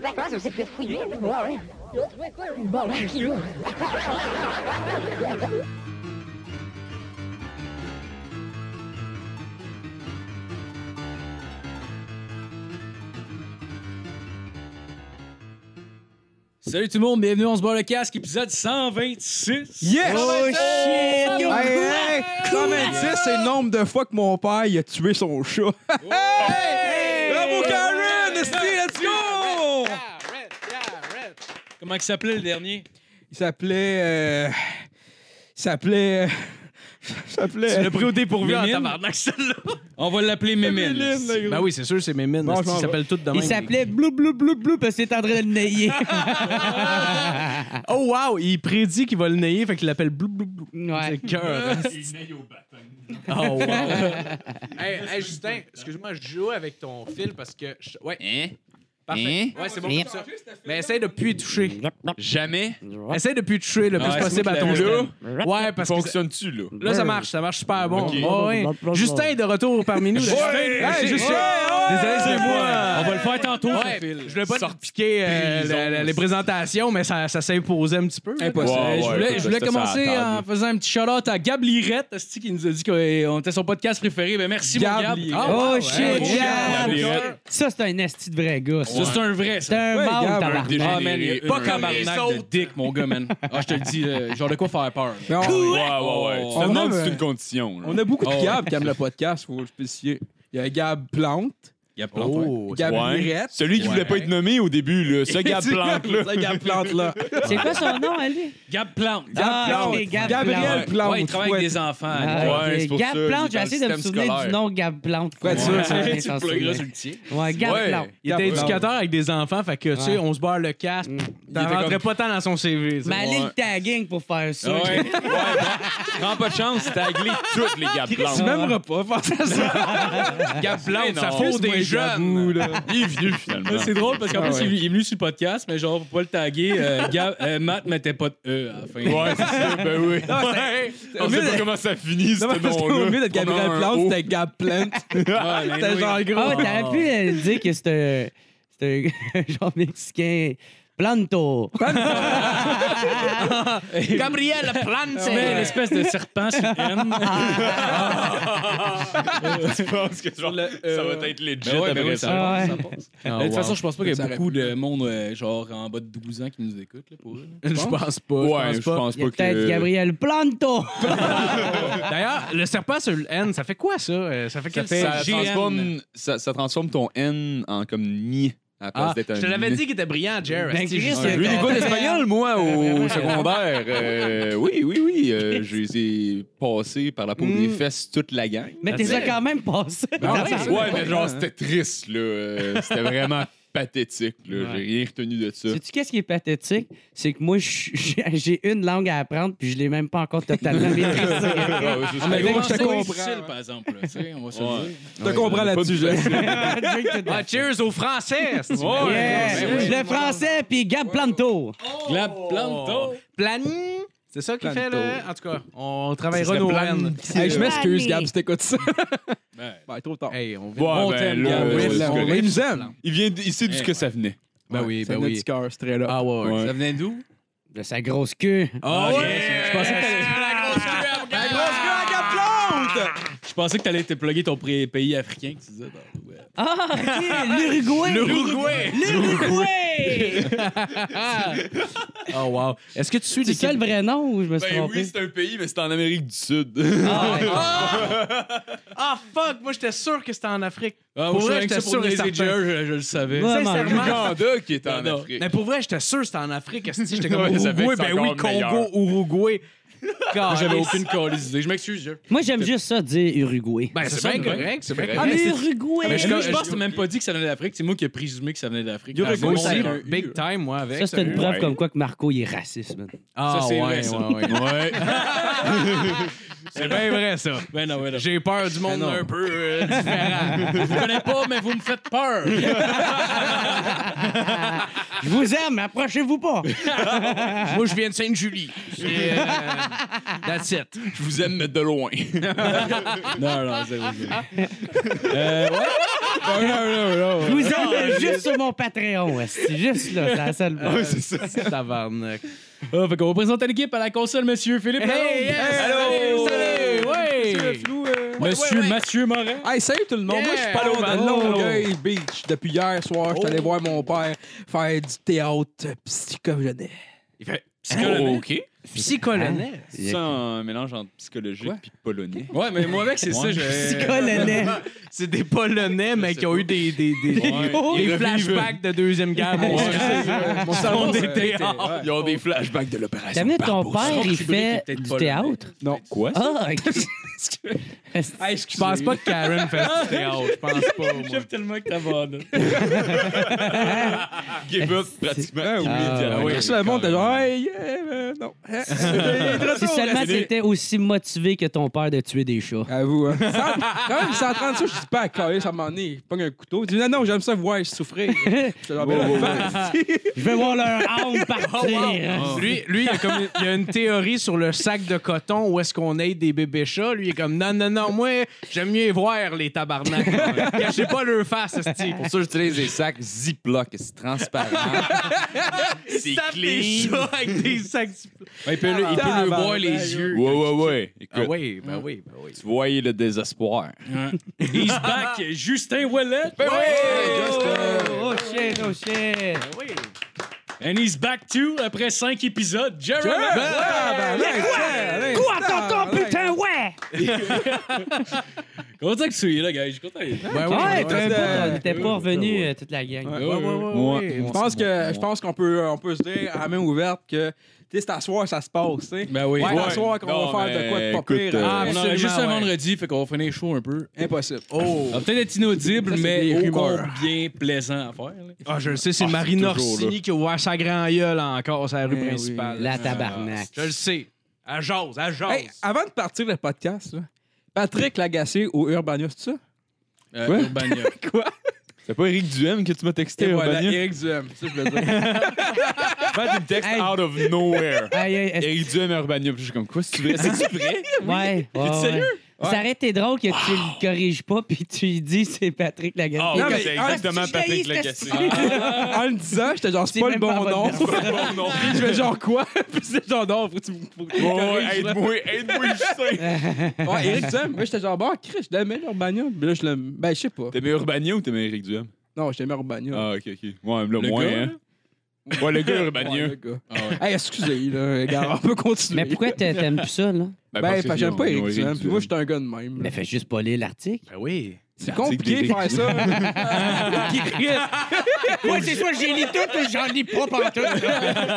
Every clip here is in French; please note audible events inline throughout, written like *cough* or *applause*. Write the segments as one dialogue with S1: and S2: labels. S1: D'accord, vous êtes fouillé. Bon, ouais. Bon, ouais, kilo.
S2: Salut tout le monde, bienvenue, on se boit le casque, épisode 126.
S3: Yes!
S4: Oh shit!
S3: Hey, hey, 126, c'est le nombre de fois que mon père il a tué son chat.
S4: Oh,
S3: *laughs* hey! Bravo, Karen! Esti, let's go!
S2: Comment il s'appelait le dernier?
S3: Il s'appelait. euh, Il s'appelait. euh, *laughs* Il s'appelait.
S4: Tu l'as pris au dépourvu en
S2: Mémine?
S4: tabarnak, celle-là.
S2: On va l'appeler Mémine.
S3: Mémine,
S4: Ben oui, c'est sûr, c'est mes mines.
S3: Bon,
S4: Ils
S3: je m'en vais.
S4: s'appellent tous de même.
S5: Il s'appelait Blou Blou Blou Blou parce que c'était en train de le nailler.
S4: *laughs* Oh, wow! Il prédit qu'il va le nailler, fait qu'il l'appelle blou blou blou.
S5: Ouais.
S4: C'est cœur. hein.
S6: Il naille au bâton.
S4: Oh, wow.
S7: Hey, hey, Justin, excuse-moi, je joue avec ton fil parce que. je- Ouais.
S6: Hein?
S7: Parfait. Ouais, c'est bon
S5: Hein?
S7: comme ça. Mais essaye de plus y toucher.
S6: Jamais.
S4: Essaye de plus toucher le plus
S2: Ouais,
S4: possible à ton
S2: c'est
S4: jeu.
S2: bon.
S4: Ouais, parce que. ça-
S6: Fonctionne-tu, là?
S4: Là, ça marche, ça marche super bon.
S6: Ok.
S4: Oh, ouais. Justin est de retour parmi nous. Justin,
S3: Hey,
S4: Justin.
S3: Justin!
S4: Désolé, c'est
S2: On
S4: moi.
S2: va le faire tantôt.
S4: Ouais, je voulais pas te piquer euh,
S6: prison,
S4: la- la- les
S6: aussi.
S4: présentations, mais ça, ça s'imposait un petit peu. là.
S3: Impossible.
S2: Euh,
S6: Ouais,
S2: je voulais, je voulais
S6: ça, ça
S2: commencer
S6: attend.
S2: en faisant un petit shout-out à Gab Lirette, esti, qui nous a dit qu'on était son podcast préféré. Ben, merci, mon
S3: Gab
S2: Gab.
S3: Lirette.
S2: Ah,
S5: Oh
S4: ouais,
S3: hein?
S5: shit,
S2: ouais,
S5: Gab!
S6: ouais.
S5: Ça, c'est un asti de vrai gars.
S2: Ah, Ça, c'est un vrai,
S5: C'est
S2: ça.
S5: un
S3: Ouais,
S5: mâle,
S3: Gab, un
S5: tabarnak.
S2: Ah, man, il y a pas
S6: Un
S2: comme de
S7: saute.
S2: dick, mon gars, man. Ah, je te le dis, euh, genre de quoi faire peur. Ah, là.
S3: Non,
S6: Ouais, ouais, ouais. Tu
S3: On
S6: te demandes
S3: a,
S6: si c'est
S3: euh,
S6: une condition, là. Ah
S3: on a beaucoup
S2: Oh,
S3: de
S2: ouais.
S3: Gab qui aiment le podcast, faut le spécifier. Il y a Gab Plante,
S2: Gab Plante, ouais.
S4: Oh,
S3: Gab
S6: Ouais.
S3: Lirette.
S6: Celui qui voulait pas être nommé au début, là.
S3: *laughs*
S6: Ce gars de plante, là.
S3: Ce Gab
S6: *laughs*
S3: Plante, là.
S5: C'est quoi son nom, à lui?
S2: *laughs* Gab Plante.
S5: Ah,
S3: Plante.
S5: ok, Gab
S3: Gabriel
S5: Plante.
S3: Plante.
S2: Ouais, il travaille avec des enfants.
S5: Ah,
S2: Ouais.
S5: ok.
S6: c'est pour
S5: Gab
S6: ça,
S5: Plante,
S6: il est
S5: j'ai
S6: dans
S5: essayé
S6: le
S5: de me
S6: système
S5: souvenir du
S6: scolaire.
S5: nom Gab Plante.
S3: Faut être sûr,
S5: Ouais,
S3: tu
S5: j'en ai
S2: Tu
S5: censé,
S2: pluggeras
S5: ouais.
S2: sur le tien.
S5: Ouais, Gab
S6: Ouais.
S5: Plante.
S4: Il était éducateur avec des enfants, fait que, tu sais,
S5: Ouais.
S4: on se barre le casque.
S3: était
S4: T'en rentrais pas tant dans son CV. ça.
S5: Mais allez le tagging pour faire ça.
S2: Ouais.
S6: Prends pas de chance, t'as glé toutes les gars de
S3: Tu
S6: plante.
S3: m'aimeras pas, pense à ça.
S4: Gab Plante,
S6: Mais
S4: ça
S6: non.
S4: faut des
S3: Excuse-moi,
S6: *laughs*
S3: Gabou,
S4: jeunes.
S3: là.
S6: Il est vieux, finalement.
S2: C'est drôle parce qu'en
S3: Ah
S2: plus,
S3: ouais.
S2: il- il est venu sur le podcast, mais genre, pour pas le taguer, euh, Gab, euh, Matt mettait pas de E à la fin.
S6: Ouais, c'est ça, ben oui. Ouais. On
S3: au
S6: sait
S3: mieux
S6: pas
S3: de-
S6: comment ça finit, ce
S3: Non, mais parce qu'au mieux
S6: nom-là.
S3: d'être
S6: On
S3: Gabriel
S6: a un ben
S3: Plante,
S6: O.
S3: c'était Gab
S6: *laughs*
S3: Plante. C'était genre
S5: Ah,
S3: gros.
S5: ouais, t'aurais pu euh, dire que c'est un- c'est un *laughs* genre mexicain. Planto.
S4: Gabriel Plante.
S2: Mais l'espèce de
S6: *laughs*
S2: serpent sur N.
S6: Je pense que genre, ça va être legit
S2: euh, Ben ouais, ben
S6: après
S2: ouais,
S6: ça.
S2: ça
S5: Ah,
S2: De
S5: ouais.
S2: toute façon, je pense pas qu'il y a beaucoup de monde, euh, genre, en bas de 12 ans qui nous écoute, là, pour eux. là.
S4: je pense pas.
S6: Ouais,
S4: je pense pas.
S5: Il y a peut-être Gabriel Planto.
S4: D'ailleurs, le serpent sur le N, ça fait quoi ça? Euh, Ça fait
S2: Ça
S4: quel
S2: fait-
S4: ça-
S6: Ça
S2: GN.
S6: transforme, ça, ça transforme ton N en comme ni à la place
S4: Ah,
S6: d'être un
S4: je te l'avais
S6: ni.
S4: dit qu'il était brillant, Jared.
S5: Ben, Chris,
S6: Ah, J'ai eu des cours d'espagnol, moi, au secondaire. Euh, oui, oui, oui. euh, je les ai passés par la peau des fesses toute la gang. Ah
S5: Mais t'es ça quand même passé.
S6: ouais, mais genre, c'était triste, là. euh, c'était vraiment pathétique, là. J'ai rien retenu de ça.
S5: Sais-tu qu'est-ce qui est pathétique? C'est que moi, je- *laughs* j'ai j'ai une langue à apprendre, puis je l'ai même pas
S4: *laughs*
S5: encore totalement maîtrisée.
S4: Ah
S6: Ouais, c'est ça.
S3: mais gros, je te
S2: Ah, C'est
S3: comprends.
S2: difficile, par exemple, là, tu sais, on va se le
S6: Ouais.
S2: dire.
S3: Je te comprends là-dessus. je-
S5: *laughs*
S4: Ah, cheers aux Français! c'est-
S5: Yeah.
S4: Ben oui.
S5: Le français, puis Gab Planto.
S2: Gab Planto.
S4: Plan. C'est ça qu'il fait,
S3: Planto.
S4: là? En tout cas, on travaillera
S6: C'est
S4: nos
S6: le plan.
S4: N.
S3: Hey, je m'excuse,
S5: Allez.
S3: Gab, si t'écoutes
S6: *laughs*
S3: ça.
S2: Ouais.
S3: Ben, trop tard.
S4: Hey, on va.
S6: Ouais,
S2: Bon
S6: ben,
S2: thème,
S6: là,
S2: Gab.
S6: euh,
S3: Oui,
S6: c'est
S3: là, on
S6: correct.
S3: nous aime.
S6: Il vient, d- il sait d'où
S2: Eh,
S6: que ça venait.
S4: Ben oui,
S3: C'est
S4: ben
S3: notre
S4: oui.
S3: cœur, ce trait-là.
S4: Ah ouais.
S6: Ouais.
S2: Ça venait d'où?
S5: De sa grosse queue.
S4: Ah ouais!
S2: Je pensais que t'allais-
S3: La grosse gueule à Gab Plante!
S2: Je pensais que t'allais te plugger ton pré- pays africain que tu disais. dans- ouais.
S5: Ah, ok, l'Uruguay.
S4: L'Uruguay!
S5: L'Uruguay.
S4: *laughs* Oh wow. Est-ce que tu suis
S5: C'est
S4: des
S5: ça le vrai nom ou je me suis
S6: Ben
S5: trompé?
S6: oui, c'est un pays, mais c'est en Amérique du Sud. *laughs*
S5: Ah, ouais.
S4: Ah fuck, moi j'étais sûr que c'était en Afrique.
S2: Ah, moi,
S4: Pour
S2: je
S4: vrai,
S2: savais que
S4: j'étais
S2: ça pour
S4: sûr et
S2: niaiser
S4: certain.
S2: Jer, je, je le savais.
S5: Ouais.
S4: Sincèrement.
S6: Uganda qui Ah, est en
S2: Non, non.
S6: Afrique.
S4: Mais pour vrai, j'étais sûr que c'était en Afrique. esti, J'étais comme
S6: Ouais, ça fait que
S4: Uruguay,
S6: c'est
S4: ben oui,
S6: encore meilleur.
S4: Congo, Uruguay.
S2: Moi, J'avais aucune calice d'idée. Je m'excuse, Jer.
S5: Moi, j'aime juste ça dire Uruguay.
S4: Ben c'est
S2: ça,
S4: bien
S2: ouais.
S4: correct, c'est bien
S6: Ah,
S4: correct.
S6: mais
S5: L'Uruguay.
S2: Mais
S4: Mais
S2: je,
S4: je-
S2: moi,
S4: je-
S2: je pense que t'as même pas dit que ça venait de l'afrique. C'est moi qui ai présumé que ça venait de l'afrique.
S4: Ah, moi,
S2: Uruguay,
S4: c'est
S2: un
S4: un
S2: U.
S4: big time, moi, avec.
S5: Ça, c'est une
S4: sérieux.
S5: preuve comme quoi que Marco, il est raciste, man.
S4: Ah,
S2: Ça, c'est
S4: ouais,
S2: vrai, ça.
S4: ouais, ouais.
S6: Ouais.
S4: *laughs* C'est bien vrai, ça.
S2: Ben non, ben non.
S4: J'ai peur du monde un peu euh, différent.
S2: Je vous connais pas, mais vous me faites peur.
S5: Je vous aime, mais approchez-vous pas.
S4: Moi, je viens de Sainte-Julie. Hein? *laughs* Et, euh, That's *laughs* it.
S6: Je vous aime, mais de loin.
S2: non, non, zéro. zéro. Euh, ouais.
S5: Je vous aime juste sur mon Patreon, c'est juste là, c'est la seule
S8: Ouais, c'est ça.
S4: Tabarnak.
S2: Ah, fait qu'on va présenter l'équipe à la console, monsieur Philippe.
S4: Hey, yes!
S3: Allô!
S4: Salut, salut! Ouais!
S3: C'est le flou, euh.
S2: Lalonde. Monsieur Mathieu Morin.
S3: Hey, salut tout le monde! Moi, je suis
S4: Yeah!
S3: pas à
S2: Allô, Oh. allô.
S3: Longueuil Beach depuis hier soir. Je suis allé voir mon père faire du théâtre psychogénique.
S8: Il fait
S4: Oh,
S2: Psychologue.
S8: OK.
S4: Hein?
S5: Psycholonais.
S8: C'est un mélange entre psychologique et polonais.
S2: Ouais, mais moi avec, c'est ça.
S8: Ouais.
S2: j'ai-
S5: Psycholonais.
S4: C'est des Polonais, mais qui ont eu des, des, *laughs* des,
S8: Ouais.
S4: des
S8: Ils
S4: flashbacks de Deuxième Guerre mondiale.
S3: Mon
S4: Ils
S3: cerveau,
S4: sont
S3: ça a
S4: des
S3: été-
S4: théâtres.
S8: Ils ont des flashbacks de l'opération.
S5: T'amenais ton père, il
S2: Je crois qu'il
S5: fait
S2: est
S5: du
S2: peut-être polonais.
S5: théâtre.
S3: Non.
S8: Quoi? ça?
S5: Ah, *laughs*
S3: Hey,
S4: Je
S3: excusez.
S4: pense pas que Karen fait du théâtre. Je pense pas. moi.
S2: J'aime tellement que t'abandonnes.
S8: Give up
S5: C'est-
S8: pratiquement
S3: Ah, oui.
S8: immédiatement.
S5: Ah, oui.
S3: Tout le monde, t'as genre, hey, yeah, euh,
S2: *laughs*
S3: non.
S5: si seulement t'étais aussi motivé que ton père de tuer des chats.
S3: Avoue, hein. Cent- Quand même, 130 sous, je dis pas à coller, ça m'en est. Pogne un couteau. Je dis, non, non, j'aime ça voir souffrir. J'étais genre, ben,
S5: Je vais voir leur *laughs* âme
S4: Oh,
S5: partir.
S4: Lui, lui il, a comme, il a une théorie sur le sac de coton où est-ce qu'on aide des bébés chats. Lui, il est comme non, non, non, moi, j'aime mieux voir les tabarnak. *laughs* Cachez pas leur face, esti. *laughs*
S8: Pour ça, j'utilise des sacs Ziploc, c'est transparent. c'est
S4: Tape des
S8: clean.
S4: chats avec des sacs.
S2: Ouais, il peut, le- il peut le voir les yeux.
S8: Ouais, ouais, ouais. Écoute,
S4: Ah oui,
S8: Mm.
S4: ben oui, ben oui.
S8: tu voyais le désespoir.
S2: He's back, Justin Ouellet.
S3: Ben
S5: Oh, oh shit, oh shit.
S2: And he's back too, après cinq épisodes, Jared.
S3: ben,
S5: Quoi, tonton, putain, ouais!
S2: Comment ça que tu es là, gars? Je suis content. d'être là.
S4: Ben
S5: Ouais, t'as un
S3: ouais,
S5: bout,
S3: ouais.
S5: on n'était pas revenu euh, toute la gang.
S3: Ouais.
S4: Ouais, ouais, ouais,
S8: Moi,
S4: ouais.
S3: Je pense que je pense qu'on peut on peut se dire à la main ouverte que tu sais c'est à soir ça se passe, tu sais.
S2: Ben oui.
S3: Ouais, c'est à
S8: Ouais.
S3: soir qu'on
S8: Non,
S3: va faire
S8: mais
S3: de quoi de pas pire.
S8: écoute, euh,
S3: Ah,
S2: On
S4: Absolument,
S2: en a juste un
S4: ouais.
S2: vendredi, fait qu'on va finir chaud un peu.
S3: impossible.
S4: Oh!
S2: Ah, Peut-être être inaudible,
S3: Ça, c'est
S2: mais
S3: des
S2: ô
S3: rumeurs.
S2: combien plaisant à faire. là.
S4: Ah, je le sais, c'est
S8: Ah,
S4: Marine
S8: toujours
S4: Orsini qui a ouvert sa grand gueule encore sur la rue
S3: Eh oui.
S4: principale.
S5: La tabarnak.
S4: Je le sais. À jase, à jase.
S3: Hey, avant de partir le podcast, là, Patrick Lagacé au Urbania, c'est ça
S2: Euh,
S3: Ouais.
S2: Urbania.
S8: C'est pas Eric Duhem que tu m'as texté,
S3: Et voilà,
S4: Eh
S8: Urbania?
S3: Eric Duhem, ça je veux dire.
S8: Fait une texte
S5: Hey.
S8: out of nowhere.
S5: Aïe, aïe, est-ce-
S8: Eric Duhem, Urbania. Puis je suis comme, quoi, c'est vrai? C'est-tu vrai?
S5: Ouais. ouais, ouais. Ça aurait été drôle que tu le corriges pas puis tu lui dis c'est Patrick Lagarde.
S8: Ah,
S3: Non,
S8: oui,
S3: mais-
S8: c'est
S3: ah,
S8: exactement
S5: c'est
S8: Patrick
S5: chialiste,
S8: Lagacé. Ah,
S5: c'est-
S3: en le disant, j'étais genre c'est
S5: C'est
S3: pas le
S5: même
S3: bon
S5: pas la
S3: nom.
S5: bonne
S3: C'est pas le bon nom. Puis *laughs* je fais genre quoi *laughs* Puis c'est genre non, faut que tu me faut que tu me corriges, là.
S8: aide-moi, aide-moi, Justin.
S3: Ouais, *laughs* Eric Duhem, moi j'étais genre bon, Chris, je l'aimais l'Urbania, puis là je le ben je sais pas.
S8: T'aimais Urbania ou t'aimais Eric Duhem?
S3: Non, je l'aimais Urbania.
S8: Ah, ok, ok. Ouais, le,
S2: Le
S8: moins,
S2: gars,
S8: hein. Ouais, le gars Urbania.
S3: Ah, Ouais, le gars. Hey, excusez, là, gars, on peut continuer.
S5: Mais pourquoi t'a- t'aimes plus ça, là?
S3: Ben, parce que j'aime pas Eric Duhem, puis moi, je suis un gars de même. là.
S5: Mais fais juste pas lire l'article.
S4: Ben oui.
S3: C'est compliqué de
S8: L'article
S3: faire ça.
S5: Ouais, c'est soit j'ai lu tout ou j'en lis pas partout.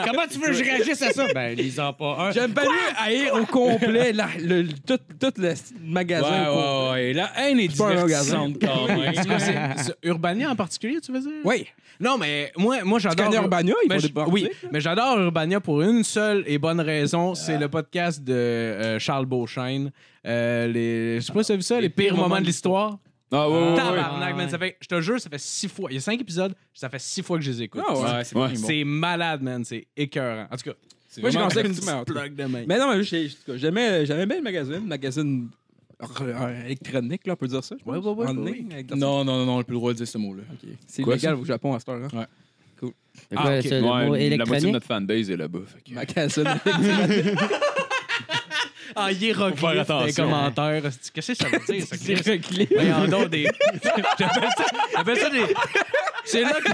S5: Comment tu veux que je réagisse à ça? Ben, lis-en pas un.
S3: J'aime pas mieux haïr au complet la- le, le- tout, tout le
S2: Ouais,
S3: magasin. au complet.
S2: ouais, ouais. La haine est
S3: C'est pas un
S2: divertissante quand
S4: *laughs*
S2: même.
S4: C'est quoi, Ah, c'est- c'est Urbania en particulier, tu veux dire?
S3: Oui,
S4: Non, mais moi, moi
S3: tu
S4: j'adore.
S3: connais Urbania, il
S4: Mais
S3: faut
S4: je-
S3: débarquer.
S4: oui, mais j'adore Urbania pour une seule et bonne raison, c'est le podcast de euh, Charles Beauchesne. Euh, les, je sais pas si t'as vu ça, les, pires, moments, de l'histoire. Oh,
S8: Ah, ouais, ouais, ouais.
S4: Tabarnak, man, ça fait, je te jure, ça fait six fois. Il y a cinq épisodes, ça fait six fois que je les écoute.
S3: Ah
S2: Ouais, c'est
S8: Ouais.
S2: pas
S4: C'est malade, man, c'est écœurant. En tout cas,
S2: C'est
S3: Moi, je
S2: vraiment-
S3: conseille une
S4: petite
S3: petite
S4: plug de main.
S3: Mais non, mais j'ai- en tout cas, j'aimais j'aimais bien le magazine, le magazine r- r- électronique, là, on peut dire ça. je pense,
S4: Ouais, ouais, ouais,
S3: en
S4: ouais,
S3: ligne, avec de la-
S2: Non, non, non, non, on n'a plus le droit de dire ce mot-là.
S3: Ok. C'est
S8: Quoi,
S3: légal au Japon à cette hein. heure-là.
S5: C'est quoi,
S4: Ah, ok.
S5: ça, le mot
S8: Ouais, la moitié de
S5: électronique?
S8: notre fanbase est là-bas. fait que-
S3: Magazine. *laughs*
S4: En
S8: Faut faire
S4: hiéroglyphe
S8: attention.
S4: des commentaires. Qu'est-ce que ça veut dire, ça? Chris?
S3: Hiéroglyphe.
S4: Voyons donc des... *laughs* J'appelle ça, j'appelle ça des... C'est là que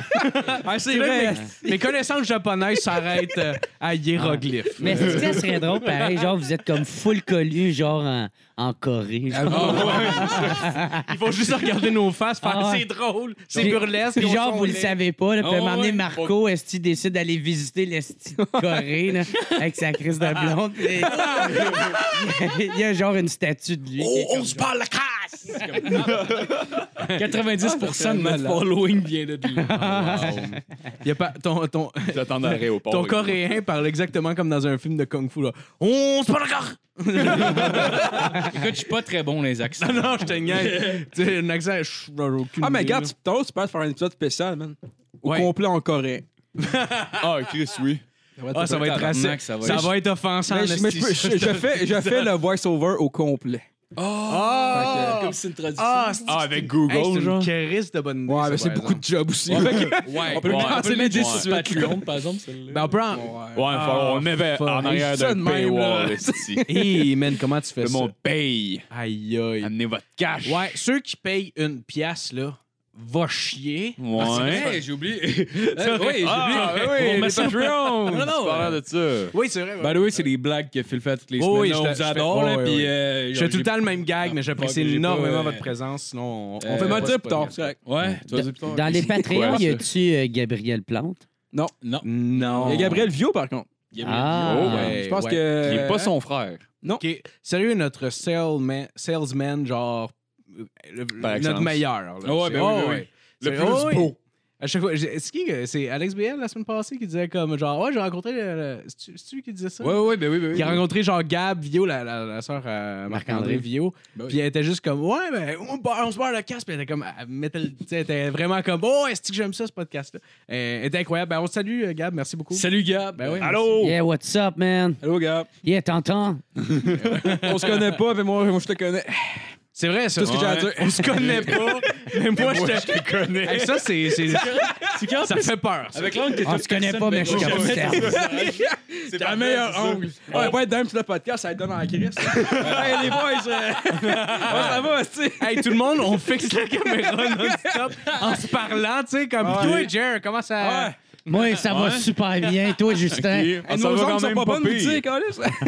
S3: Ah, c'est
S4: c'est là
S3: vrai.
S4: que mes, mes connaissances japonaises s'arrêtent euh, à hiéroglyphe.
S5: Mais est-ce que ça serait drôle, pareil, genre, vous êtes comme full collu, genre, en, en Corée. genre.
S4: Il faut juste regarder nos faces, faire
S5: Ah ouais.
S4: c'est drôle, c'est
S5: Puis-
S4: burlesque.
S5: Puis
S4: on
S5: genre,
S4: s'en
S5: vous le
S4: est.
S5: savez pas, là, puis à un
S2: Ah,
S5: moment donné,
S2: ouais.
S5: Marco, est-ce qu'il décide d'aller visiter l'esti de Corée, là, avec sa crise de blonde? *laughs* puis- il y a genre une statue de lui. qui est comme-
S2: 90% de
S4: Ah,
S2: notre following vient de là.
S4: Il y a pas, ton, ton,
S2: Oh,
S8: J'attends à l'aéroport.
S4: ton
S8: avec moi.
S4: coréen parle exactement comme dans un film de kung-fu. là. On se parle encore!
S2: Écoute, je suis pas très bon dans les accents. Euh,
S4: Ah *laughs* non,
S2: *laughs*
S4: je te niaise. Tu sais, un accent, je j'en ai aucune
S3: Ah, mais
S4: idée,
S3: regarde,
S4: là.
S3: tu t'oses, tu peux faire un épisode spécial, man. Au
S4: Ouais.
S3: complet en Corée.
S8: Ah, Chris, oui.
S4: Ah, ça va être
S2: Tabarnak,
S4: raciste.
S2: ça va
S4: Ça
S2: être-
S4: va être offensant. *laughs*
S3: Mais je, mais je peux- je- je fais, je fais le voice-over au complet.
S4: Ah!
S2: Comme c'est une tradition.
S4: Ah, c'est
S8: Ah, avec
S4: Hey, c'est
S8: Google,
S4: une
S8: genre.
S4: crise de bonne idée.
S3: Ouais,
S4: ça,
S3: mais c'est
S4: par
S3: beaucoup de jobs aussi.
S2: Ouais,
S3: On peut le
S2: ouais.
S3: mettre
S2: On peut
S3: sur
S2: le mettre
S3: les
S2: juste sur Patreon, par
S4: *laughs*
S2: exemple, celle-là.
S4: exemple. Ben, on prend.
S8: Ouais, faut- on le met vers- en arrière
S3: Ça
S8: d'un
S3: de même, là.
S8: paywall, *laughs* esti.
S4: Hey, man, comment tu fais
S8: Le
S4: ça?
S8: monde paye.
S4: Aïe, aïe.
S8: Amenez votre cash.
S4: Ouais, ceux qui payent une pièce, là, va chier.
S8: Ouais.
S2: Hey, j'ai oublié. *laughs* Euh, ouais, j'ai oublié.
S8: Ah, ben
S2: On
S8: oui,
S2: remet
S8: les
S2: ça.
S4: *laughs*
S8: Patreons. Ben,
S2: Non, non,
S8: tu parlais de ça.
S4: Oui, c'est vrai. ouais.
S2: By the way, c'est des blagues que Phil fait toutes les
S4: Oh, oui,
S2: semaines. on
S4: je te-
S2: vous
S4: je fais-
S2: adore,
S4: oh,
S2: là,
S4: oui,
S2: puis...
S4: oui.
S2: euh,
S4: Je fais tout
S2: j'ai-
S4: le temps le même
S8: Ah,
S4: gag, mais j'apprécie
S2: j'ai pas-
S4: énormément
S8: euh,
S2: ouais.
S4: votre présence. Sinon, on,
S2: Euh,
S4: on
S3: On peut me
S4: va
S3: le
S4: pas
S3: dire
S4: se
S3: plus tard.
S4: pogner.
S3: c'est correct.
S2: Ouais, tu vas dire plus
S3: oh.
S2: tard.
S5: Dans les Patreons,
S8: quoi,
S5: y a-tu euh, Gabriel Plante?
S2: Non.
S4: Non.
S3: Il y
S4: Euh,
S3: a Gabriel Vio, par contre.
S5: Ah.
S8: Oh,
S5: ouais.
S3: Je pense
S4: ouais.
S3: que.
S8: Il est pas son frère.
S4: Ok, Sérieux, notre salesman, salesman genre. euh, le-
S8: Par
S4: notre
S8: exemple.
S4: meilleur. là.
S2: Ah ouais, ben oui, ben oui.
S4: C'est-
S8: Le plus
S4: oh, oui.
S8: beau.
S4: À chaque fois, j'ai- c'est qui que- C'est Alex BL la semaine passée qui disait comme genre ouais j'ai rencontré le, le- c'est-tu- c'est-tu qui disait ça
S2: Ouais, ouais, ben oui, ben oui.
S4: Qui a rencontré genre Gab Vio, la, la, la sœur à Marc-André
S5: Marc-André.
S4: Vio.
S2: Ben oui.
S4: Puis elle était juste comme Ouais, ben on, part- on se barre le casque. Puis elle était comme elle mettait le- tu sais, elle était vraiment comme Oh, est-ce que j'aime ça ce podcast-là? Euh, Elle était incroyable. Ben on te salue, euh, Gab, merci beaucoup.
S2: Salut, Gab.
S4: Ben oui.
S8: Allô?
S5: Yeah, what's up, man?
S3: Allô, gars.
S5: Yeah, t'entends?
S3: On se connaît pas, mais moi, moi, je te connais.
S4: C'est vrai, ça.
S3: Tout ce que j'ai à dire.
S4: On se connaît *laughs* pas. Mais moi, je te
S8: connais.
S4: Hey, ça, c'est. c'est- ça fait peur. ça.
S2: Avec l'angle que
S5: On se connaît Ah, pas, mais je te
S2: Jamais.
S5: observe.
S8: C'est
S3: La meilleure angle. On va pas être dame sur le podcast, ça va être dame en
S8: *laughs*
S3: crise. Hey, les boys, euh, comment ça va, tu
S4: Hey, tout le monde, on fixe la caméra non-stop en se parlant, tu sais, comme Yo et Jer, comment ça.
S3: Ouais.
S5: Moi, ça va super bien. Toi, Justin?
S8: On s'en
S3: Nos
S8: Ah,
S3: ongles
S8: va quand
S3: sont
S8: même
S3: pas
S8: pas
S3: bonnes, vous
S8: pire. *laughs*
S3: dire, Carlis.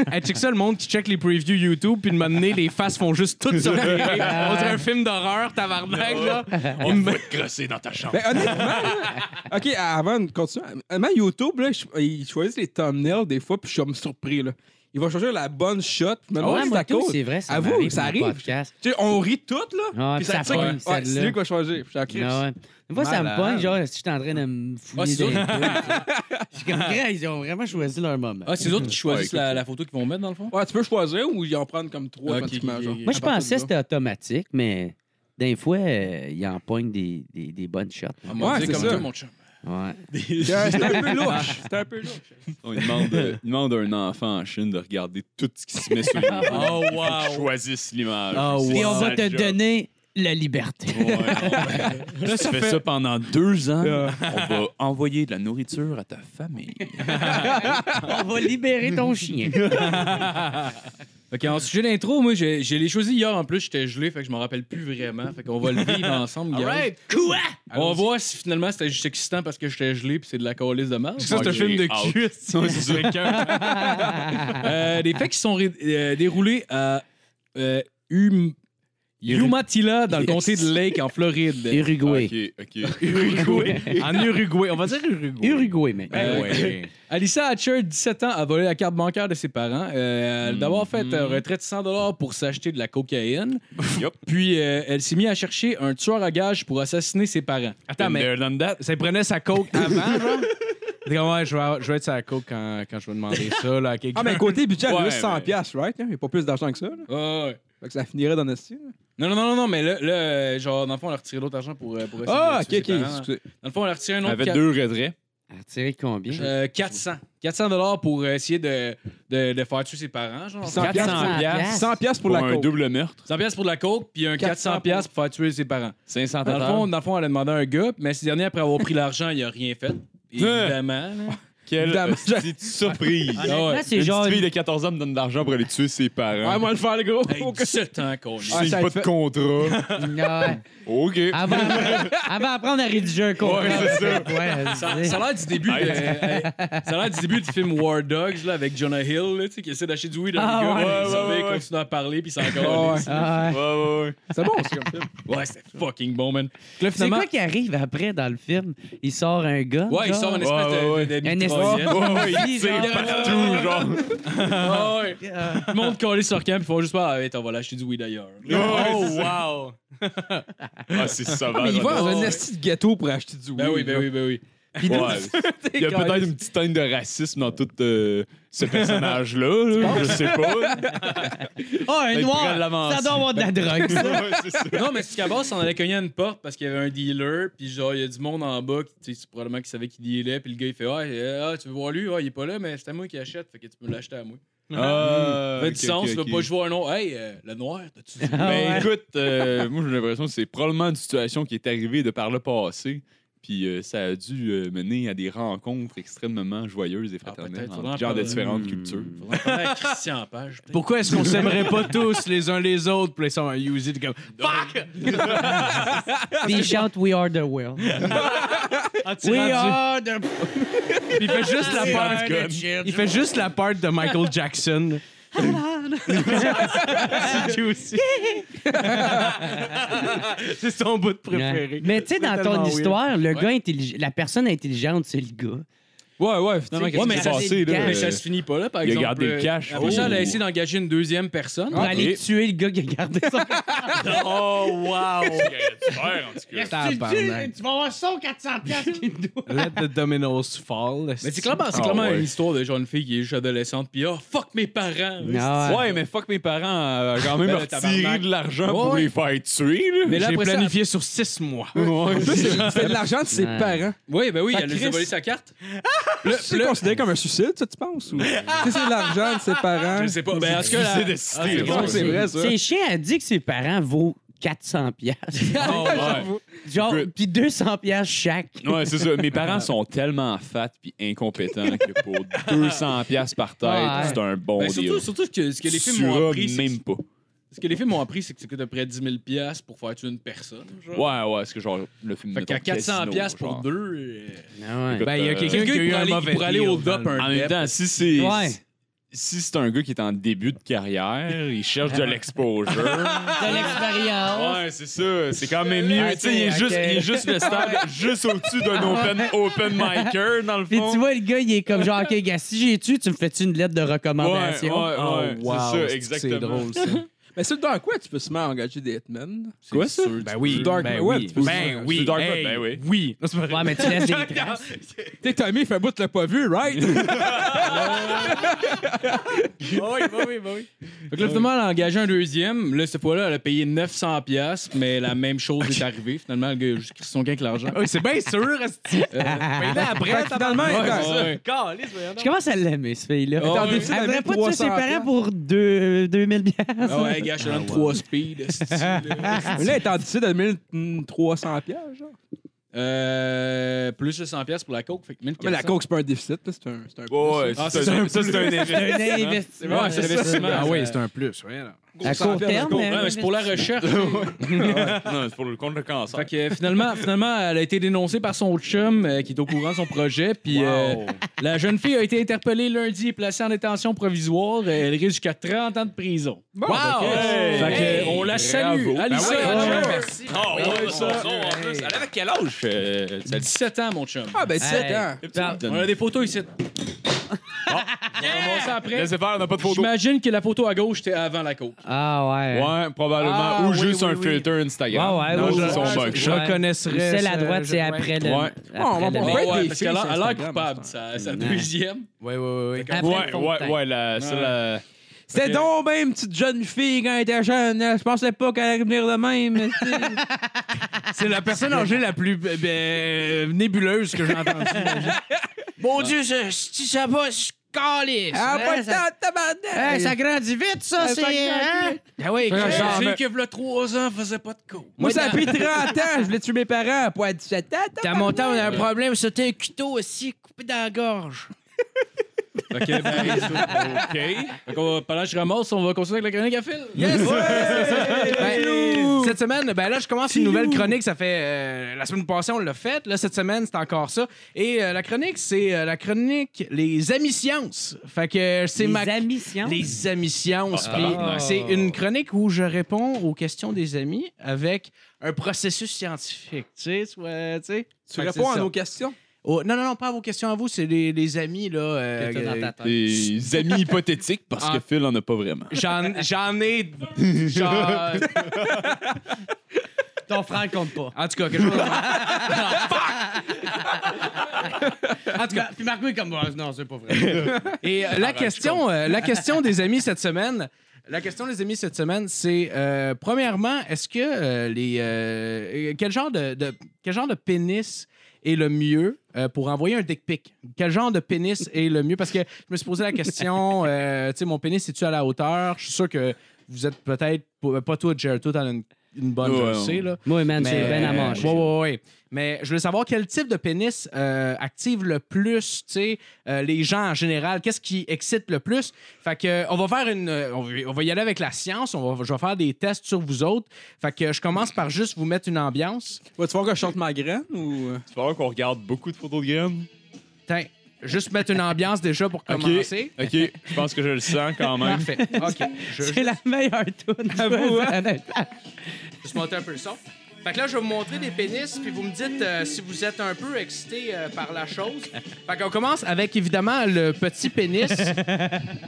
S4: Hey, check ça, le monde qui check les previews YouTube, puis de m'amener, les faces font juste toutes *laughs* se retirer. On dirait un film d'horreur, tabarnak, là.
S8: On va te crosser dans ta chambre.
S3: Ben, honnêtement, là, OK, avant de continuer, honnêtement, YouTube, là, je- ils choisissent les thumbnails des fois, puis je suis comme surpris, là. Ils vont choisir la bonne shot, puis je me demande
S5: Ah Ouais,
S3: si Ah, c'est
S5: moi,
S3: à
S5: tout,
S3: cause.
S5: c'est vrai, ça
S3: Avoue,
S5: m'arrive
S3: ça
S5: dans le
S3: arrive.
S5: podcast.
S3: Tu sais, on rit toutes, là.
S5: Ah,
S3: puis
S5: puis
S3: ça
S5: ça
S3: tire.
S5: pogne,
S3: Ouais,
S5: celle-là.
S3: C'est lui qui va choisir. Je suis en crise.
S5: Ah ouais. Moi, ça me
S4: Malade.
S5: pogne, genre, si je suis en train de me fouiller
S2: Ah, c'est sûr.
S5: des
S2: *laughs*
S5: couilles, Je suis comme, Greg, ils ont vraiment choisi leur moment.
S2: Ah, c'est eux autres
S3: Mhm.
S2: qui choisissent la, la photo qu'ils vont mettre, dans le fond?
S3: Ouais, tu peux choisir ou ils en prendre comme trois
S2: Ok,
S3: pratiquement.
S2: ok,
S3: genre.
S2: ok.
S5: Moi, je
S3: À partir
S5: pensais que
S3: de là.
S5: c'était automatique, mais des fois, euh, ils en pognent des, des, des bonnes shots.
S2: Ah, mon
S3: Ouais,
S2: Dieu,
S3: c'est
S2: comme
S3: ça.
S2: toi,
S3: *laughs*
S2: mon chum.
S5: Ouais.
S3: C'était un peu louche.
S2: Ah.
S3: C'était un peu louche.
S8: On demande, euh, il demande à un enfant en Chine de regarder tout ce qui se met *laughs* sur YouTube.
S2: Oh, wow.
S8: Faut qu'il choisisse l'image.
S4: Oh,
S8: C'est
S5: Puis on va
S8: sa
S5: te
S8: Ah, job.
S5: donner la liberté.
S2: *laughs*
S8: *laughs* Ouais, on- si tu fais ça pendant deux ans, on va envoyer de la nourriture à ta famille.
S5: on va libérer
S2: *laughs*
S5: ton chien.
S2: Fait qu'en sujet d'intro, moi, j'ai j'ai les choisis hier en plus, j'étais gelé, fait que je m'en rappelle plus vraiment. Fait qu'on va le
S3: *laughs*
S2: vivre ensemble, gars.
S4: Alright.
S2: On va voir si finalement c'était juste excitant parce que j'étais gelé puis c'est de la calice de merde.
S4: Ça, c'est un
S8: Ok,
S4: film de
S8: out.
S4: cul. c'est
S3: Ah.
S2: Euh, des faits qui sont ré- euh, déroulés à euh, Hum- Umatilla dans le comté de Lake en Floride.
S5: Uruguay.
S8: *laughs* Ok, *laughs* ok.
S4: Uruguay. En Uruguay. On va dire Uruguay.
S5: Uruguay,
S3: Eh
S5: mec.
S2: Euh, Alissa Hatcher, 17 ans, a volé la carte bancaire de ses parents. Euh, elle a d'abord fait
S4: Mm-hmm.
S2: un retrait de 100 pour s'acheter de la cocaïne.
S4: *laughs*
S8: Yup.
S2: Puis euh, elle s'est mise à chercher un tueur à gages pour assassiner ses parents.
S4: Attends, mais
S8: There done that.
S4: ça prenait sa coke avant, genre? C'est comme, ouais, je vais, je vais être sa coke quand, quand je vais demander ça, là, à quelqu'un.
S3: Ah, mais côté budget, elle a
S8: Ouais,
S3: juste 100$,
S8: mais-
S3: piastres, right? hein? Il n'y a pas plus d'argent que ça. là.
S2: *laughs* Ouais, ouais.
S3: Fait que ça finirait dans notre style.
S2: Non, non, non, non, mais là, là, euh, genre, dans le fond, on a retiré l'autre argent pour, euh, pour essayer
S3: Ah,
S2: de
S3: ok,
S2: tuer
S3: ok.
S2: ses parents. hein.
S3: excusez.
S2: Dans le fond, on a retiré un autre
S8: Avec
S2: quatre-
S8: deux retraits.
S5: À tirer combien?
S2: euh, 400. 400 dollars pour essayer de, de, de faire tuer ses parents, genre.
S3: 100$.
S5: 400 piastres.
S3: 100$ piastres pour
S8: Pour
S3: la
S8: un
S3: coke.
S8: double meurtre.
S2: 100 pièces pour de la coke, puis un 400 pièces pour faire tuer ses parents.
S8: 500
S2: Dans le, fond, dans le fond, elle a demandé à un gars, mais ce dernier, après avoir pris l'argent, il a rien fait. Évidemment. là.
S8: Quelle
S3: Évidemment.
S8: petite surprise.
S2: Ah ouais.
S5: Là,
S8: Une
S5: c'est genre.
S8: petite fille de 14 ans me donne de l'argent pour aller tuer ses parents.
S3: Ouais, moi, le faire, le gros.
S2: Hey, 17 ans, con.
S8: Je
S3: Ah,
S8: signe
S3: ça
S8: pas
S3: te fait- Ah,
S8: de contrat.
S5: Ouais.
S8: OK.
S5: Elle va apprendre- elle va apprendre à rédiger un contrat.
S8: Ouais, c'est ça.
S5: Ouais,
S2: Ça,
S5: c'est-
S2: ça a l'air du début, de-
S8: Hey.
S2: hey, ça a l'air du début du film War Dogs là, avec Jonah Hill là, tu sais, qui essaie d'acheter du weed à un
S5: Ah,
S2: gars,
S5: ouais.
S2: puis il
S8: Ouais,
S2: surveille,
S8: ouais, ouais.
S2: continue à parler, puis c'est
S3: Ah,
S2: encore.
S3: ouais.
S5: Ah, ouais.
S8: Ouais, ouais,
S3: *laughs* C'est bon, c'est comme film.
S2: Ouais, c'est fucking bon, man. Là,
S5: C'est
S2: finalement,
S5: quoi qui arrive après dans le film? Il sort un gars.
S2: ouais, il sort une espèce
S8: Ouais, ouais, ouais.
S2: de, de, de
S5: Un
S2: mitraillette. *laughs*
S5: espèce-
S8: ouais. Ouais, ouais,
S5: Si,
S8: il tire
S5: genre.
S8: partout, genre.
S2: Ah, ouais.
S5: Euh,
S2: Tout le monde collé sur camp, ils font juste pas, ah, ouais, on va l'acheter du weed ailleurs.
S8: Ouais,
S4: Oh, wow!
S8: Ah, c'est sauvage.
S3: Mais il va dans un
S2: ouais.
S3: esti de ghetto pour acheter du weed.
S2: Ben oui, ben
S3: là.
S2: oui, ben oui.
S8: Ouais. Il y a peut-être une petite teinte de racisme dans tout euh, ce personnage-là. là. Je
S3: *laughs*
S8: sais pas.
S5: Ah, un
S8: Fait
S5: noir!
S8: prendre l'avance.
S5: Ça doit avoir de la drogue, ça.
S8: *laughs* Ouais, c'est ça.
S2: Non, mais c'est qu'à base, on allait cogner à une porte parce qu'il y avait un dealer, puis genre, il y a du monde en bas, qui, tu sais, probablement qui savait qui dealait, puis le gars, il fait, ah, euh, ah, tu veux voir lui? Ah, il est pas là, mais c'est à moi qui achète, fait que tu peux l'acheter à moi. Ça
S8: Ah,
S2: fait
S8: ok,
S2: du sens,
S8: Ah, ok,
S2: tu
S8: ok.
S2: peux pas jouer un nom. Hey, euh, le noir,
S8: *laughs*
S2: t'as-tu dit?
S8: Ben
S5: ouais.
S8: écoute, euh, moi j'ai l'impression que c'est probablement une situation qui est arrivée de par le passé. Puis euh, ça a dû euh, mener à des rencontres extrêmement joyeuses et fraternelles
S2: Ah, peut-être,
S8: entre
S2: faudrait en
S8: gens de
S2: parler.
S8: différentes
S2: Hmm.
S8: cultures.
S2: *laughs* Faudrait en parler à Christian Page. peut-être.
S4: Pourquoi est-ce qu'on s'aimerait pas tous les uns les autres? Puis là, ils sont euh, à Uzi, t'es comme Fuck!
S5: Puis il chante We Are the World.
S4: Ah,
S5: We Are the.
S4: Puis il fait juste la
S5: We
S4: part.
S5: are the children.
S4: Il fait juste la part de Michael Jackson. C'est Uzi. *laughs* C'est son bout de préféré.
S5: Ouais. Mais tu sais,
S4: C'est
S5: dans
S4: tellement
S5: ton
S4: weird.
S5: histoire, le gars intelligent, la personne intelligente, c'est le gars.
S8: Ouais, ouais, finalement,
S5: Ouais,
S8: qu'est-ce
S2: mais
S8: qui s'est
S2: ça,
S5: c'est
S8: passé?
S5: le
S8: Là,
S2: Mais ça
S8: euh,
S2: se finit pas là, par
S8: il a
S2: exemple. euh,
S8: gardé le Ah, cash.
S2: Après ça, elle a
S8: Oh.
S2: essayé d'engager une deuxième personne.
S5: Pour aller tuer le gars qui a gardé son.
S4: Oh, wow! Tabarnak.
S5: vas avoir son 400 piastres qui te doit.
S4: Let the dominoes fall.
S2: Mais c'est clairement, c'est
S8: Ah,
S2: clairement
S8: ouais.
S2: une histoire de genre une fille qui est juste adolescente, puis oh fuck mes parents!
S5: Ah,
S8: Ouais, mais fuck mes parents euh, quand même
S2: Ben,
S8: leur
S2: le
S8: tirer
S2: tabarnak.
S8: de l'argent pour
S2: Ouais.
S8: les faire tuer. Là.
S2: Mais là,
S4: J'ai
S2: après ça-
S4: planifié sur six mois.
S3: En plus, c'est- tu fais de l'argent de ses
S5: Ouais.
S3: parents.
S2: Oui, ben oui,
S3: Fait
S2: elle
S3: que
S2: lui a
S3: Chris-
S2: volé sa carte.
S3: C'est considéré comme un suicide, ça, tu penses? Ou... Tu sais, c'est de l'argent de ses parents.
S2: Je sais pas. Ben, est-ce que
S8: Suicide
S2: la...
S8: assisté,
S2: Ah, c'est
S8: là.
S2: bon,
S3: c'est vrai, ça.
S5: C'est chiant à dire que ses parents vaut 400 piastres.
S8: Oh,
S2: Ah
S8: ouais.
S5: Genre,
S8: Good.
S5: puis 200 piastres chaque.
S8: Ouais, c'est ça. Mes parents sont tellement fat puis incompétents que
S2: *laughs*
S8: pour 200 pièces par tête,
S5: Ouais.
S8: c'est un
S2: *laughs*
S8: bon
S2: Ben,
S8: deal.
S2: surtout, surtout que ce que les
S8: Tu
S2: films m'ont
S8: suras
S2: appris, c'est
S8: même pas.
S2: ce que les films m'ont appris, c'est que ça coûte à peu près 10 000 piastres pour faire tuer une personne. Genre.
S8: Ouais, ouais, c'est que genre le film
S2: Fait
S8: mettons,
S2: qu'à 400
S8: Casino,
S2: piastres pour
S8: genre.
S2: deux... euh,
S5: Ah ouais.
S4: Ben, il y a
S8: Euh,
S4: quelqu'un qui a eu un mauvais
S2: pour aller
S4: deal
S2: au
S4: dans
S2: DOP
S4: le-
S2: un
S8: En même
S2: dep.
S8: temps, si c'est
S5: Ouais.
S8: si c'est un gars qui est en début de carrière, il cherche de l'exposure.
S5: De l'expérience.
S8: Ouais, c'est ça. C'est quand même mieux.
S5: Ah,
S8: Tu sais, il est
S5: ok,
S8: juste,
S5: ok.
S8: il est juste le stade, juste au-dessus d'un open, open micer, dans le
S5: Puis
S8: fond.
S5: tu vois, le gars, il est comme genre, OK, gars, si j'ai tué, tu me fais-tu une lettre de
S8: ouais, ouais,
S5: recommandation?
S8: ouais.
S4: Oh, wow,
S8: c'est
S4: c'est-
S8: ça,
S4: C'est
S8: exactement.
S4: drôle, ça.
S3: Mais c'est dans quoi tu peux se mettre à engager des hitmen?
S8: Quoi, ça?
S4: Ben oui.
S3: Dark
S4: ben
S3: Web,
S4: oui.
S3: tu peux
S4: Ben
S3: faire-
S4: oui.
S8: C'est Dark Web,
S4: hey,
S8: ben
S4: *laughs*
S8: oui.
S4: Oui. Non, c'est pas vrai.
S5: Ouais, mais
S4: *laughs*
S5: tu laisses des traces.
S3: T'es Tommy, fait bout, tu l'as pas vu, right?
S4: oui, bah oui, bah oui.
S2: Fait que là, finalement, elle a engagé un deuxième. Là, cette fois-là, elle a payé 900$, piastres, mais la même chose
S8: *laughs*
S2: est arrivée. Finalement, le gars, a juste pris son gain avec l'argent.
S4: Oui, c'est bien sûr. esti. Mais là, après,
S3: finalement,
S4: tabarnak,
S3: il
S2: est
S4: ça.
S2: dans-
S4: Calisse, voyons
S5: Je
S4: donc.
S5: commence à l'aimer, ce fille-là.
S3: en
S5: Elle
S3: déficit
S5: voudrait
S3: avec
S5: pas tuer ses
S3: 300
S5: parents pour deux- 2000 piastres.
S2: Ah ouais, gars, je te donne 3 speed. esti, *laughs* là.
S3: Mais là, il est en dessous de 1300 pièges. genre.
S2: Euh, plus le 100$ piastres pour la coke. Fait que 1400.
S3: Mais la coke, c'est pas un déficit, là, c'est un, c'est un
S8: Ouais, ouais,
S2: Ah,
S8: ça,
S2: c'est
S8: c'est
S2: un
S8: un, ça, c'est un effet.
S5: C'est un investissement.
S2: Ouais, c'est un investissement.
S4: Ah
S3: Euh,
S4: oui, c'est un plus. ouais, là.
S5: À court terme.
S2: Ouais, mais c'est pour la recherche.
S8: Non, c'est pour le contre le cancer.
S2: Fait que euh, finalement, finalement, elle a été dénoncée par son chum euh, qui est au courant de son projet. Puis euh, la jeune fille a été interpellée lundi et placée en détention provisoire. Elle risque jusqu'à 30 ans de prison.
S3: Bon,
S4: Wow!
S3: ok.
S8: Hey!
S2: Fait que, euh, on la salue.
S8: Bravo.
S2: Alissa,
S8: Ben oui,
S2: Hatcher.
S8: Ah, ouais, ça. Elle avait quel âge? euh, ça dit-
S2: 17 ans, mon chum.
S3: Ah, ben, 17
S5: Hey.
S3: ans.
S2: On a des photos ici. On va ramasser après.
S8: Laissez faire, on n'a pas de photo.
S2: J'imagine que la photo à gauche était avant la coke.
S5: Ah ouais.
S8: Ouais, probablement.
S4: Ah,
S8: ou
S4: oui,
S8: juste
S4: oui,
S8: un
S4: oui.
S8: filtre Instagram.
S5: Ouais, ouais,
S8: Non,
S5: oui,
S8: ils
S5: oui.
S8: sont
S5: Ouais,
S8: moches.
S4: Je
S5: Ouais.
S4: reconnaîtrais.
S5: Celle à
S4: ce-
S5: droite,
S4: je-
S5: c'est après le.
S8: Ouais.
S5: après
S3: on va
S5: le-
S3: pas-
S2: Ouais,
S3: Ouais,
S2: ouais,
S3: des
S2: parce
S3: filles
S2: qu'elle a
S3: sur
S2: elle a l'air
S3: Instagram,
S2: coupable,
S3: c'est
S2: sa, sa
S5: Ouais.
S2: deuxième.
S4: Ouais, ouais, ouais.
S5: Après le
S8: Ouais,
S5: fond de
S8: ouais,
S5: teint.
S8: ouais, la,
S2: Ouais.
S8: c'est la...
S3: C'était
S2: Ok.
S3: donc ben une petite jeune fille quand elle était jeune. hein. Je pensais pas qu'elle allait venir de même. tu sais.
S4: *laughs* C'est la personne âgée la plus euh, ben, nébuleuse que j'ai entendue. *laughs* Mon Dieu, si ça va, je calisse.
S3: ah,
S5: Ouais,
S3: pas le
S5: ça-
S3: temps, tabarnak!
S5: Hey, ça grandit vite, ça,
S3: Ça
S5: c'est. hein?
S3: grandit.
S5: Ah oui,
S2: Je
S3: genre,
S2: sais
S3: mais-
S2: que v'là 3 ans, faisait pas de coke.
S3: Moi, ça a pris 30 ans. Je voulais tuer mes parents. Pas à 17 ans.
S5: T'as
S3: tabarnak.
S5: mon temps, on a un problème, c'était un couteau aussi, coupé dans la gorge.
S2: OK, ben, OK. Fait qu'on va, pendant que je ramasse, on va continuer avec la chronique à fil.
S4: Yes! Ben, cette semaine, ben là, je commence une nouvelle chronique. Ça fait euh, la semaine passée, on l'a faite. Là, cette semaine, c'est encore ça. Et euh, la chronique, c'est euh, la chronique Les Amis Sciences. Fait que euh, c'est ma.
S5: amis sciences.
S4: Les amis sciences.
S8: Ah,
S4: Puis
S8: tabarnak.
S4: c'est une chronique où je réponds aux questions des amis avec un processus scientifique. Tu sais, soit- tu sais.
S3: Tu
S4: Fait que
S3: réponds
S4: c'est
S3: à
S4: ça.
S3: nos questions.
S4: Oh, non, non, non, pas à vos questions à vous, c'est les, les amis, là. euh,
S8: des amis hypothétiques parce que
S4: Ah.
S8: Phil en a pas vraiment.
S4: J'en, j'en ai. j'en-
S5: Ton frère compte pas.
S4: En tout cas, quelque chose.
S5: En tout cas, puis Marco est comme Ah, non, c'est pas vrai. Ah, ben,
S4: Et euh, la, question, euh, la question des amis cette semaine, la question des amis cette semaine, c'est euh, premièrement, est-ce que euh, les. euh, quel, genre de, de- quel genre de pénis est le mieux euh, pour envoyer un dick pic? Quel genre de pénis est le mieux? Parce que je me suis posé la question, euh, tu sais, mon pénis, est-tu à la hauteur? Je suis sûr que vous êtes peut-être, pas toi, Jared, toi, t'en as une, une bonne, je le
S8: Ouais,
S4: sais, là.
S5: Moi, man, c'est
S4: Mais- euh,
S5: ben à manger.
S4: Ouais, ouais, ouais. Mais je voulais savoir quel type de pénis euh, active le plus, tu sais, euh, les gens en général. Qu'est-ce qui excite le plus? Fait que, euh, on va faire une. euh, on, va, on va y aller avec la science. On va, je vais faire des tests sur vous autres. Fait que euh, je commence par juste vous mettre une ambiance.
S3: Vas-tu voir que je chante ma graine ou. *laughs* euh?
S8: Tu vas voir qu'on regarde beaucoup de photos de graines.
S4: Tiens, juste mettre une ambiance déjà pour commencer.
S8: Ok, je pense que je le sens quand même.
S4: Parfait. OK. Je vais
S5: C'est la meilleure toune. je
S3: Avoue,
S5: veux
S3: hein?
S5: dire.
S4: juste monter un peu le son. Fait que là, je vais vous montrer des pénis, puis vous me dites euh, si vous êtes un peu excité euh, par la chose. Fait qu'on commence avec, évidemment, le petit pénis.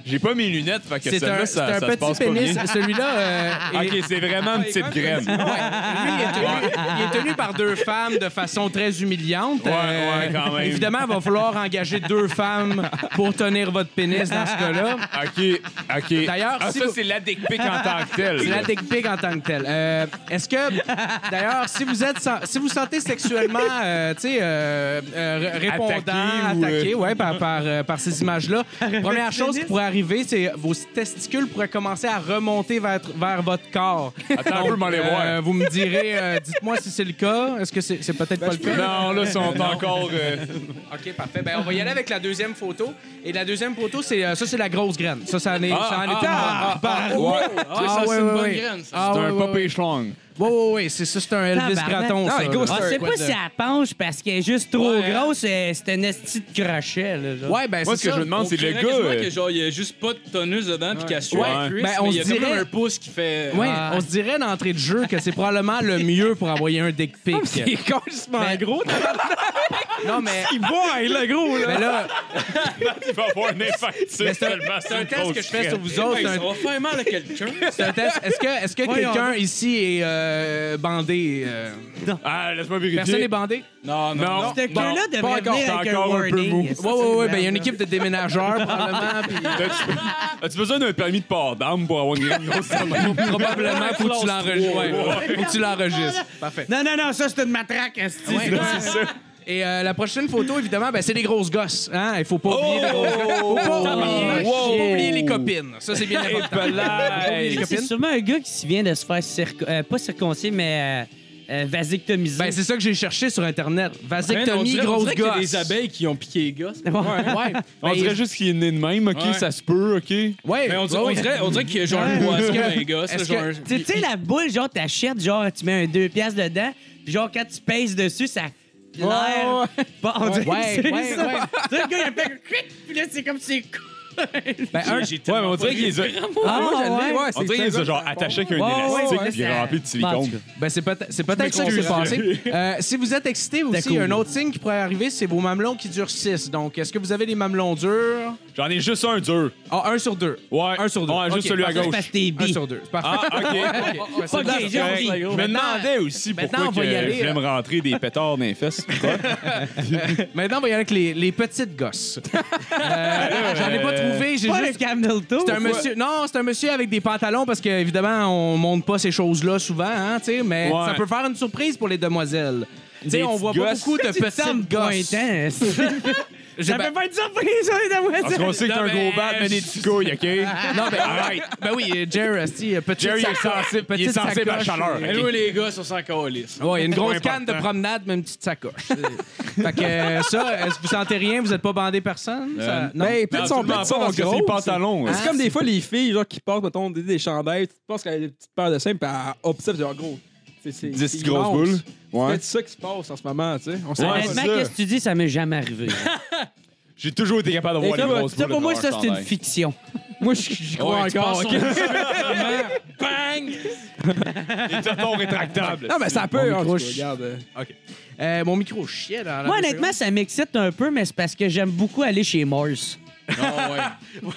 S8: J'ai pas mes lunettes, fait que
S4: C'est
S8: celle-là,
S4: un,
S8: ça,
S4: c'est un
S8: ça se
S4: petit
S8: passe
S4: pénis.
S8: pas
S4: Celui-là,
S8: *laughs*
S4: euh,
S8: bien.
S4: est-
S8: Ok, c'est vraiment une petite graine.
S4: ouais. Lui, il est, tenu, il est tenu par deux femmes de façon très humiliante. Euh,
S8: Ouais, ouais, quand même.
S4: Évidemment, il va falloir engager deux femmes pour tenir votre pénis dans ce cas-là.
S8: Ok, ok.
S4: D'ailleurs,
S8: ah,
S4: si
S8: ça,
S4: vous-
S8: c'est la dick pic en tant que telle.
S4: C'est
S8: là.
S4: la dick pic en tant que telle. Euh, Est-ce que, d'ailleurs, si vous êtes, sen- si vous sentez sexuellement, euh, tu sais, euh, euh, ré- répondant,
S8: Attaqué ou, euh,
S4: attaqué, ouais, par, par, euh, par ces images-là, première chose qui pourrait arriver, c'est vos testicules pourraient commencer à remonter vers, vers votre corps.
S8: Attends un peu, m'en aller
S4: Euh,
S8: voir.
S4: vous me direz, euh, dites-moi si c'est le cas. Est-ce que c'est c'est peut-être pas le cas?
S8: Ben, Non, là, ils sont encore. euh,
S4: OK, parfait. Ben, on va y aller avec la deuxième photo. Et la deuxième photo, c'est euh, ça, c'est la grosse graine. Ça, ça en est. ça en est-
S8: ah,
S4: Tabarnak!
S8: ouais.
S4: Ah,
S8: ça,
S4: ouais,
S8: c'est une
S4: ouais,
S8: bonne
S4: ouais.
S8: graine. ça.
S4: Ah,
S8: C'est
S4: ouais,
S8: un
S4: ouais,
S8: popé schlong.
S4: Ouais, ouais, ouais, c'est ça, c'est un Elvis
S5: Tabarnak.
S4: Graton, ça.
S3: Non, écoute,
S4: là.
S5: Ah, c'est pas si elle penche parce qu'elle est juste trop grosse. euh, C'est un esti de crochet, là. genre.
S4: Ouais, ben,
S8: Moi,
S4: c'est
S8: ce que
S4: ça.
S8: je me demande, c'est le gars.
S2: que
S8: euh,
S2: genre, il y a juste pas de tonus dedans puis qu'elle suit
S8: Ouais.
S2: la cuisse,
S4: Ben, on
S2: mais il y a
S4: se
S2: comme
S4: dirait-
S2: un pouce qui fait...
S4: Ouais,
S2: Ah.
S4: on se dirait d'entrée de jeu que c'est probablement le mieux pour envoyer un dick pic.
S3: Il est
S4: *laughs*
S3: complètement
S4: Mais-
S3: gros, t'as
S4: Non, mais,
S3: il boit, le gros, là.
S4: mais là,
S8: Il va avoir un infarctus
S4: c'est un-
S8: tellement
S4: c'est un
S8: une
S4: test
S8: grosse
S4: que je fais
S8: graine.
S4: sur vous autres. c'est
S2: Hey,
S4: un-
S2: ça va faire mal à quelqu'un.
S4: C'est un test. Est-ce que, est-ce que
S5: Voyons
S4: quelqu'un ici est euh, bandé? euh,
S8: Ah, laisse-moi vérifier.
S4: Personne n'est bandé?
S2: Non, non,
S8: Non.
S2: non.
S5: Ce
S8: Bon,
S5: queue-là
S8: pas
S5: devrait
S8: encore,
S5: venir
S8: c'est
S5: avec un
S8: encore un peu mou.
S5: warning.
S4: Ouais, ouais, ouais. Ben, il y a une équipe de déménageurs, probablement.
S8: *laughs*
S4: puis-
S8: As-tu- As-tu besoin d'un permis de port d'armes pour avoir une graine grosse sur la main?
S4: Probablement, faut que tu l'enregistres. Ouais, Faut que tu l'enregistres. Parfait.
S5: Non, non, non, ça, c'est une matraque, esti.
S4: Ouais, c'est ça. Et euh, la prochaine photo, évidemment, ben, c'est des grosses gosses. Hein? Il faut
S5: Oh!
S4: pas oublier les grosses gosses. Faut pas, oublier, faut pas oublier les copines. Ça, c'est bien important. Faut pas oublier les
S5: Ça, C'est
S4: copines.
S5: sûrement un gars qui se vient de se faire circo- euh, pas circoncier, mais euh, euh, vasectomiser.
S4: Ben, c'est ça que j'ai cherché sur Internet.
S2: Ben, on
S4: Vasectomie,
S2: dirait- on
S4: grosse
S2: dirait qu'il y a
S4: gosse.
S2: des abeilles qui ont piqué les gosses.
S5: Ouais.
S4: Ouais. Ben,
S8: On dirait juste qu'il est né de même, OK?
S2: Ouais.
S8: Ça se peut, OK?
S4: Ouais.
S2: Mais Ben, on dirait,
S4: ouais,
S2: on
S4: ouais.
S2: dirait, on dirait qu'il y a genre un poisson dans les gosses.
S4: Est-ce
S2: là, genre un-
S5: Tu sais, tu sais, la boule, genre, t'achètes, genre, tu mets un 2 piastres dedans, puis genre, quand tu pèses dessus, ça.
S4: Ouais, ouais,
S5: L'air. Bon, on dirait
S4: Ouais,
S5: que c'est
S4: ouais,
S5: ça.
S4: ouais.
S5: Tu sais, le gars, il a fait un cric, puis là, c'est comme c'est cool.
S4: Ben, un-
S2: J'ai
S8: Ouais, mais
S2: tellement
S8: on
S2: pas
S8: dirait
S2: vu.
S8: qu'il les a-
S5: Ah,
S3: Moi, je l'ai, ouais,
S8: On
S3: c'est-
S8: dirait qu'il les a genre attachés avec un
S5: Ouais, ouais,
S8: élastique
S5: ouais,
S8: puis
S5: ça-
S8: rempli de
S5: Bon, en
S8: silicone.
S5: tout cas.
S4: Ben, c'est peut-être c'est peut-être ça qui s'est
S8: M'excuse.
S4: passé. Euh, si vous êtes excité aussi,
S5: cool.
S4: un autre signe qui pourrait arriver, c'est vos mamelons qui durent 6. Donc, est-ce que vous avez des mamelons durs?
S8: J'en ai juste un dur.
S4: Ah, un sur deux.
S8: Ouais.
S4: Un sur deux.
S8: Ouais, juste
S4: Ok,
S8: celui à
S4: parfait.
S5: C'est
S8: gauche.
S5: parce que t'es
S4: Un
S5: bi.
S4: sur deux. Parfait.
S8: Ah, OK.
S4: *laughs* Ok,
S5: Pas
S4: c'est
S5: gay,
S4: bien.
S5: genre, bi.
S8: Je me demandais aussi
S4: Maintenant,
S8: pourquoi
S4: on va
S8: que
S4: y aller,
S8: je voulais
S4: euh.
S8: me rentrer des pétards dans les fesses.
S4: Maintenant, on va y aller avec les, les petites gosses.
S2: *laughs*
S4: Euh, J'en ai pas trouvé, j'ai
S5: Pas le
S4: juste.
S5: Camel Toe.
S4: C'est un monsieur. Non, c'est un monsieur avec des pantalons parce qu'évidemment, on montre pas ces choses-là souvent, hein, tu sais, mais
S8: Ouais.
S4: ça peut faire une surprise pour les demoiselles. Tu sais,
S8: Des
S4: on voit pas
S8: petites
S4: beaucoup de
S5: Tu te sens
S4: petites gosses.
S5: pointant, esti.
S4: J'ai- ben,
S5: Ça peut pas être surprise, on est
S8: Parce qu'on sait que t'es un gros bat, mais des petits couilles, OK?
S4: Non, ben, ben oui, euh, Jerry, esti, euh, petite
S8: Jerry est
S4: sacoche-
S8: sensible- il est
S4: petite
S8: sensible à la
S4: sacoche,
S8: chaleur.
S4: euh,
S2: Mais nous, les gosses, on s'en calisse.
S4: Ouais, une grosse
S8: Pas
S4: canne de promenade, mais une petite sacoche. fait que euh, ça, est-ce que vous sentez rien? Vous êtes pas bandé personne? Ça- non?
S3: Ben, peut-être
S8: Non,
S3: son
S8: absolument
S3: petit
S8: pas,
S3: sont
S8: parce que c'est hein. Ah,
S3: gros.
S8: les pantalons.
S3: C'est comme des fois les filles genre qui portent mettons des, des chandails, tu penses qu'elle a des petites paires de seins puis elle observe genre gros. C'est c'est
S8: 10
S3: c'est
S8: grosses
S3: immense.
S8: boules.
S3: C'est
S8: Ouais.
S3: peut-être ça qui se passe en ce moment, tu sais. On sait pas.
S5: Honnêtement,
S8: c'est ça.
S5: qu'est-ce que tu dis, ça m'est jamais arrivé.
S8: J'ai toujours été capable de
S5: Et
S8: voir les
S5: ça,
S8: grosses
S5: ça,
S8: boules.
S5: pour moi,
S8: dans
S5: ça,
S8: leur
S5: c'est une
S8: chandail.
S5: fiction.
S3: Moi je- je crois
S2: Ouais, tu
S3: encore.
S2: passes
S3: ok.
S8: *laughs*
S2: *laughs*
S8: Les tétons rétractables.
S3: Non mais ça
S8: Mon
S3: peut en tout
S8: micro,
S3: cas,
S8: je-
S3: regarde.
S4: Euh, mon micro chien, là.
S5: Moi, honnêtement, ça m'excite un peu, mais c'est parce que j'aime beaucoup aller chez Morse.
S2: Ah,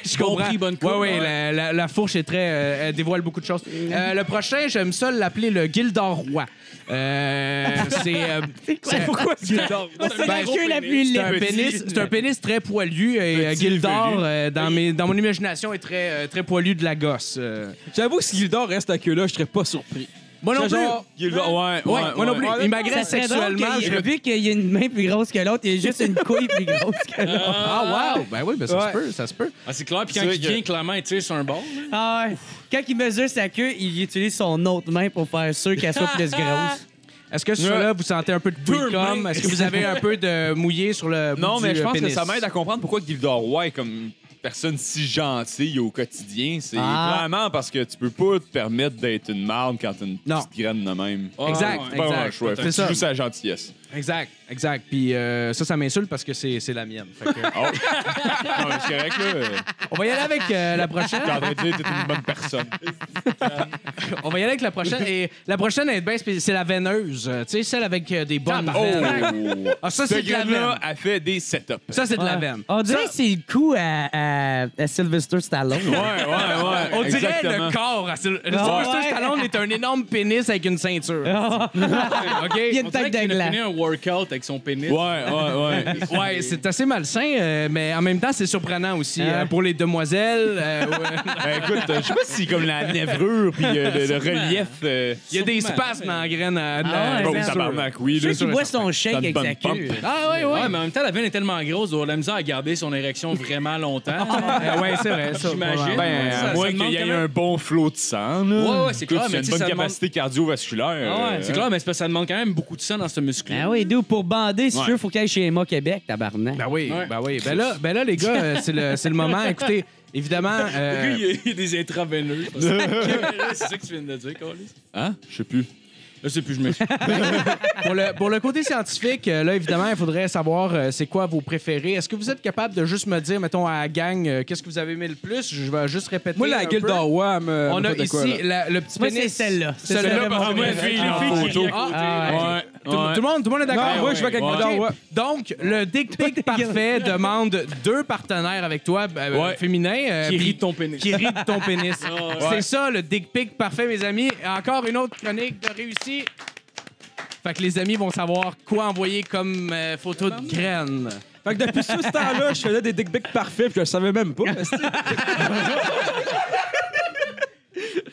S4: Je comprends.
S2: Prix, bonne coupe.
S4: ouais, ouais, la, la- la fourche est très. euh, elle dévoile beaucoup de choses. Euh, le prochain, j'aime ça l'appeler le Gildor Roi. Euh, c'est. euh, c'est-
S3: Pourquoi tu dors?
S2: Bah,
S5: C'est
S4: Ben,
S5: la queue la plus
S4: c'est
S5: laide.
S4: un pénis, c'est un pénis très poilu et euh,
S8: Petit,
S4: Gildor
S8: velu.
S4: euh, dans mes dans mon imagination est très euh, très poilu de la gosse. euh.
S3: J'avoue que si Gildor reste à queue là, je serais pas surpris.
S4: Moi non
S2: C'est
S4: plus.
S2: genre-
S8: Il est genre, ouais, ouais,
S4: Ouais, moi non
S8: ouais.
S4: plus. Il m'agresse
S5: Ça serait drôle
S4: sexuellement.
S5: qu'il-
S4: je le-
S5: Vu qu'il y a une main plus grosse que l'autre, il y a juste une couille plus grosse que l'autre.
S4: Ah, wow! Ben oui, ben ça
S3: Ouais.
S4: se peut, ça se peut.
S2: Ah, c'est clair, puis quand
S8: C'est
S2: il
S8: vrai que-
S2: vient, clairement, tu sais, c'est un bon.
S5: Ah ouais. Quand il mesure sa queue, il utilise son autre main pour faire sûr qu'elle soit plus grosse.
S4: Est-ce que sur là, vous sentez un peu de
S2: Deux
S4: pre-com?
S2: mains.
S4: Est-ce que vous avez un peu de mouillé sur le bout
S8: Non, mais
S4: du,
S8: je
S4: euh,
S8: pense que
S4: pénis?
S8: ça m'aide à comprendre pourquoi Gildor Roy est comme une personne si gentille au quotidien. C'est
S5: Ah.
S8: vraiment parce que tu peux pas te permettre d'être une marde quand t'as une
S4: Non. Ah,
S8: petite graine de même.
S4: Exact,
S8: C'est pas un
S4: exact.
S8: choix.
S4: C'est
S8: Fait que
S4: ça.
S8: Tu joues sa gentillesse.
S4: Exact, exact. Puis euh, ça, ça m'insulte parce que c'est c'est la mienne. Fait que-
S5: *laughs*
S4: *laughs*
S8: Oh. non, mais c'est correct, là.
S4: On va y aller avec euh, la prochaine.
S8: T'es en train de dire que t'es une bonne personne.
S4: On va y aller avec la prochaine. Et la prochaine, elle est bien spéciale. C'est la veineuse. Euh, Tu sais, celle avec euh, des bonnes veines.
S8: Oh!
S4: Ah, ça,
S8: Ce
S4: c'est de la
S8: graine-là
S4: veine.
S8: a fait des setups.
S4: Ça, c'est de la veine.
S5: On dirait que c'est le coup à, à, à Sylvester Stallone. *laughs*
S8: Ouais, ouais, ouais.
S4: On dirait
S8: Exactement.
S4: le corps. à Syl-
S5: Ah
S4: Sylvester
S5: ouais.
S4: Stallone est un énorme pénis avec une ceinture.
S5: Ah,
S4: OK?
S5: Il y a
S2: On dirait
S5: une tête
S2: qu'il a
S5: d'aiglin.
S2: fini un workout avec son pénis.
S8: Ouais, ouais, ouais.
S4: Ouais, c'est assez malsain, euh, mais en même temps, c'est surprenant aussi.
S5: Ah ouais.
S4: hein, pour les demoiselles, euh,
S5: *laughs*
S4: ouais.
S8: Ben, écoute, euh, je sais pas si c'est comme la névrure puis euh, le, le relief. euh,
S4: il y a des spasmes en euh, graine. à-
S5: Ah
S4: à-
S5: ouais,
S8: bon,
S5: bien sûr.
S8: tabarnak, oui.
S5: Ceux
S8: là.
S5: qui boit son shake
S8: Ça me
S5: avec sa
S8: pompe.
S5: queue.
S4: Ah ouais, ouais.
S2: Ouais, mais en même temps, la veine est tellement grosse, on a la misère à garder son érection vraiment longtemps.
S5: Ah.
S4: Euh, ouais, c'est vrai, ça.
S2: J'imagine.
S8: Ben,
S2: Ça-
S8: à
S2: ça
S8: moins
S2: demande
S8: qu'il y ait
S2: quand même-
S8: un bon flot de sang. Là.
S2: Ouais, ouais, c'est
S8: Écoute,
S2: clair,
S8: s'il y
S2: mais
S8: a
S2: tu
S8: une
S2: sais,
S8: bonne
S2: ça demande-
S8: capacité cardiovasculaire.
S2: Ah ouais,
S8: euh,
S2: c'est clair, mais c'est parce que ça demande quand même beaucoup de sang dans ce muscle.
S5: Ben oui, d'où pour bander, si tu veux, faut qu'il aille chez Emma Québec, tabarnak.
S4: Ben oui,
S2: Ouais.
S4: ben oui. Ben là, ben là les gars, euh, c'est le, c'est le moment. Écoutez, évidemment. euh,
S2: Le gars, il y a- il y a des intraveineux. parce que- c'est ça que tu viens de dire, Carlis.
S8: Hein? Je sais plus.
S2: Je sais plus, je m'excuse.
S4: pour, le, pour le côté scientifique, euh, là, évidemment, il faudrait savoir euh, c'est quoi vos préférés. Est-ce que vous êtes capable de juste me dire, mettons, à la gang, euh, qu'est-ce que vous avez aimé le plus? Je vais juste répéter.
S3: Moi, la
S4: un
S3: guilde
S4: peu.
S3: d'Orwa me.
S4: On
S3: me
S4: a
S3: fait de
S4: ici
S3: quoi, là.
S4: la- le petit
S5: Moi,
S4: pénis.
S5: c'est celle-là. C'est
S4: Celle-là,
S5: celle-là,
S4: parce
S5: parce
S4: que-
S5: que-
S4: Ouais,
S8: une fille,
S4: ah,
S8: une fille qui rit à
S4: ah,
S8: côté.
S5: ah,
S8: Ouais,
S4: Tout, tout le
S8: ouais.
S4: monde, tout le monde est d'accord?
S3: Ah, ouais, je vais avec la guilde
S8: Ouais.
S3: d'Orwa.
S4: Donc, le dick pic parfait demande deux partenaires avec toi, euh,
S8: Ouais.
S4: féminins. euh,
S2: Qui
S4: puis-
S2: rit de ton pénis.
S4: qui rit de ton pénis. C'est ça le dick pic parfait, mes amis. Encore une autre chronique de réussi. Fait que les amis vont savoir quoi envoyer comme euh, photo de graines.
S3: Fait que depuis ce temps-là, je faisais des dick pics parfaits, puis je le savais même pas. esti.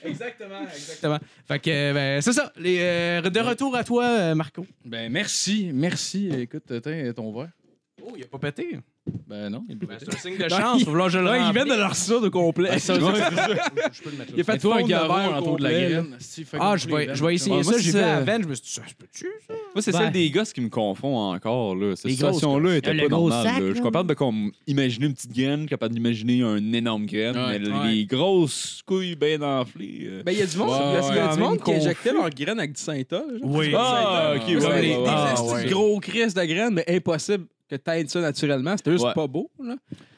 S4: Exactement, exactement. Fait que euh, ben, c'est ça. Les, euh, de retour à toi, euh, Marco.
S2: Ben, merci, merci. Écoute, euh, tiens, ton verre.
S4: Oh, il a pas pété.
S2: Ben non, il
S4: C'est un signe de chance. Faut vouloir que je le Ah,
S3: Ouais, ils
S4: remplis.
S3: viennent de leur sourde au complet.
S2: *laughs*
S3: Il a fait
S2: toi, un
S3: fondre le verre
S2: garrot
S3: au
S2: autour de la
S3: complet, là.
S2: graine. si, fait
S4: Ah,
S2: qu'on
S4: je
S2: coupe les
S4: vais,
S2: veines,
S4: je vais essayer
S3: Ouais, moi,
S4: ça. J'ai
S3: c'est-
S4: vu à la veine, je me suis dit, ça se peut-tu, ça?
S8: Moi, c'est
S5: Ouais.
S8: celle des gosses qui me confond encore. Là. Cette
S5: Les grosses
S8: situation-là était
S5: Le
S8: pas
S5: gros
S8: normale.
S5: sac,
S8: là. Je suis
S5: là.
S8: capable de comme, imaginer une petite graine, capable d'imaginer une énorme graine,
S2: Ouais,
S8: mais
S2: ouais.
S8: les grosses couilles bien enflées. euh.
S3: Ben, il y a du monde,
S8: Ouais,
S3: il y a
S8: ouais,
S3: du monde
S8: même
S3: qui injectait leurs graines avec du Saint-Ol.
S4: Oui.
S8: Ah, ok, ouais,
S3: Ben, Comme
S8: ouais,
S3: les,
S8: ouais,
S3: des
S8: ouais,
S3: estis de
S8: ouais.
S3: gros crises de graines, mais impossible que t'aides ça naturellement. C'était juste
S8: Ouais.
S3: pas beau. Là.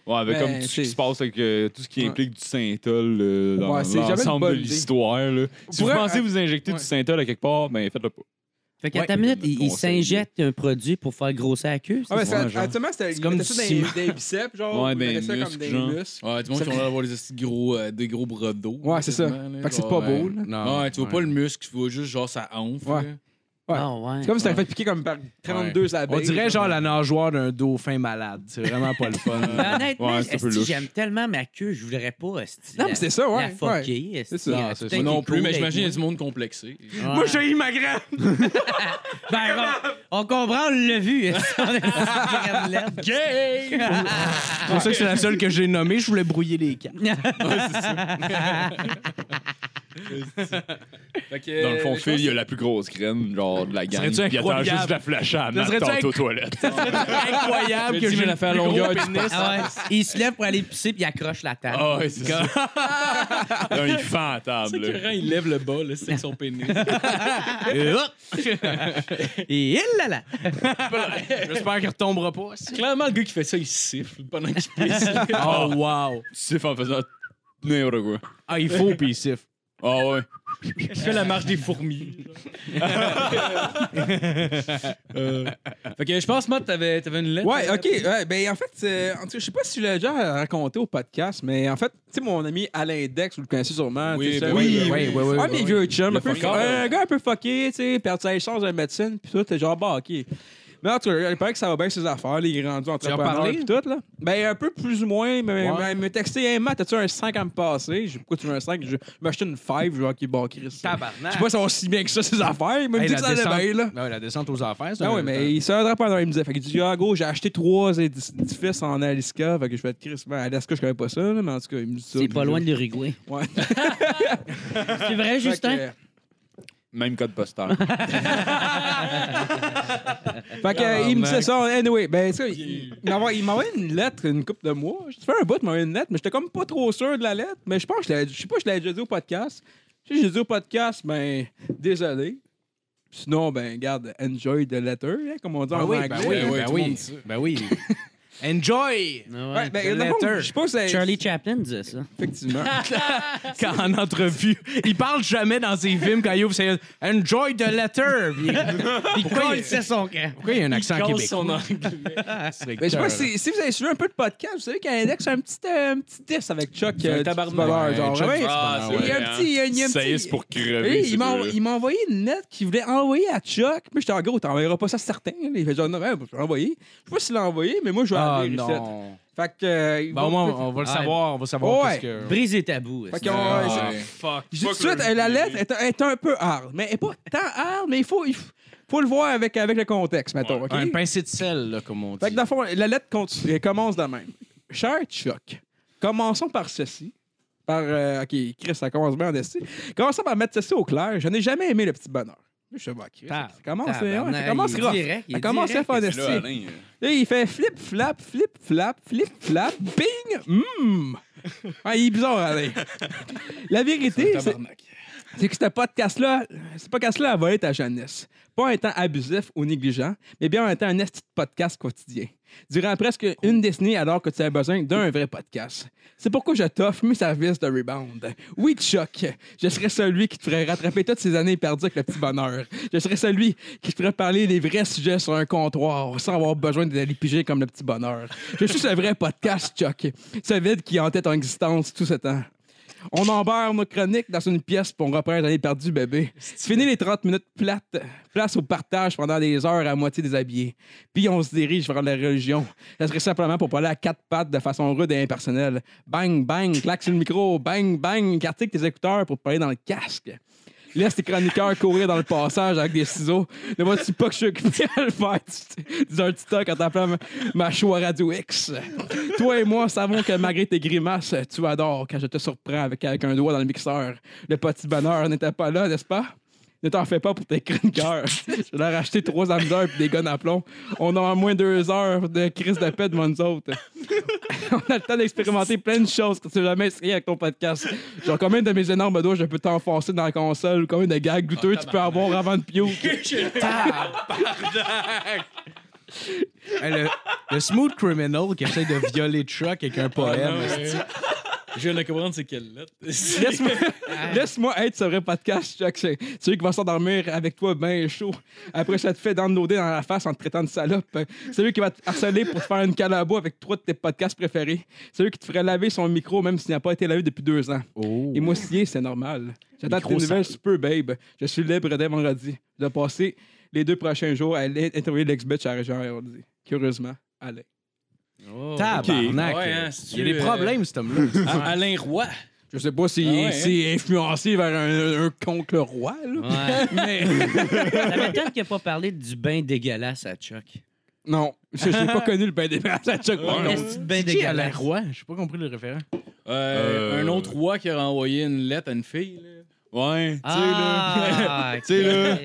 S8: Ouais, avec
S3: Ben,
S8: comme tout ce qui
S3: c'est-
S8: se passe avec euh, tout ce qui
S3: Ouais.
S8: implique du synthol euh, dans
S3: Ouais, c'est jamais une
S8: l'ensemble de
S3: bonne idée.
S8: l'histoire. là. Si vous
S3: Pour un-
S8: pensez vous injecter
S3: ouais.
S8: du synthol à quelque part, ben faites-le pas.
S5: Fait qu'à
S8: Ouais.
S5: ta minute, il, il
S8: Conseil.
S5: s'injecte un produit pour faire grossir la queue.
S3: Ah, ben,
S5: c'est
S3: c'est
S5: ça?
S3: actuellement, c'était
S4: C'est
S3: ils
S4: comme
S3: mettaient
S4: du
S3: ça
S4: ciment.
S3: dans des biceps, genre.
S8: Ouais,
S3: ils
S8: des
S3: mettaient ça comme
S8: muscles,
S3: des
S8: genre.
S3: muscles.
S2: Ouais, du monde qui ont l'air d'avoir des petits gros, euh, des gros bras d'eau.
S3: Ouais, c'est ça.
S2: quasiment, là,
S3: Fait que c'est
S2: genre,
S3: pas beau,
S2: ouais.
S3: là.
S2: Non, ouais, tu vois pas le muscle, tu vois juste genre ça onfle.
S3: Ouais.
S2: là.
S5: Ah ouais.
S3: C'est comme si t'avais fait piquer comme par 32 abeilles.
S4: On dirait genre la nageoire d'un dauphin malade. C'est vraiment pas le fun.
S2: euh, *laughs*
S5: Ben, honnêtement,
S8: Ouais, c'est un peu
S5: esti,
S8: louche.
S5: j'aime tellement ma queue, je voudrais pas esti,
S3: Non,
S5: la-
S3: mais c'est ça,
S5: la
S3: ouais. ouais.
S5: fucker, esti.
S3: C'est ça.
S5: Elle a
S3: Ah, c'est
S5: tout
S3: ça.
S5: été
S2: Moi non plus,
S5: cool
S2: mais
S5: avec
S2: j'imagine il y
S5: moi.
S2: a du monde complexé.
S5: Ouais.
S4: eu ma graine.
S5: Ben, bon, on comprend, on l'a vu. esti, on a une petite graine
S3: *laughs*
S5: laide.
S4: C'est *laughs* pour ça que c'est la seule que j'ai nommée. Je voulais brouiller les cartes.
S2: Fait que,
S3: Euh,
S8: Dans le fond,
S2: je
S8: Phil, il y a la plus grosse graine, genre de la gang.
S4: serait-tu
S8: Il attend
S4: incroyable?
S8: juste de la flasher à Matt
S4: serait-tu
S8: tantôt aux toilettes.
S4: Incroyable
S2: Je
S4: que
S2: dis,
S4: j'ai
S2: mais la fait à
S4: le plus
S2: longueur
S4: gros
S2: du
S4: pénis.
S5: Ah ouais. Il se lève pour aller pisser, puis il accroche la table.
S8: Ah ouais,
S3: *laughs*
S8: c'est ça. Là, il fend à table.
S2: pense que
S8: là.
S2: quand il lève le bas, là, c'est son pénis.
S5: Et il là là.
S4: J'espère qu'il retombera pas.
S2: Clairement, le gars qui fait ça, il siffle pendant qu'il pisse.
S9: Ah,
S4: Oh wow.
S8: Tu siffles en faisant n'importe quoi.
S4: Ah il faut puis il siffle.
S8: Ah ouais.
S2: Il fait la marche des fourmis. Euh, fait que je pense, Matt, t'avais t'avais une lettre.
S3: Ouais, ok. Ouais, ben, en fait, euh, en tout cas, je sais pas si je l'ai déjà raconté au podcast, mais en fait, tu sais, mon ami Alain Dex, vous le connaissez sûrement.
S2: Oui,
S3: tu sais,
S2: ben
S3: ça-
S2: oui,
S4: ben oui, oui, oui,
S3: Un
S4: oui,
S3: Ah, vieux chum, un, peu-
S2: fucker,
S3: un gars un peu fucké, tu sais, perdre sa chance de médecine, puis tout, t'es genre, bah, ok. Mais en tout cas, il paraît que ça va bien ses affaires, les rendus entrepreneurs
S9: parlé?
S3: et tout. Là. Ben, un peu plus ou moins. Mais mais- me texter, hey, Matt, as-tu un 5 à me passer? J'ai dit, pourquoi tu veux un 5? Je m'acheter une 5, je vais ok, bon, Chris. Je sais
S9: Tabarnak.
S3: pas si on si bien que ça, ses affaires, mais il me
S9: Hey,
S3: dit que ça allait bien, là.
S9: Ben ouais, la descente aux affaires, c'est
S3: Ah
S9: un-
S3: oui, mais il se rendra pas dans il me disait. Fait qu'il dit, ah, go, j'ai acheté trois édi- édifices en Alaska. Fait que je vais être Chris. Ben, Alaska, je connais pas ça, là, mais en tout cas, il me dit ça.
S5: C'est
S3: puis
S5: pas
S3: je-
S5: loin de l'Uruguay. *laughs*
S3: Ouais.
S5: C'est vrai,
S3: Fait que,
S5: Justin?
S3: euh,
S8: Même code postal.
S3: Fait que, euh, il me disait ça. Anyway, ben, ça, il il m'envoie- il m'envoie une lettre une couple de mois. J'ai fait un bout, il m'envoie une lettre, mais j'étais comme pas trop sûr de la lettre. Mais je pense que je l'avais- je sais pas, je l'avais déjà dit au podcast. Si j'ai dit au podcast, ben, désolé. Sinon, ben, garde, enjoy the letter, hein, comme on dit
S9: Ben
S3: en
S9: oui,
S3: anglais.
S9: ben oui,
S3: hein,
S9: ben
S3: tout le monde
S9: oui.
S3: dit ça.
S9: Ben oui. Enjoy!
S5: Ah
S3: Ouais,
S5: ouais.
S3: ben, dans le fond,
S9: letter.
S3: je sais pas si c'est-
S5: Charlie Chaplin disait ça. *laughs*
S3: Effectivement.
S9: Quand en entrevue, *laughs* il parle jamais dans ses films quand il ouvre ses Enjoy the letter! Puis- Pourquoi il,
S5: son camp.
S9: pourquoi il y a un accent
S2: Cause
S9: québécois?
S2: son anglais.
S3: Ben, je sais pas si, si vous avez suivi un peu de podcast, vous savez qu'à l'index, c'est un petit, euh, un petit diss avec Chuck.
S2: un
S3: euh, du
S2: tabarnak.
S3: bonheur, genre.
S9: Chuck
S3: Ouais,
S9: du
S8: Ah,
S3: il y a un petit. *laughs* il y a- il y a un
S8: Ça y est,
S3: petit-
S8: c'est pour
S3: Oui,
S8: crever.
S3: il m'a il m'a envoyé une lettre qu'il voulait envoyer à Chuck. Mais j'étais en gros, t'enverras pas ça certain. là. Il fait genre, non, ben, je vais l'envoyer. Je sais pas s'il l'a envoyé, mais moi, je vais
S9: Ah
S3: l'envoyer.
S9: non!
S3: Fait que. euh, il
S9: Ben
S3: va-
S9: au moins, on va le
S5: Ah,
S9: savoir, on va savoir
S3: ouais.
S9: parce que...
S5: Brise les tabous.
S3: Fait
S5: est-ce que-
S3: qu'on-
S8: Ah,
S3: c'est-
S8: fuck.
S3: je dis tout de suite, euh, la lettre est, est un peu hard. Mais elle est pas tant hard, mais il faut, il faut, faut le voir avec, avec le contexte, mettons. ok?
S9: Un pincé de sel, là, comme on dit.
S3: Fait que dans le fond, la lettre continue- elle commence de même. Cher Chuck, commençons par ceci. Par, euh, OK, Chris, ça commence bien en dessus. Commençons par mettre ceci au clair. Je n'ai jamais aimé le petit bonheur. Je sais pas, Chris. Ça
S5: Tab-
S3: commence, ouais,
S5: tabarnak,
S3: ça commence
S5: il est
S3: rough.
S5: direct, il
S3: Ça
S5: est
S3: commence
S5: direct,
S3: rough en
S8: C'est là,
S3: dessus.
S8: Alain.
S3: Là, il fait flip, flap, flip, flap, flip, flap, bing, hum. Ah, il est bizarre,
S5: *laughs*
S3: Alain. La vérité, c'est c'est que ce podcast-là, ce podcast-là a volé ta jeunesse. Pas un temps abusif ou négligent, mais bien un temps un esti de podcast quotidien. Durant presque une décennie, alors que tu as besoin d'un vrai podcast. C'est pourquoi je t'offre mes services de rebound. Oui, Chuck, je serai celui qui te ferait rattraper toutes ces années perdues avec le petit bonheur. Je serai celui qui te ferait parler des vrais sujets sur un comptoir sans avoir besoin d'aller piger comme le petit bonheur. Je suis ce vrai podcast, Chuck. Ce vide qui hantait ton existence tout ce temps. On embarre nos chroniques dans une pièce pour repérer l'année perdue, bébé. Fini les 30 minutes plates, place au partage pendant des heures à moitié déshabillé. Puis on se dirige vers la religion. Ça serait simplement pour parler à quatre pattes de façon rude et impersonnelle. Bang, bang, claque sur le micro, bang, bang, quartier tes écouteurs pour parler dans le casque. Laisse tes chroniqueurs courir dans le passage avec des ciseaux. Ne vois-tu pas que je suis occupé à le faire du- du un TikTok en t'appelant ma- ma choix Radio X? Toi et moi savons que malgré tes grimaces, tu adores quand je te surprends avec, avec un doigt dans le mixeur. Le petit bonheur n'était pas là, n'est-ce pas? Ne t'en fais pas pour tes chroniqueurs. Je leur ai acheté trois amuseurs et des guns à plomb. On a en moins deux heures de crise de paix devant nous autres. *laughs* On a le temps d'expérimenter plein de choses que tu n'as jamais essayé avec ton podcast. Genre, combien de mes énormes doigts je peux t'enfoncer dans la console? Combien de gags douteux tu peux avoir avant de piocher?
S9: Hey, le, le smooth criminal qui essaie de violer Chuck avec un poème.
S2: Je viens de comprendre c'est quelle lettre.
S3: *laughs* Laisse-moi
S2: Ah.
S3: laisse-moi être ce vrai podcast, Chuck. C'est celui qui va s'endormir avec toi bien chaud. Après, ça te fait downloader dans la face en te traitant de salope. Celui qui va te harceler pour te faire une calabo avec trois de tes podcasts préférés. Celui qui te ferait laver son micro même s'il n'a pas été lavé depuis deux ans.
S9: Oh.
S3: Et moi, si, c'est normal. J'attends tes nouvelles super, babe. Je suis libre dès vendredi. Je vais passer les deux prochains jours à aller interviewer l'ex-bitch à Région Hardy. Curieusement, allez.
S9: Tabarnak.
S2: Oh, Ouais, hein,
S9: Il y a des problèmes, hein. cet homme-là.
S2: Ah, Alain Roy.
S3: Je sais pas s'il
S2: Ah ouais, hein?
S3: s'il est influencé vers un, un con que le roi,
S9: Ah.
S3: là.
S5: Ouais.
S3: *laughs* Mais.
S5: Ça m'étonne qu'il n'a pas parlé du bain dégueulasse à Chuck.
S3: Non, je n'ai
S2: *laughs*
S3: pas connu le bain des à Chuck Ben,
S5: Un
S3: Norris.
S5: petit bain
S9: Qui est Alain
S5: dégueulasse.
S9: Roy? J'ai pas compris le référent.
S2: Euh,
S8: Euh,
S2: Un autre roi qui a envoyé une lettre à une fille. là.
S8: Ouais, tu sais, là.
S5: Ah,
S8: Tu sais, là.
S5: ok.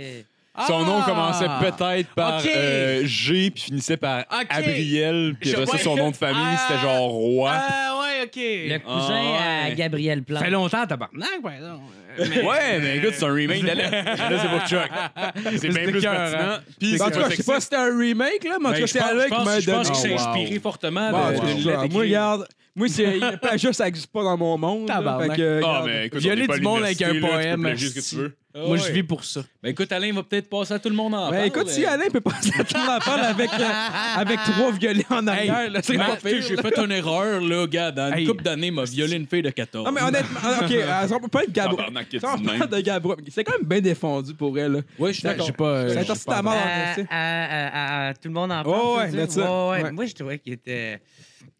S8: Son nom
S9: Ah!
S8: commençait peut-être par
S9: Ok.
S8: euh, G, puis finissait par
S9: Ok.
S8: Abriel, puis
S9: Je-
S8: après ça, son
S9: ouais.
S8: nom de famille,
S9: Ah.
S8: c'était genre Roi.
S9: Ah, ouais, OK.
S5: Le cousin
S8: Ah, ouais.
S5: à Gabriel
S9: Ça fait
S5: Plante.
S9: longtemps, tabarnak, par exemple.
S8: Ouais, mais écoute, c'est un remake de la lettre. Là, c'est pour Chuck. C'est bien
S9: C'était
S8: plus
S9: cœur,
S8: pertinent. Puis
S3: En
S8: c'est
S3: tout
S8: pas
S3: cas, je sais
S8: sexy.
S3: pas si c'était un remake, là, mais en tout
S2: Ben,
S3: cas,
S2: je
S3: c'est
S2: pense-
S3: Alain
S2: je
S3: qui
S2: pense-
S3: m'a
S2: Je pense
S3: donné.
S2: qu'il s'est
S9: Oh, wow.
S2: inspiré fortement
S3: Ah,
S2: de-
S3: ouais,
S2: d'une
S3: c'est
S2: lettre
S3: ça. Moi,
S2: écrite.
S3: regarde, moi, c'est il y a pas juste, ça n'existe pas dans mon monde. là,
S9: Tabarnak.
S3: fait que,
S8: Ah,
S3: regarde.
S8: mais écoute,
S9: Violer
S8: on est
S9: du
S8: pas à
S9: monde avec un
S8: l'université, là, tu peux
S9: poème,
S8: plagier ce que
S9: si.
S8: tu veux.
S4: Moi, je vis pour ça.
S2: Ben écoute, Alain va peut-être passer à tout le monde en
S3: Ben,
S2: parle.
S3: écoute, si Alain peut passer à tourner en parle avec, euh,
S2: *laughs*
S3: avec trois violets en arrière, là, c'est pas
S2: Matt,
S3: pire.
S2: j'ai fait une erreur, là, gars. Dans une
S4: Hey.
S2: couple d'années, m'a violé une fille de 14.
S3: Non, mais honnêtement, ah,
S2: *laughs*
S3: OK, euh, on peut pas être Gabro.
S8: Tabarnak, que tu
S3: Ça, on
S8: dis
S3: parle
S8: même.
S3: de Gabro. C'est quand même bien défendu pour elle. là.
S2: Ouais, je suis d'accord.
S4: J'ai pas. euh,
S3: C'est
S4: j'ai
S3: interdit
S4: pas-
S3: à mort,
S5: À-
S3: on le sait.
S5: à- à- à- tout le monde en parle.
S3: Oh,
S5: tu
S3: ouais,
S5: veux dire?
S3: that's it.
S5: ouais, ouais.
S3: Ouais.
S5: Moi, je trouvais qu'il était.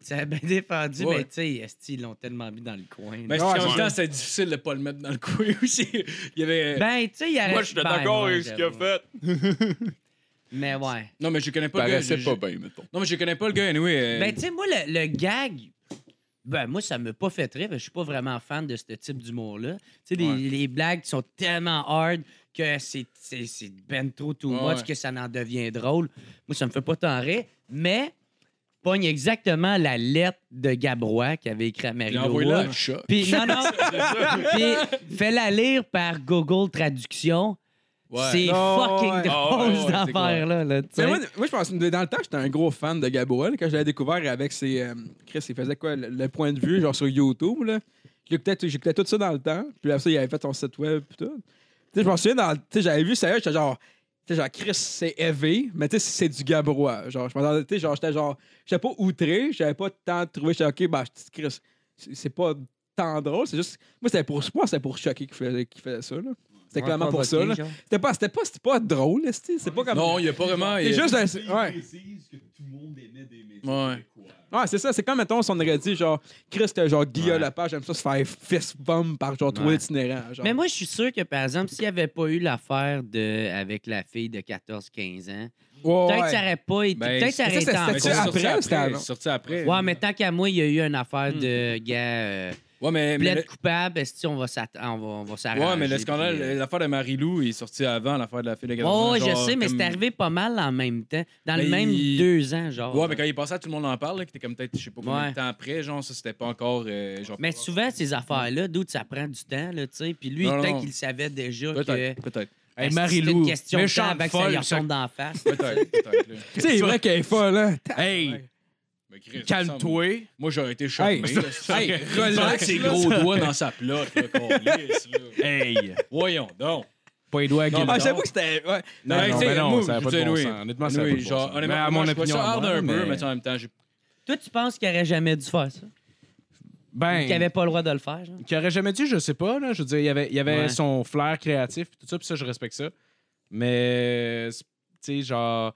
S5: Ça a bien défendu,
S2: Ouais.
S5: mais tu sais, esti, ils l'ont tellement mis dans le coin. là.
S2: Ben, c'est qu'en même temps, c'est difficile de pas le mettre dans le couille aussi. Il y avait.
S5: Ben, tu sais, il y a.
S8: Moi, je suis
S5: ben,
S8: d'accord
S5: ouais,
S8: avec ce qu'il a
S5: j'avoue.
S8: fait.
S5: Mais ouais.
S2: Non, mais je connais pas le gars.
S8: Paraissait
S2: je-
S8: Ben, pas
S2: je-
S8: bien, Ah, mettons.
S2: Non, mais je connais pas le gars, anyway. euh,
S5: Ben, tu sais, moi, le, le gag. Ben, moi, ça m'a pas fait rire. parce que Je suis pas vraiment fan de ce type d'humour-là. Tu sais, les,
S2: Ouais.
S5: les blagues qui sont tellement hard que c'est c'est- c'est ben trop too
S2: Ouais,
S5: much
S2: ouais.
S5: que ça en devient drôle. Moi, ça me fait pas tant rire. Mais, pogne exactement la lettre de Gabrois qui avait écrit à Marie
S2: Il a envoyé là
S5: Leroy.
S2: le choc.
S5: Puis, non, non. Puis, fais-la lire par Google Traduction. C'est
S3: Non,
S5: fucking
S3: ouais.
S8: Ah,
S5: drôle,
S8: ouais, ouais,
S5: cette
S8: c'est clair.
S5: affaire-là. là, tu sais.
S3: Mais moi, moi, je pense dans le temps, j'étais un gros fan de Gabriel. Quand je l'avais découvert avec ses. euh, Chris, il faisait quoi le, le point de vue, genre sur YouTube. là. J'écoutais tout- j'écoutais tout ça dans le temps. Puis après ça, il avait fait son site web. Puis tout. Tu sais, je m'en souviens, dans, tu sais, j'avais vu ça, j'étais genre. Tu sais, genre, Chris, c'est élevé, mais tu sais, c'est du gabrois. Genre, je m'entendais, tu sais, genre, j'étais genre, j'étais pas outré, j'avais pas tant trouvé, j'étais ok, bah, Chris, c'est c'est pas tant drôle, c'est juste, moi, c'était pour, moi, c'était pour choquer qu'il faisait, qu'il faisait ça, là. C'était clairement pour ça, là. C'était pas, c'était pas, c'était pas drôle, là, c'est c'est pas comme.
S2: Non, il y a pas vraiment. il y
S3: C'est
S2: a-
S3: juste un- Ouais.
S8: précise que tout le monde aimait des messages.
S2: Ouais.
S3: Ouais, c'est ça. C'est comme, mettons, si on aurait dit, genre, Chris, t'as genre Guillaume Lapage, j'aime ça se faire fist bump par genre trois
S5: Ouais.
S3: itinérants. Genre.
S5: Mais moi, je suis sûr que, par exemple, s'il n'y avait pas eu l'affaire de... avec la fille de 14-15 ans,
S3: Ouais,
S5: peut-être
S3: ouais.
S5: que ça aurait pas été.
S2: Ben,
S5: peut-être que ça
S3: c'est-
S5: aurait
S3: ça,
S5: été en
S2: Mais
S3: c'était-
S2: c'est
S5: cours.
S3: après
S2: sorti
S3: ou c'était avant?
S2: C'est sorti après.
S5: Ouais, mais tant qu'à moi, il y a eu une affaire de gars euh,
S2: Ouais, Mm. mais, mais le-
S5: plaide coupable, est-ce on va s'attendre- on va, on va s'arranger?
S2: ouais, mais le scandale, euh,
S5: puis, euh,
S2: l'affaire de Marie-Lou est sortie avant l'affaire de la fille de
S5: Ouais,
S2: Gabon.
S5: ouais, je sais, mais c'est arrivé pas mal en même temps. Dans le
S2: Mais
S5: même
S2: il-
S5: deux ans, genre.
S2: Ouais, mais quand il est passé, tout le monde en parle, là, que t'es comme peut-être, je sais pas combien
S5: Ah, Ouais.
S2: de temps après, genre, ça, c'était pas encore. euh, genre,
S5: Mais souvent, ces affaires-là, d'où ça prend du temps, là, tu sais. Puis lui,
S2: Non, non,
S5: peut-être
S2: non.
S5: qu'il savait déjà que.
S2: Peut-être, peut-être,
S4: Hey,
S5: Est-ce que C'est
S4: Marie-Lou,
S5: une question de temps
S4: méchante
S5: avant que ça
S4: folle,
S5: lui
S4: ça-
S5: retombe d'en face. *laughs*
S2: peut-être, peut-être. là.
S3: C'est vrai qu'elle est folle, hein.
S4: *laughs* Hey,
S2: Mais Chris, ça me-
S4: calme-toi.
S2: Moi, j'aurais été choqué.
S3: Hey,
S2: là.
S4: *laughs*
S2: Hey, relax ses gros doigts dans sa plotte, là, qu'on lisse, là.
S4: Hey,
S2: Voyons donc.
S4: pas les doigts à
S2: Non,
S4: Gilbert.
S3: Ah, j'avoue que c'était. Ouais.
S2: Non,
S4: non,
S2: tu sais,
S4: ben non,
S2: moi,
S4: ça a
S2: je
S4: pas de
S2: dis,
S4: bon
S2: oui.
S4: sens. Honnêtement, ça a
S2: Oui,
S4: pas de bon
S2: genre,
S4: sens.
S2: honnêtement,
S4: Mais à
S2: moi,
S4: mon
S2: je vois
S4: opinion,
S2: ça hard
S4: moi,
S2: un peu,
S4: mais-
S2: mais en même temps, j'ai-
S5: Toi, tu penses qu'il aurait jamais dû faire ça?
S4: Ben,
S5: Qu'il avait pas le droit de le faire, genre?
S4: qui aurait jamais dû, je sais pas. Là. Je veux dire, il y avait, il y avait
S5: Ouais.
S4: son flair créatif, pis tout ça, puis ça, je respecte ça. Mais, euh, c'est- tu sais, genre,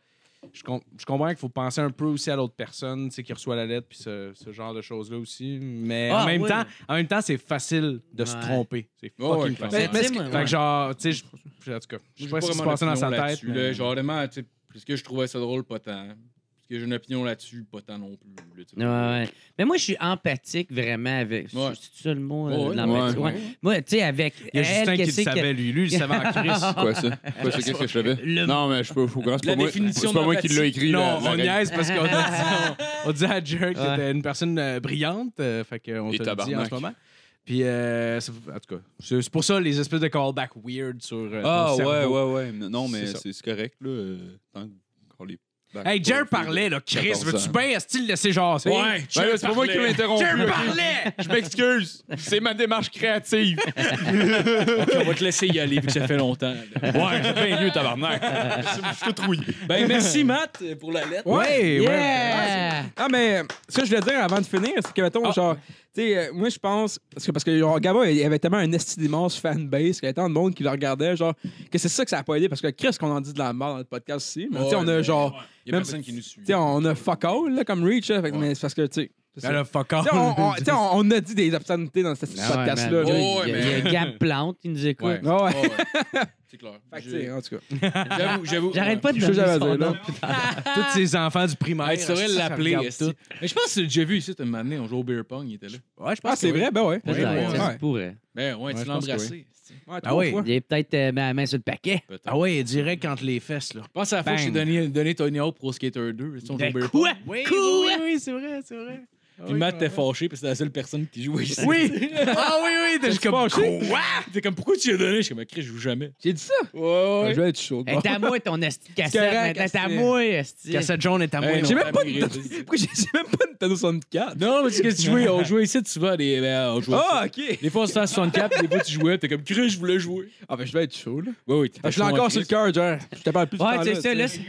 S4: je, com- je comprends qu'il faut penser un peu aussi à l'autre personne, tu sais, qui reçoit la lettre, puis ce, ce genre de choses-là aussi. Mais
S5: Ah,
S4: en, même
S5: oui.
S4: temps, en même temps, c'est facile de se
S5: Ouais.
S4: tromper. C'est
S2: Ouais,
S4: fucking
S2: ouais,
S4: facile.
S3: Mais- mais ce qui-
S5: Tu sais, moi,
S4: Fait
S5: ouais.
S4: que, genre, tu sais, je- je- en tout cas, je sais pas ce qui se passait dans sa tête. mais-
S2: Genre, vraiment, tu sais, parce que je trouvais ça drôle, pas tant. Parce que j'ai une opinion là-dessus, pas tant non plus. là, tu sais.
S5: Ouais, ouais. Mais moi, je suis empathique vraiment avec.
S2: Ouais.
S5: C'est ça le mot? euh,
S2: Ouais, ouais,
S5: l'empathie?
S8: ouais.
S5: Ouais. Moi, tu sais, avec.
S4: Il y a
S5: elle,
S4: Justin qui
S5: qu'est-ce
S4: le
S5: que-
S4: savait, lui. Lui, il le savait
S5: *laughs*
S4: en crise.
S8: Quoi ça? Quoi ça? Qu'est-ce que je savais?
S5: Le-
S8: Non, mais je peux vous c'est
S2: La
S8: pas moi.
S2: définition
S8: C'est pas moi qui
S2: d'empathie.
S8: l'a écrit.
S4: Non,
S8: la-
S4: on
S8: la-
S4: niaise parce qu'on a dit, on, on dit à Jared que
S5: Ouais.
S4: t'es une personne euh, brillante. euh, fait qu'on te le
S8: Et
S4: dit en
S8: tabarnak.
S4: ce moment. Puis, euh, c'est- en tout cas, c'est c'est pour ça les espèces de callbacks weird sur. euh, ton
S8: Ah, ouais,
S4: cerveau.
S8: ouais, ouais. Non, mais
S4: C'est ça.
S8: c'est c'est correct, là. euh, Tant qu'on les.
S4: Hey, Jared parlait, là. Chris,
S8: 14
S4: veux-tu
S8: ans.
S4: bien, est-ce qu'il laisser jaser?
S2: Ouais,
S8: Ben là, c'est pas moi qui m'interromps.
S4: Jared parlait!
S8: *laughs* Je m'excuse. C'est ma démarche créative.
S2: On va te laisser y aller, vu que ça fait longtemps. là.
S8: Ouais, c'est bien mieux, tabarnak. Je suis tout trouillé.
S2: Ben, merci, Matt, pour la lettre.
S3: Ouais,
S5: Yeah!
S3: Ah, mais ce que je voulais dire avant de finir, c'est que, mettons, genre, tu sais, euh, moi, je pense, parce que, parce que genre, Gabba, il avait tellement un esti d'immense fanbase, qu'il y avait tant de monde qui le regardait, genre, que c'est ça que ça a pas aidé, parce que, Chris, qu'on en dit de la mort dans le podcast aussi, mais tu sais,
S2: Ouais,
S3: on a
S2: mais-
S3: genre,
S2: Il y a
S3: même-
S2: personne qui nous suit.
S3: tu sais, on a fuck all, là, comme Reach, là, fait que-
S2: Ouais.
S3: mais c'est parce que, tu sais. c'est ça.
S4: *laughs* Ben là, fuck off.
S3: Tu sais, on, on- tu sais, on- on a dit des obscenités dans ce
S5: Ah ouais,
S3: podcast-là.
S5: man,
S3: là.
S2: Oh,
S5: il y a-
S2: ouais,
S5: il y a Gap Plante qui nous écoute.
S4: Ouais.
S3: Ah ouais.
S2: Ouais, ouais. *laughs* C'est hein. clair.
S3: Fait que, tu sais,
S2: Je-
S3: en tout cas.
S2: J'avoue, j'avoue.
S5: J'arrête pas de
S3: C'est ça que
S5: donner
S3: j'avais à
S5: son
S3: dire, là.
S4: *laughs*
S5: nom.
S4: Tous ces enfants du primaire.
S2: Hey, tu devrais
S4: ça, ça
S2: l'appeler.
S4: regarde
S2: esti. Mais je pense que j'ai déjà vu ici, tu m'as amené, on jouait au beer pong, il était là.
S4: tout. Ouais, je pense
S3: Ah, c'est
S4: que oui.
S3: vrai, ben ouais.
S5: Ça,
S3: Ouais,
S5: j'arrête, ça,
S3: ouais.
S5: je pourrais.
S2: Ben ouais,
S4: Ouais,
S2: tu
S4: je
S2: l'as
S4: pense que
S2: embrassé. esti.
S3: Ouais,
S4: Ah oui.
S3: trois fois.
S5: Il est peut-être euh, ma main sur le paquet.
S2: Peut-être.
S4: Ah ouais, direct entre les fesses, là.
S2: Pense à la fois que j'ai donné, donné Tony Hawk Pro Skater 2. esti, on joue au beer pong.
S5: Quoi?
S4: Oui,
S5: Cool.
S4: oui, oui, c'est vrai, c'est vrai.
S2: Puis Matt était fâché, puis c'était la seule personne qui jouait ici.
S9: Oui! Ah oui, oui! T'es juste comme. Quoi?
S2: *laughs* T'es comme, pourquoi tu lui as donné? Je suis comme, Chris, je joue jamais.
S3: J'ai dit ça. Je vais être chaud.
S5: Hey,
S3: bon.
S5: T'es à moi ton esti de
S3: C'est
S5: cassette.
S3: correct,
S5: maintenant, T'es à
S3: esti.
S5: moi, esti.
S9: Cassette jaune est à moi.
S2: Hey,
S9: non?
S3: J'ai même pas de
S2: T'as
S3: Pourquoi j'ai j'ai même pas de Nintendo 64?
S2: Non, mais tu qu'est-ce que tu jouais? On jouait ici, tu vas des. ben, on jouait
S3: Ah,
S2: ici.
S3: ok.
S2: Des fois, on se fait à 64, des fois, tu jouais, t'es comme, Chris, je voulais jouer.
S3: Ah, ben, je vais être chaud, là.
S2: Oui, oui,
S3: Ah, je l'ai encore sur le cœur, genre. Je te parle plus de
S5: Ouais, c'est ça, là. c'est-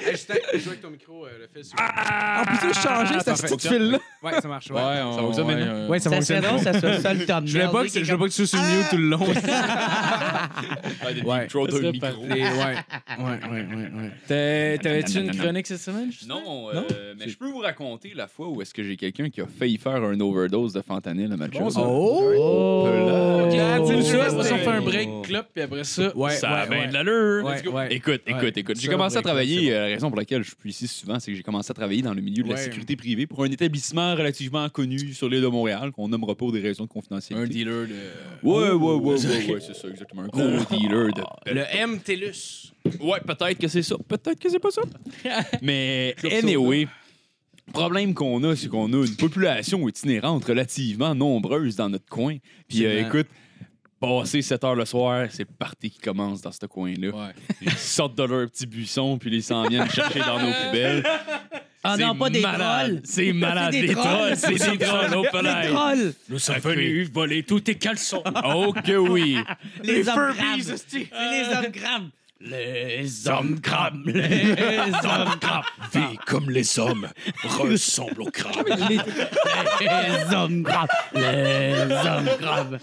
S4: Hey, Justin, joue avec ton micro, euh, le fil. s'il vous plaît.
S3: Ah, peux-tu changer cette petite file-là?
S9: Ouais, ça marche.
S2: Ouais,
S9: Ouais,
S2: on,
S8: Ça va que ça,
S2: ouais,
S8: maintenant?
S2: euh,
S9: Ouais, ça
S5: Ça
S9: fonctionne.
S5: serait drôle, ça soit ça le thumbnail.
S9: Je voulais pas que tu-
S5: tu
S9: je voulais pas que tu sois sur mute tout le long.
S8: *laughs* Ah, des
S9: Ouais.
S8: deep throats
S2: euh, Ça
S8: de
S2: serait
S8: micro.
S9: Et ouais. Ouais, ouais, ouais, ouais.
S8: Euh,
S2: t'as- T'avais-tu une chronique cette semaine? Justin?
S8: Non, euh, mais je peux vous raconter la fois où est-ce que j'ai quelqu'un qui a failli faire un overdose de fentanyl à ma job.
S9: Oh!
S8: Là,
S2: Ah, tu
S9: Oh.
S2: sais, ça,
S9: Ouais.
S2: on fait un break club, puis après ça.
S9: Ouais,
S8: ça a
S9: ouais,
S8: bien
S9: ouais.
S8: de l'allure.
S9: Ouais,
S8: Let's go.
S9: ouais.
S8: Écoute, écoute,
S9: Ouais.
S8: écoute. J'ai
S9: Ça,
S8: commencé à
S9: break,
S8: travailler,
S9: c'est
S8: euh, la raison pour laquelle je suis ici souvent, c'est que j'ai commencé à travailler dans le milieu de la
S9: Ouais.
S8: sécurité privée pour un établissement relativement connu sur l'île de Montréal, qu'on nommera pas pour des raisons de
S2: Un
S8: confidentialité.
S2: dealer de.
S8: Ouais, ouais, ouais,
S9: Oh.
S8: ouais, ouais, ouais, c'est ça, exactement. Un gros dealer
S9: *laughs*
S8: de.
S4: Le M Télus.
S8: Ouais, peut-être que c'est ça. Peut-être que
S9: *laughs*
S8: c'est pas ça. Mais anyway, le problème qu'on a, c'est qu'on a une population itinérante relativement nombreuse dans notre coin. Puis euh,
S9: Absolument.
S8: écoute, passer 7 heures le soir, c'est le party qui commence dans ce coin-là. Ils sortent de leur petit buisson, puis ils s'en viennent chercher dans nos
S9: *laughs*
S8: poubelles.
S5: Ah
S8: C'est
S5: non, pas des
S8: malade.
S5: trolls.
S8: C'est malade.
S5: des
S8: Des
S5: trolls.
S8: trolls, c'est des trolls, au palais.
S5: Trolls.
S2: Nous sommes venus voler tous tes caleçons.
S8: Oh que oui!
S5: Les hommes crabes. C'est les hommes crabes.
S8: Les hommes crabes!
S5: Les hommes crabes.
S2: Vie comme les hommes ressemble aux crabes.
S5: Les hommes crabes. Les hommes crabes.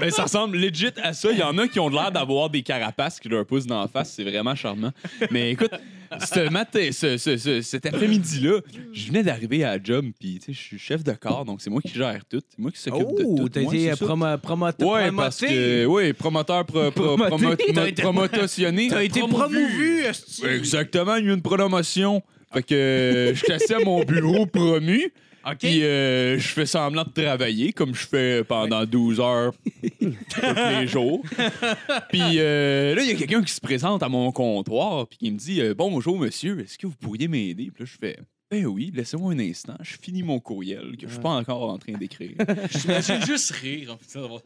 S8: Ben, ça ressemble legit à ça. Il y en a qui ont l'air d'avoir des carapaces qui leur poussent dans la face. C'est vraiment charmant. Mais écoute, ce matin, ce- ce- ce- cet après-midi-là, je venais d'arriver à la job, puis tu sais, je suis chef de corps, donc c'est moi qui gère tout. C'est moi qui s'occupe de tout.
S9: Oh, t'as
S8: Moi,
S9: été
S8: c'est ça.
S9: promo- promoteur.
S8: Ouais, parce que. Oui, promoteur, pro, pro-
S9: Promoté.
S8: promo-
S9: T'as été-
S8: promotionné.
S9: T'as été promovu. esti.
S8: Exactement, il y a eu une promotion. Fait que euh, je suis assis *laughs* à mon bureau promu.
S9: OK.
S8: Puis euh, je fais semblant de travailler comme je fais pendant 12 *laughs* heures tous les jours. Puis euh, là, il y a quelqu'un qui se présente à mon comptoir puis qui me dit euh, Bonjour monsieur, est-ce que vous pourriez m'aider? Puis là, je fais Ben oui, laissez-moi un instant, je finis mon courriel que je suis pas encore en train d'écrire.
S2: J'imagine juste rire en fait. d'avoir-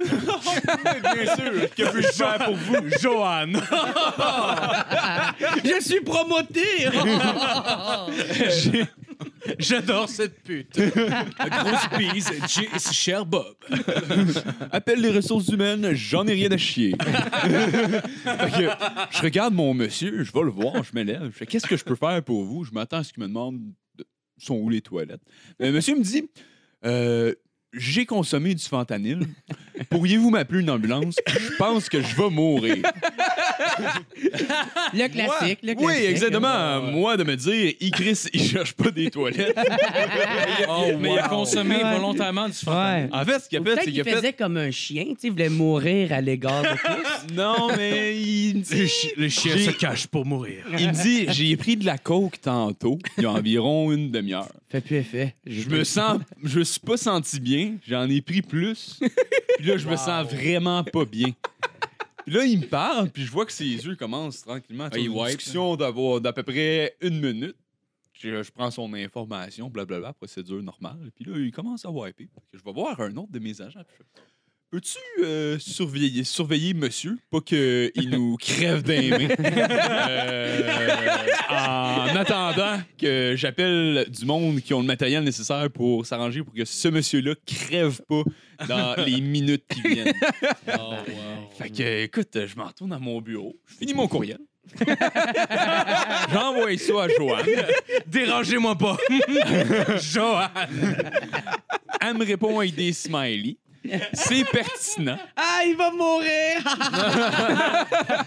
S8: Bien sûr, *laughs* que peux-je faire pour *laughs* vous, Johan?
S5: Je suis promoté.
S4: J'adore cette pute.
S2: Grosse bise, J- c'est cher Bob.
S8: Appelle les ressources humaines, j'en ai rien à chier. *laughs* Fait que, je regarde mon monsieur, je vais le voir, je me lève, je fais qu'est-ce que je peux faire pour vous? Je m'attends à ce qu'il me demande de- sont où les toilettes. Le monsieur me dit Euh, J'ai consommé du fentanyl. Pourriez-vous m'appeler une ambulance? Je pense que je vais mourir. *laughs*
S5: Le classique. Le classique.
S8: oui, exactement. à hein, Moi, de me dire, Icris, il cherche pas des toilettes.
S2: Mais il a consommé
S5: Ouais.
S2: volontairement du fentanyl.
S5: Ouais.
S8: En fait, ce qu'il a fait,
S5: Peut-être
S8: c'est qu'il
S5: qu'il
S8: a fait.
S5: faisait comme un chien, tu sais, il voulait mourir à l'égard de tous.
S8: Non, mais il me
S9: Le
S8: dit.
S9: chi- le chien
S8: J'ai-
S9: se cache pour *laughs* mourir.
S8: Il me dit, j'ai pris de la coke tantôt, il y a environ une demi-heure.
S5: Fait plus effet.
S8: Je me sens, je me suis pas senti bien, j'en ai pris plus. Puis là, je me sens vraiment pas bien. Puis là, il me parle, puis je vois que ses yeux commencent tranquillement.
S2: Ah, il
S8: une
S2: wipe,
S8: discussion d'avoir d'à peu près une minute. Je, je prends son information, blablabla, procédure normale. Puis là, il commence à wiper. Fait que Je vais voir un autre de mes agents. puis je fais, Peux-tu euh, surveiller, surveiller monsieur, pas qu'il
S2: *laughs*
S8: nous crève des mains? Euh, en attendant que j'appelle du monde qui ont le matériel nécessaire pour s'arranger pour que ce monsieur-là crève pas dans les minutes qui viennent. Fait que, écoute, je m'en retourne à mon bureau, je finis mon courriel. *laughs* J'envoie ça à Joanne.
S9: Dérangez-moi
S8: *laughs*
S9: pas. Johan.
S8: Elle me répond avec des smileys. C'est pertinent.
S5: Ah, il va mourir!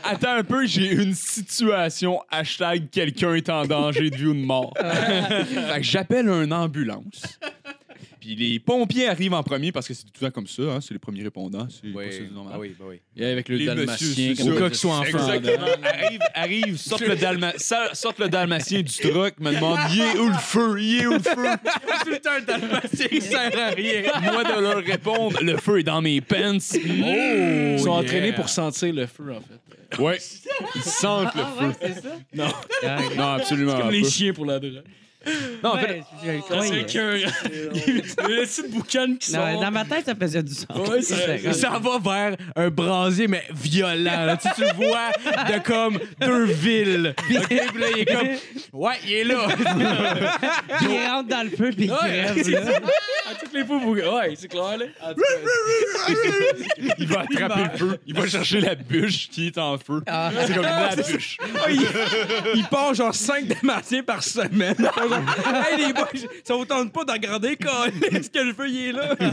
S8: *laughs* Attends un peu, j'ai une situation. Hashtag
S5: *laughs*
S8: quelqu'un est en danger de vie ou de mort. fait que j'appelle une ambulance. Puis Puis les pompiers arrivent en premier parce que c'est tout le temps comme ça, hein, c'est les premiers répondants. C'est
S10: Oui,
S8: procédure normale.
S10: bah oui, bah oui.
S2: Et avec le
S8: Les
S2: dalmatien.
S8: messieurs, c'est
S2: comme
S8: ça.
S2: ça.
S4: Quoi qu'il soit en France.
S8: Exactement. arrive, arrive, sorte le, dalma- sort- sorte le dalmatien du truck, me demande « Il est où le feu? Il est où le *laughs* feu? »
S4: Tout le temps, un dalmatien, il sert à rien.
S8: Moi, de leur répondre « Le feu est dans mes pants. »
S2: Ils
S3: oh,
S2: sont
S4: yeah.
S2: entraînés pour
S3: *laughs*
S2: sentir le feu, en fait.
S8: Ouais, ils sentent
S5: Ah
S8: le feu.
S2: Non,
S8: Non, absolument
S2: comme
S8: pas.
S2: les chiens pour la drogue. Non, en fait,
S5: Ouais, je- je-
S2: c'est
S5: ouais.
S2: que. Le petit boucan qui sort.
S5: Non, dans ma tête, ça faisait du sens.
S2: Ouais, c'est-
S4: Il s'en va vers un brasier, mais violent. là. Tu, tu le vois de comme deux villes. OK? Puis là, il est comme. Ouais, il est là.
S5: Puis il rentre dans le feu, puis il crève. là.
S2: À toutes les fois, vous. Ouais, c'est clair, là.
S8: Il va attraper le feu. Il va chercher la bûche qui est en feu.
S5: Ah.
S8: C'est comme la bûche.
S3: Il part genre 5 démartiers par semaine. Il part *laughs* genre, hey les boys, ça vous tente pas d'en regarder quand est-ce que le feu il est là?
S5: Mais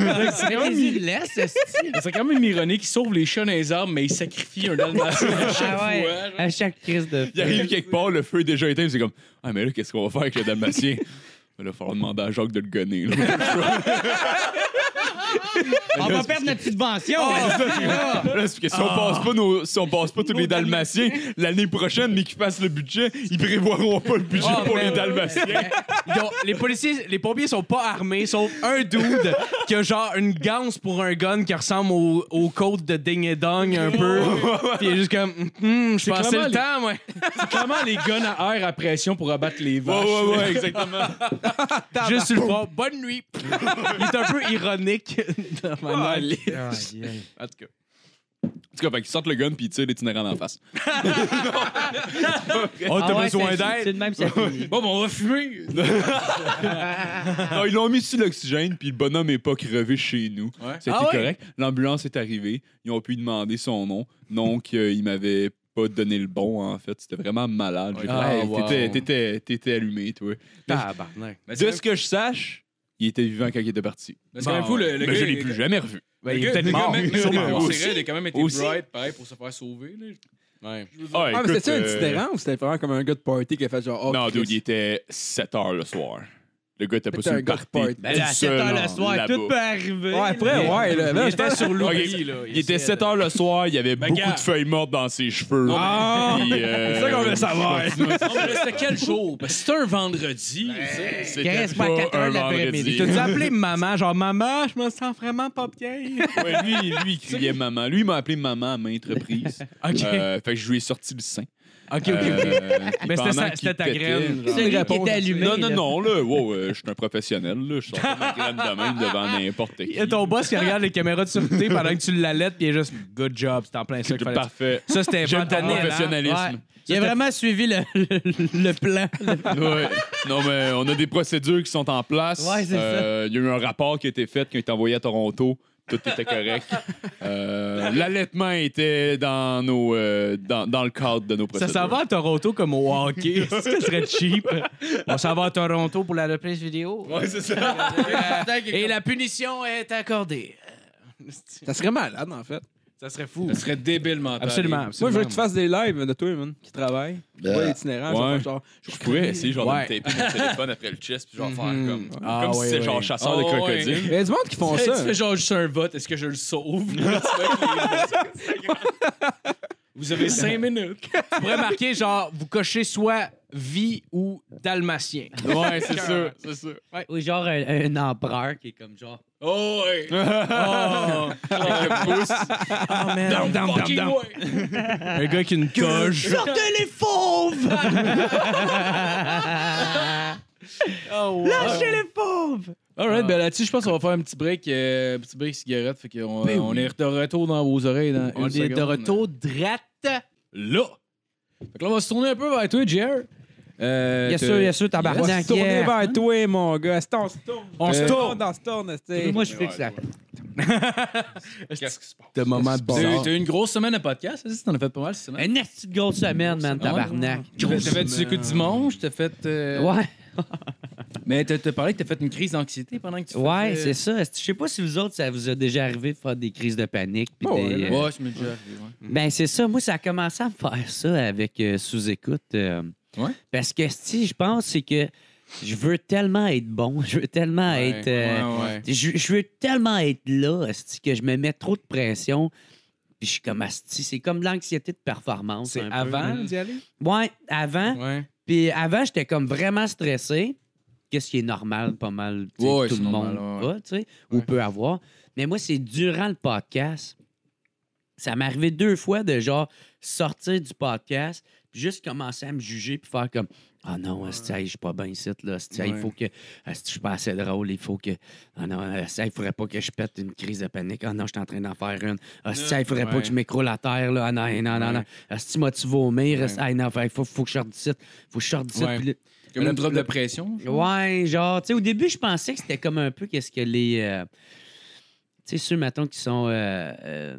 S5: il le laisse, ce style.
S2: C'est quand même ironique qu'ils sauvent les chats dans les arbres, mais ils sacrifient un dalmatien *laughs* à chaque
S5: Ah ouais,
S2: fois. genre.
S5: à chaque crise de feu.
S8: Il arrive quelque part, le feu est déjà éteint. C'est comme Ah, mais là, qu'est-ce qu'on va faire avec le dalmatien? Il va falloir demander à Jacques de le gonner. là.
S5: On va perdre notre subvention.
S4: Ah,
S8: Là, c'est parce que si on
S3: Ah.
S8: passe pas, nos- si on passe pas tous les dalmatiens, l'année prochaine, mais qu'ils fassent le budget, ils prévoiront pas le budget
S3: Oh,
S4: Ah,
S8: pour
S4: ben
S8: les
S4: oui.
S8: dalmatiens.
S4: Ils ont- les policiers, les pompiers sont pas armés, sauf un dude qui a genre une ganse pour un gun qui ressemble au, au code de Ding et Dong un peu. Puis il est juste comme, hum, je passais
S2: clairement
S4: le
S2: les-
S4: temps, moi.
S2: C'est clairement les guns à air à pression pour abattre les
S8: Ouais,
S2: vaches.
S8: ouais, ouais, exactement.
S4: Juste sur le front, bonne nuit. il est un peu ironique. de la
S2: Ah,
S4: manière. en tout cas.
S8: En tout cas, fait qu'ils sortent le gun puis ils tirent l'itinérant en face.
S4: Oh, t'as
S5: Ah ouais,
S4: besoin
S5: c'est-
S4: d'aide?
S5: C'est de même, ça finit.
S2: Bon, ben, on va fumer.
S8: Non, ils l'ont mis sur l'oxygène, puis le bonhomme est pas crevé chez nous. C'était
S4: Ah ouais?
S8: correct. L'ambulance est arrivée. Ils ont pu lui demander son nom. Non, qu'il m'avait pas donné le bon, en fait. C'était vraiment malade. J'ai fait,
S4: Ah,
S8: Hey,
S4: wow.
S8: t'étais- t'étais- T'étais allumé, toi.
S4: Tabarnak.
S8: de ce que je sache, il était vivant quand il était parti.
S2: Mais C'est quand même fou, le, le
S8: Mais
S2: gars.
S8: je l'ai
S2: il-
S8: plus jamais revu.
S4: Ben,
S2: le
S4: il est
S2: gars-
S4: peut-être
S2: le gars,
S4: mort.
S2: même- même au
S8: Sûrement.
S2: départ,
S8: Aussi.
S2: c'est vrai, il a quand même été
S8: Aussi.
S2: bright, pareil, pour se faire sauver. là.
S8: Ah,
S3: Ah, mais
S8: écoute,
S3: c'était un
S8: euh,
S3: itinérant ou c'était vraiment comme un gars de party qui a fait genre. Oh,
S8: Non, dude,
S3: Christ.
S8: il était 7 heures le soir. Le gars était pas
S3: C'était
S8: sur
S3: un
S8: le
S3: gars de
S8: party.
S3: party.
S5: Ben, à
S8: Tout
S5: 7
S8: seul,
S5: heures
S8: non,
S5: le soir,
S8: là-bas.
S5: tout peut arriver.
S3: Ouais, Ah, après, ouais, là, là,
S4: Il
S2: hein?
S4: était sur l'oubli,
S8: Ok.
S4: là.
S8: *laughs* Il était 7 heures le soir, il y avait beaucoup de feuilles mortes dans ses cheveux.
S3: Ah!
S8: Puis, euh,
S3: C'est ça qu'on veut savoir.
S2: Non, mais c'était quel jour? Parce que c'était un vendredi. tu sais.
S8: C'était
S5: Reste pas à quatre
S8: pas
S5: heures
S8: un
S5: l'après-midi.
S8: vendredi.
S4: T'as-tu appelé maman? Genre, maman, je me sens vraiment pas bien.
S8: *laughs* Ouais, lui, lui, il criait maman. Lui, il m'a appelé maman à maintes reprises.
S4: OK.
S8: Euh, fait que je lui ai sorti le sein.
S4: OK, OK, OK.
S8: Euh, puis
S4: Mais c'était
S8: pendant
S4: sa-
S8: qu'il
S4: c'était ta
S8: pétait,
S4: graine.
S8: genre-
S5: Celui qui était allumé.
S8: Non, non,
S5: là.
S8: non, là, wow, euh, je suis un professionnel, là, je sors pas ma graine de même devant n'importe qui.
S4: Il y a ton boss qui regarde les caméras de sécurité pendant que tu l'allaites, puis il est juste Good job, c'est en plein *laughs* ça. qu'il fallait-
S8: Parfait.
S4: Ça, c'était
S8: J'aime ton
S4: pantanel, hein?
S8: professionnalisme.
S5: Il a vraiment suivi le, *laughs* le plan.
S8: Ouais. Non, mais on a des procédures qui sont en place.
S5: Ouais, c'est
S8: Euh, Il y a eu un rapport qui a été fait, qui a été envoyé à Toronto. Tout
S4: *laughs*
S8: était correct. Euh, L'allaitement était dans, nos, euh, dans, dans le cadre de nos
S4: Ça
S8: procédures.
S4: s'en va à Toronto comme au
S5: *laughs*
S4: hockey. Est-ce que Ce serait cheap. On s'en va à Toronto pour la reprise vidéo.
S8: Ouais, c'est ça.
S4: Et la punition est accordée.
S3: Ça serait malade, en fait.
S4: Ça serait fou.
S2: Ça serait débile mental.
S4: Absolument.
S3: Moi, je veux que
S4: absolument.
S3: tu fasses des lives de toi, man, qui travaille. Ouais, itinérant,
S8: Ouais.
S3: genre, genre.
S8: Je pourrais essayer genre,
S4: Ouais.
S8: de me taper mon téléphone après le chest puis genre faire
S4: Mhm.
S8: comme,
S4: Ah,
S8: comme si
S4: ouais,
S8: c'était genre
S4: ouais.
S8: chasseur de
S2: Ah, ouais. *laughs*
S8: crocodile.
S3: Il y a du monde qui font
S2: Tu
S3: ça.
S2: fais genre juste un vote, est-ce que je le sauve?
S8: *laughs*
S2: *laughs* Vous avez cinq minutes.
S4: Tu pourrais marquer genre, vous cochez soit vie ou dalmatien.
S8: Ouais, *laughs* c'est sûr, c'est sûr.
S5: Ou genre un, un empereur qui est comme genre.
S2: Oh, *laughs* ouais. Ah.
S4: Oh, man.
S2: Fucking ouais.
S4: Un gars qui a une coche.
S5: Sortez les fauves! Lâchez les fauves!
S4: Ah.
S2: Alright, ben là-dessus, je pense qu'on va faire un petit break, euh, petit break cigarette. Fait qu'on
S8: Ben
S2: on
S8: oui.
S2: est de retour dans vos oreilles. Dans
S4: On
S2: une
S4: est de
S2: seconde.
S4: retour drette.
S2: Là! Fait que là, on va se tourner un peu vers toi, JR. Euh,
S5: Bien
S2: t'as-
S5: sûr, bien sûr,
S3: On va
S5: tabarnak.
S3: se tourner
S5: yeah.
S3: vers toi, mon gars. Si on se tourne.
S4: On se
S3: Euh,
S4: tourne.
S3: On se tourne, c'est-
S5: Moi, je fixe ça.
S8: Qu'est-ce qui se passe?
S4: De moment de
S2: T'as t'as eu une grosse semaine de podcast, hein, c'est ça? T'en as fait pas mal cette semaine?
S5: Un esti de grosse semaine, man,
S2: Ah ouais?
S5: tabarnak.
S2: T'as t'as fait du écoutes dimanche, t'as fait. euh,
S5: Ouais,
S2: Mais t'as t'as parlé que t'as fait une crise d'anxiété pendant que tu
S5: ouais,
S2: faisais-
S5: c'est ça. Esti, Je sais pas si vous autres, ça vous a déjà arrivé de faire des crises de panique. puis
S3: Oh,
S9: Oh,
S3: Ouais,
S5: des, euh,
S2: Ouais, je me dis. ouais.
S5: Ben, c'est ça. Moi, ça a commencé à me faire ça avec euh, sous-écoute. euh,
S2: Ouais?
S5: Parce que, si je pense, c'est que je veux tellement être bon, je veux tellement être. euh,
S9: ouais.
S5: Je, je veux tellement être là, esti, que je me mets trop de pression. Puis je suis comme asti, c'est comme de l'anxiété de performance.
S9: C'est
S5: un peu.
S9: avant d'y aller?
S5: Ouais, avant.
S9: Ouais.
S5: Puis avant, j'étais comme vraiment stressé, qu'est-ce qui est normal, pas mal, tu sais,
S8: Ouais,
S5: tout
S8: c'est
S5: le
S8: normal,
S5: monde
S8: ouais,
S5: a, tu sais, ou peut avoir. Mais moi, c'est durant le podcast, ça m'est arrivé deux fois de genre sortir du podcast, puis juste commencer à me juger, puis faire comme. Ah non, esti, hey, je suis pas bien ici, là. Esti, hey, Il faut que. esti, Je suis pas assez drôle, il faut que. Ah non, esti, hey, il faudrait pas que je pète une crise de panique. Ah non, je suis en train d'en faire une. Ah, esti, hey, il faudrait pas que je m'écroule à terre, là. Ah non, hey, non, non, non. Esti, m'as-tu vomir? Esti, hey, non, il faut, faut que je sorte d'ici. Faut que je sorte d'ici.
S9: Ouais.
S5: Puis là-
S8: Comme
S9: Le-
S8: une drop de
S9: le-
S8: pression. genre.
S5: Ouais, genre, tu sais, au début, je pensais que c'était comme un peu qu'est-ce que les. euh, tu sais, ceux, mettons, qui sont. Euh, euh,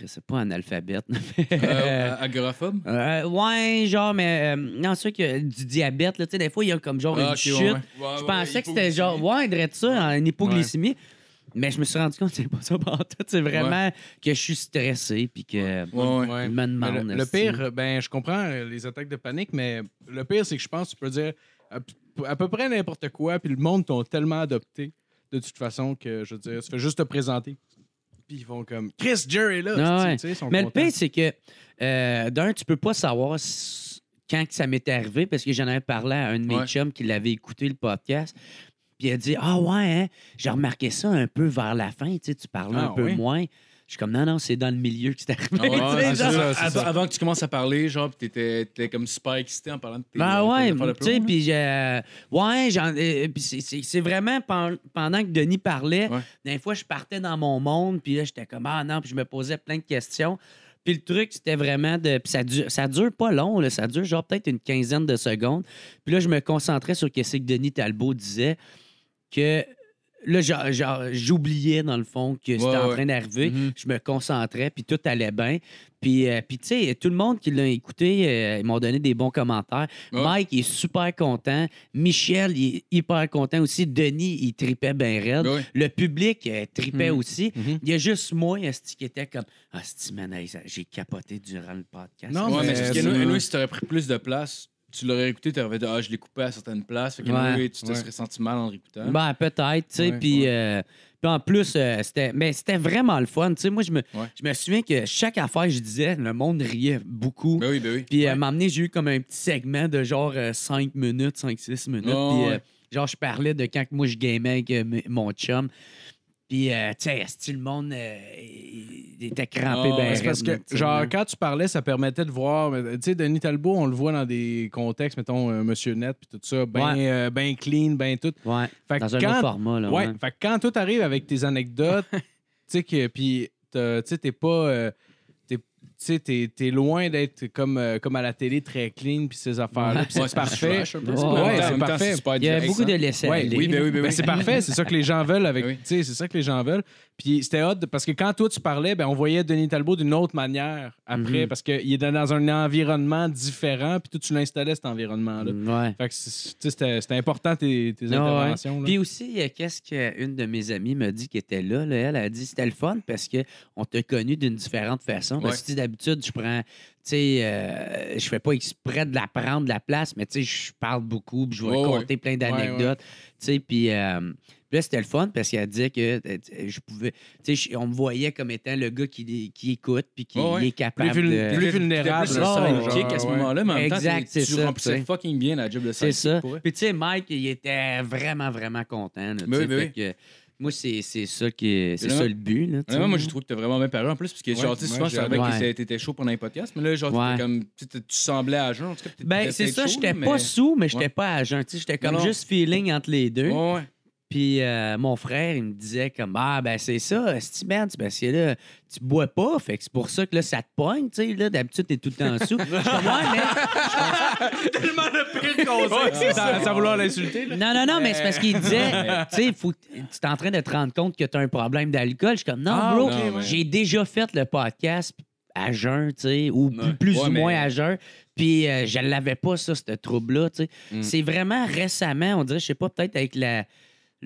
S5: je sais pas, analphabètes. mais,
S8: *laughs* Euh, agoraphobe.
S5: *laughs* euh, ouais, genre, mais. euh, non, ceux qui ont du diabète, là, tu sais, des fois, il y a comme genre
S8: Ah,
S5: une
S8: ok,
S5: chute.
S8: ouais, ouais. Ouais,
S5: Je
S8: ouais,
S5: pensais
S8: ouais,
S5: que c'était genre.
S8: hypoglycémie.
S5: Ouais, il dirait ça, en hypoglycémie. Mais je me suis rendu compte que c'est pas ça pour tout. C'est vraiment que je suis stressé, puis que.
S8: Ouais, *laughs* ouais.
S5: Il me demande,
S4: Mais le, le
S5: esti.
S4: pire, ben, je comprends euh, les attaques de panique, mais le pire, c'est que je pense que tu peux dire à, p- à peu près n'importe quoi, puis le monde t'ont tellement adopté de toute façon que, je veux dire, tu fais juste te présenter. Puis ils vont comme Chris Jerry là.
S5: Ah ouais.
S4: tu sais, ils sont
S5: Mais
S4: contents.
S5: le pire, c'est que, euh, d'un, tu peux pas savoir s- quand que ça m'est arrivé, parce que j'en avais parlé à un de mes
S8: Ouais.
S5: chums qui l'avait écouté le podcast. Puis il a dit Ah ouais, hein, j'ai remarqué ça un peu vers la fin, tu sais, tu parlais un
S4: Ah
S5: peu
S4: oui.
S5: moins. Je suis comme Non, non, c'est dans le milieu que c'est arrivé.
S8: Ah Ouais,
S5: tu sais,
S8: c'est
S5: genre.
S8: ça, c'est ça. Avant que tu commences à parler, genre, pis t'étais t'étais comme super excité en parlant de tes. euh,
S5: Ben
S8: tes
S5: ouais,
S8: affaires de
S5: tu sais,
S8: plomb,
S5: puis euh, ouais, j'en- euh, puis c'est- c'est c'est vraiment pen- pendant que Denis parlait,
S8: Ouais.
S5: des fois je partais dans mon monde, puis là j'étais comme ah non, puis je me posais plein de questions. Puis le truc c'était vraiment de puis ça dure, ça dure pas long là, ça dure genre peut-être une quinzaine de secondes. Puis là je me concentrais sur qu'est-ce que Denis Talbot disait que là genre- genre, j'oubliais dans le fond que c'était
S8: Ouais,
S5: en
S8: ouais.
S5: train d'arriver,
S8: Mhm.
S5: je me concentrais puis tout allait bien. Puis, euh, puis tu sais, tout le monde qui l'a écouté, euh, ils m'ont donné des bons commentaires.
S8: Ouais.
S5: Mike il est super content. Michel, il est hyper content aussi. Denis, il tripait bien raide.
S8: Ben oui. Mhm.
S5: Le public euh, tripait aussi. Il y a juste moi, Asti, qui était comme Ah, Asti, man, hey, ça- j'ai capoté durant le podcast.
S4: Non,
S8: Ouais, mais c'est parce que
S4: c'est-
S8: nous, nous, si t'aurais pris plus de place, tu l'aurais écouté, t'aurais dit, ah, je l'ai coupé à certaines places. Fait que
S5: Ouais.
S8: nous, tu te
S4: Ouais.
S8: serais senti mal en le réécoutant.
S5: Ben, peut-être, tu sais.
S8: Ouais,
S5: Puis euh, puis en plus, euh, c'était mais c'était vraiment le fun. Tu sais, moi, je me,
S8: Ouais.
S5: je me souviens que chaque affaire, que je disais, le monde riait beaucoup.
S8: Ben oui, ben oui.
S5: Puis à m'emmener, j'ai eu comme un petit segment de genre 5 minutes, 5-6 minutes.
S8: Oh,
S5: puis euh,
S8: ouais.
S5: genre, je parlais de quand que moi je gamais avec euh, m- mon chum. Puis, euh, tu sais, si le monde euh, il était crampé,
S8: Oh,
S5: ben.
S8: ouais,
S4: C'est parce
S5: raide,
S4: que,
S5: là, tu sais,
S4: genre,
S5: là.
S4: quand tu parlais, ça permettait de voir. mais, Tu sais, Denis Talbot, on le voit dans des contextes, mettons, euh, Monsieur Net, puis tout ça, bien
S5: Ouais.
S4: clean, bien tout.
S5: Ouais,
S4: Fait que
S5: dans un
S4: quand-
S5: autre format, là.
S4: Ouais,
S5: ouais.
S4: fait que quand tout arrive avec tes anecdotes, tu sais que puis t'as- tu sais t'es pas euh, t'es- tu sais, t'es t'es loin d'être comme, euh, comme à la télé très clean puis ces affaires-là. puis
S8: Ouais,
S4: c'est parfait.
S8: trash un peu.
S5: Ouais,
S8: En même temps,
S5: ouais,
S8: en
S4: c'est
S8: même temps,
S4: parfait.
S8: super
S5: Il y a
S8: direct,
S5: beaucoup
S8: hein.
S5: de laisser
S4: Ouais,
S5: aller.
S8: Oui, ben oui, ben
S4: *laughs* Ben,
S8: oui.
S4: c'est parfait, c'est ça que les gens veulent *laughs* avec.
S8: Oui.
S4: tu sais, C'est ça que les gens veulent. Puis c'était hot de- parce que quand toi tu parlais, ben, on voyait Denis Talbot d'une autre manière après
S5: Mhm.
S4: parce qu'il est dans un environnement différent, puis toi tu l'installais cet environnement-là.
S5: Ouais.
S4: Fait que c'est- tu sais, c'était c'était important tes, tes
S5: Mm. Ouais,
S4: interventions. là.
S5: Puis aussi, euh, qu'est-ce qu'une de mes amies m'a dit qui était là, là, elle a dit c'était le fun parce que on t'a connu d'une différente façon. Parce que tu sais, d'habitude, je prends, tu sais, euh, je fais pas exprès de la prendre de la place, mais tu sais, je parle beaucoup, puis je vais
S8: Ouais,
S5: compter plein d'anecdotes,
S4: Ouais, ouais.
S5: tu sais, puis. euh, puis là, c'était le fun parce qu'elle disait que euh, je pouvais. Tu sais, je- on me voyait comme étant le gars qui, qui écoute puis qui
S8: Ouais, ouais.
S4: plus,
S5: est capable
S4: vul-
S5: de.
S4: plus
S8: T'étais
S4: vulnérable.
S8: Euh,
S5: Ah,
S8: plus le
S4: là,
S5: ouais,
S8: side
S4: genre,
S8: kick à ce
S4: ouais.
S8: moment-là, mais en même temps,
S5: Exact,
S8: t'es-
S5: c'est
S8: tu
S5: ça, tu
S8: remplissais
S5: sais.
S8: fucking bien la job de
S5: C'est
S8: sidekick,
S5: ça.
S8: pour vrai.
S5: Puis tu sais, Mike, il était vraiment, vraiment content. là, tu
S8: Mais
S5: sais,
S8: oui, mais
S5: fait que moi, c'est c'est ça qui est- c'est
S8: Vraiment.
S5: ça le but. Là, tu sais.
S8: Honnêtement, moi, j'ai trouvé que t'as vraiment bien parlé en plus, parce que genre, tu sais,
S4: moi,
S8: souvent, ça
S4: j'avais-
S8: arrivait que
S5: Ouais.
S8: t'étais- t'étais chaud pendant les podcasts, mais là, genre,
S5: Ouais.
S8: t'étais comme, tu sais, tu semblais à jeun, en tout cas. peut-être
S5: ben,
S8: t'étais
S5: c'est
S8: peut-être
S5: ça,
S8: chaud,
S5: j'étais
S8: mais-
S5: pas sous, mais j'étais
S8: Ouais.
S5: pas agent. Tu sais, J'étais comme
S8: Non, non.
S5: juste feeling entre les deux.
S8: Ouais, ouais.
S5: Puis euh, mon frère, il me disait comme Ah, ben c'est ça, si man, c'est parce que là, tu bois pas, fait que c'est pour ça que là, ça te pogne, tu sais, là, d'habitude, t'es tout le temps sous. Je suis comme, Ouais, mais-
S4: Sans, sans vouloir l'insulter. là.
S5: Non, non, non, mais c'est parce qu'il
S8: *laughs*
S5: disait, tu sais, faut- tu t'es en train de te rendre compte que tu as un problème d'alcool. Je suis comme, non,
S4: Ah,
S5: bro,
S4: ok, ouais.
S5: j'ai déjà fait le podcast à jeun, tu sais, ou plus- plus
S8: Ouais,
S5: ou
S8: mais-
S5: moins à jeun. Puis euh, je l'avais pas, ça, ce trouble-là, tu sais.
S8: Mm.
S5: C'est vraiment récemment, on dirait, je sais pas, peut-être avec la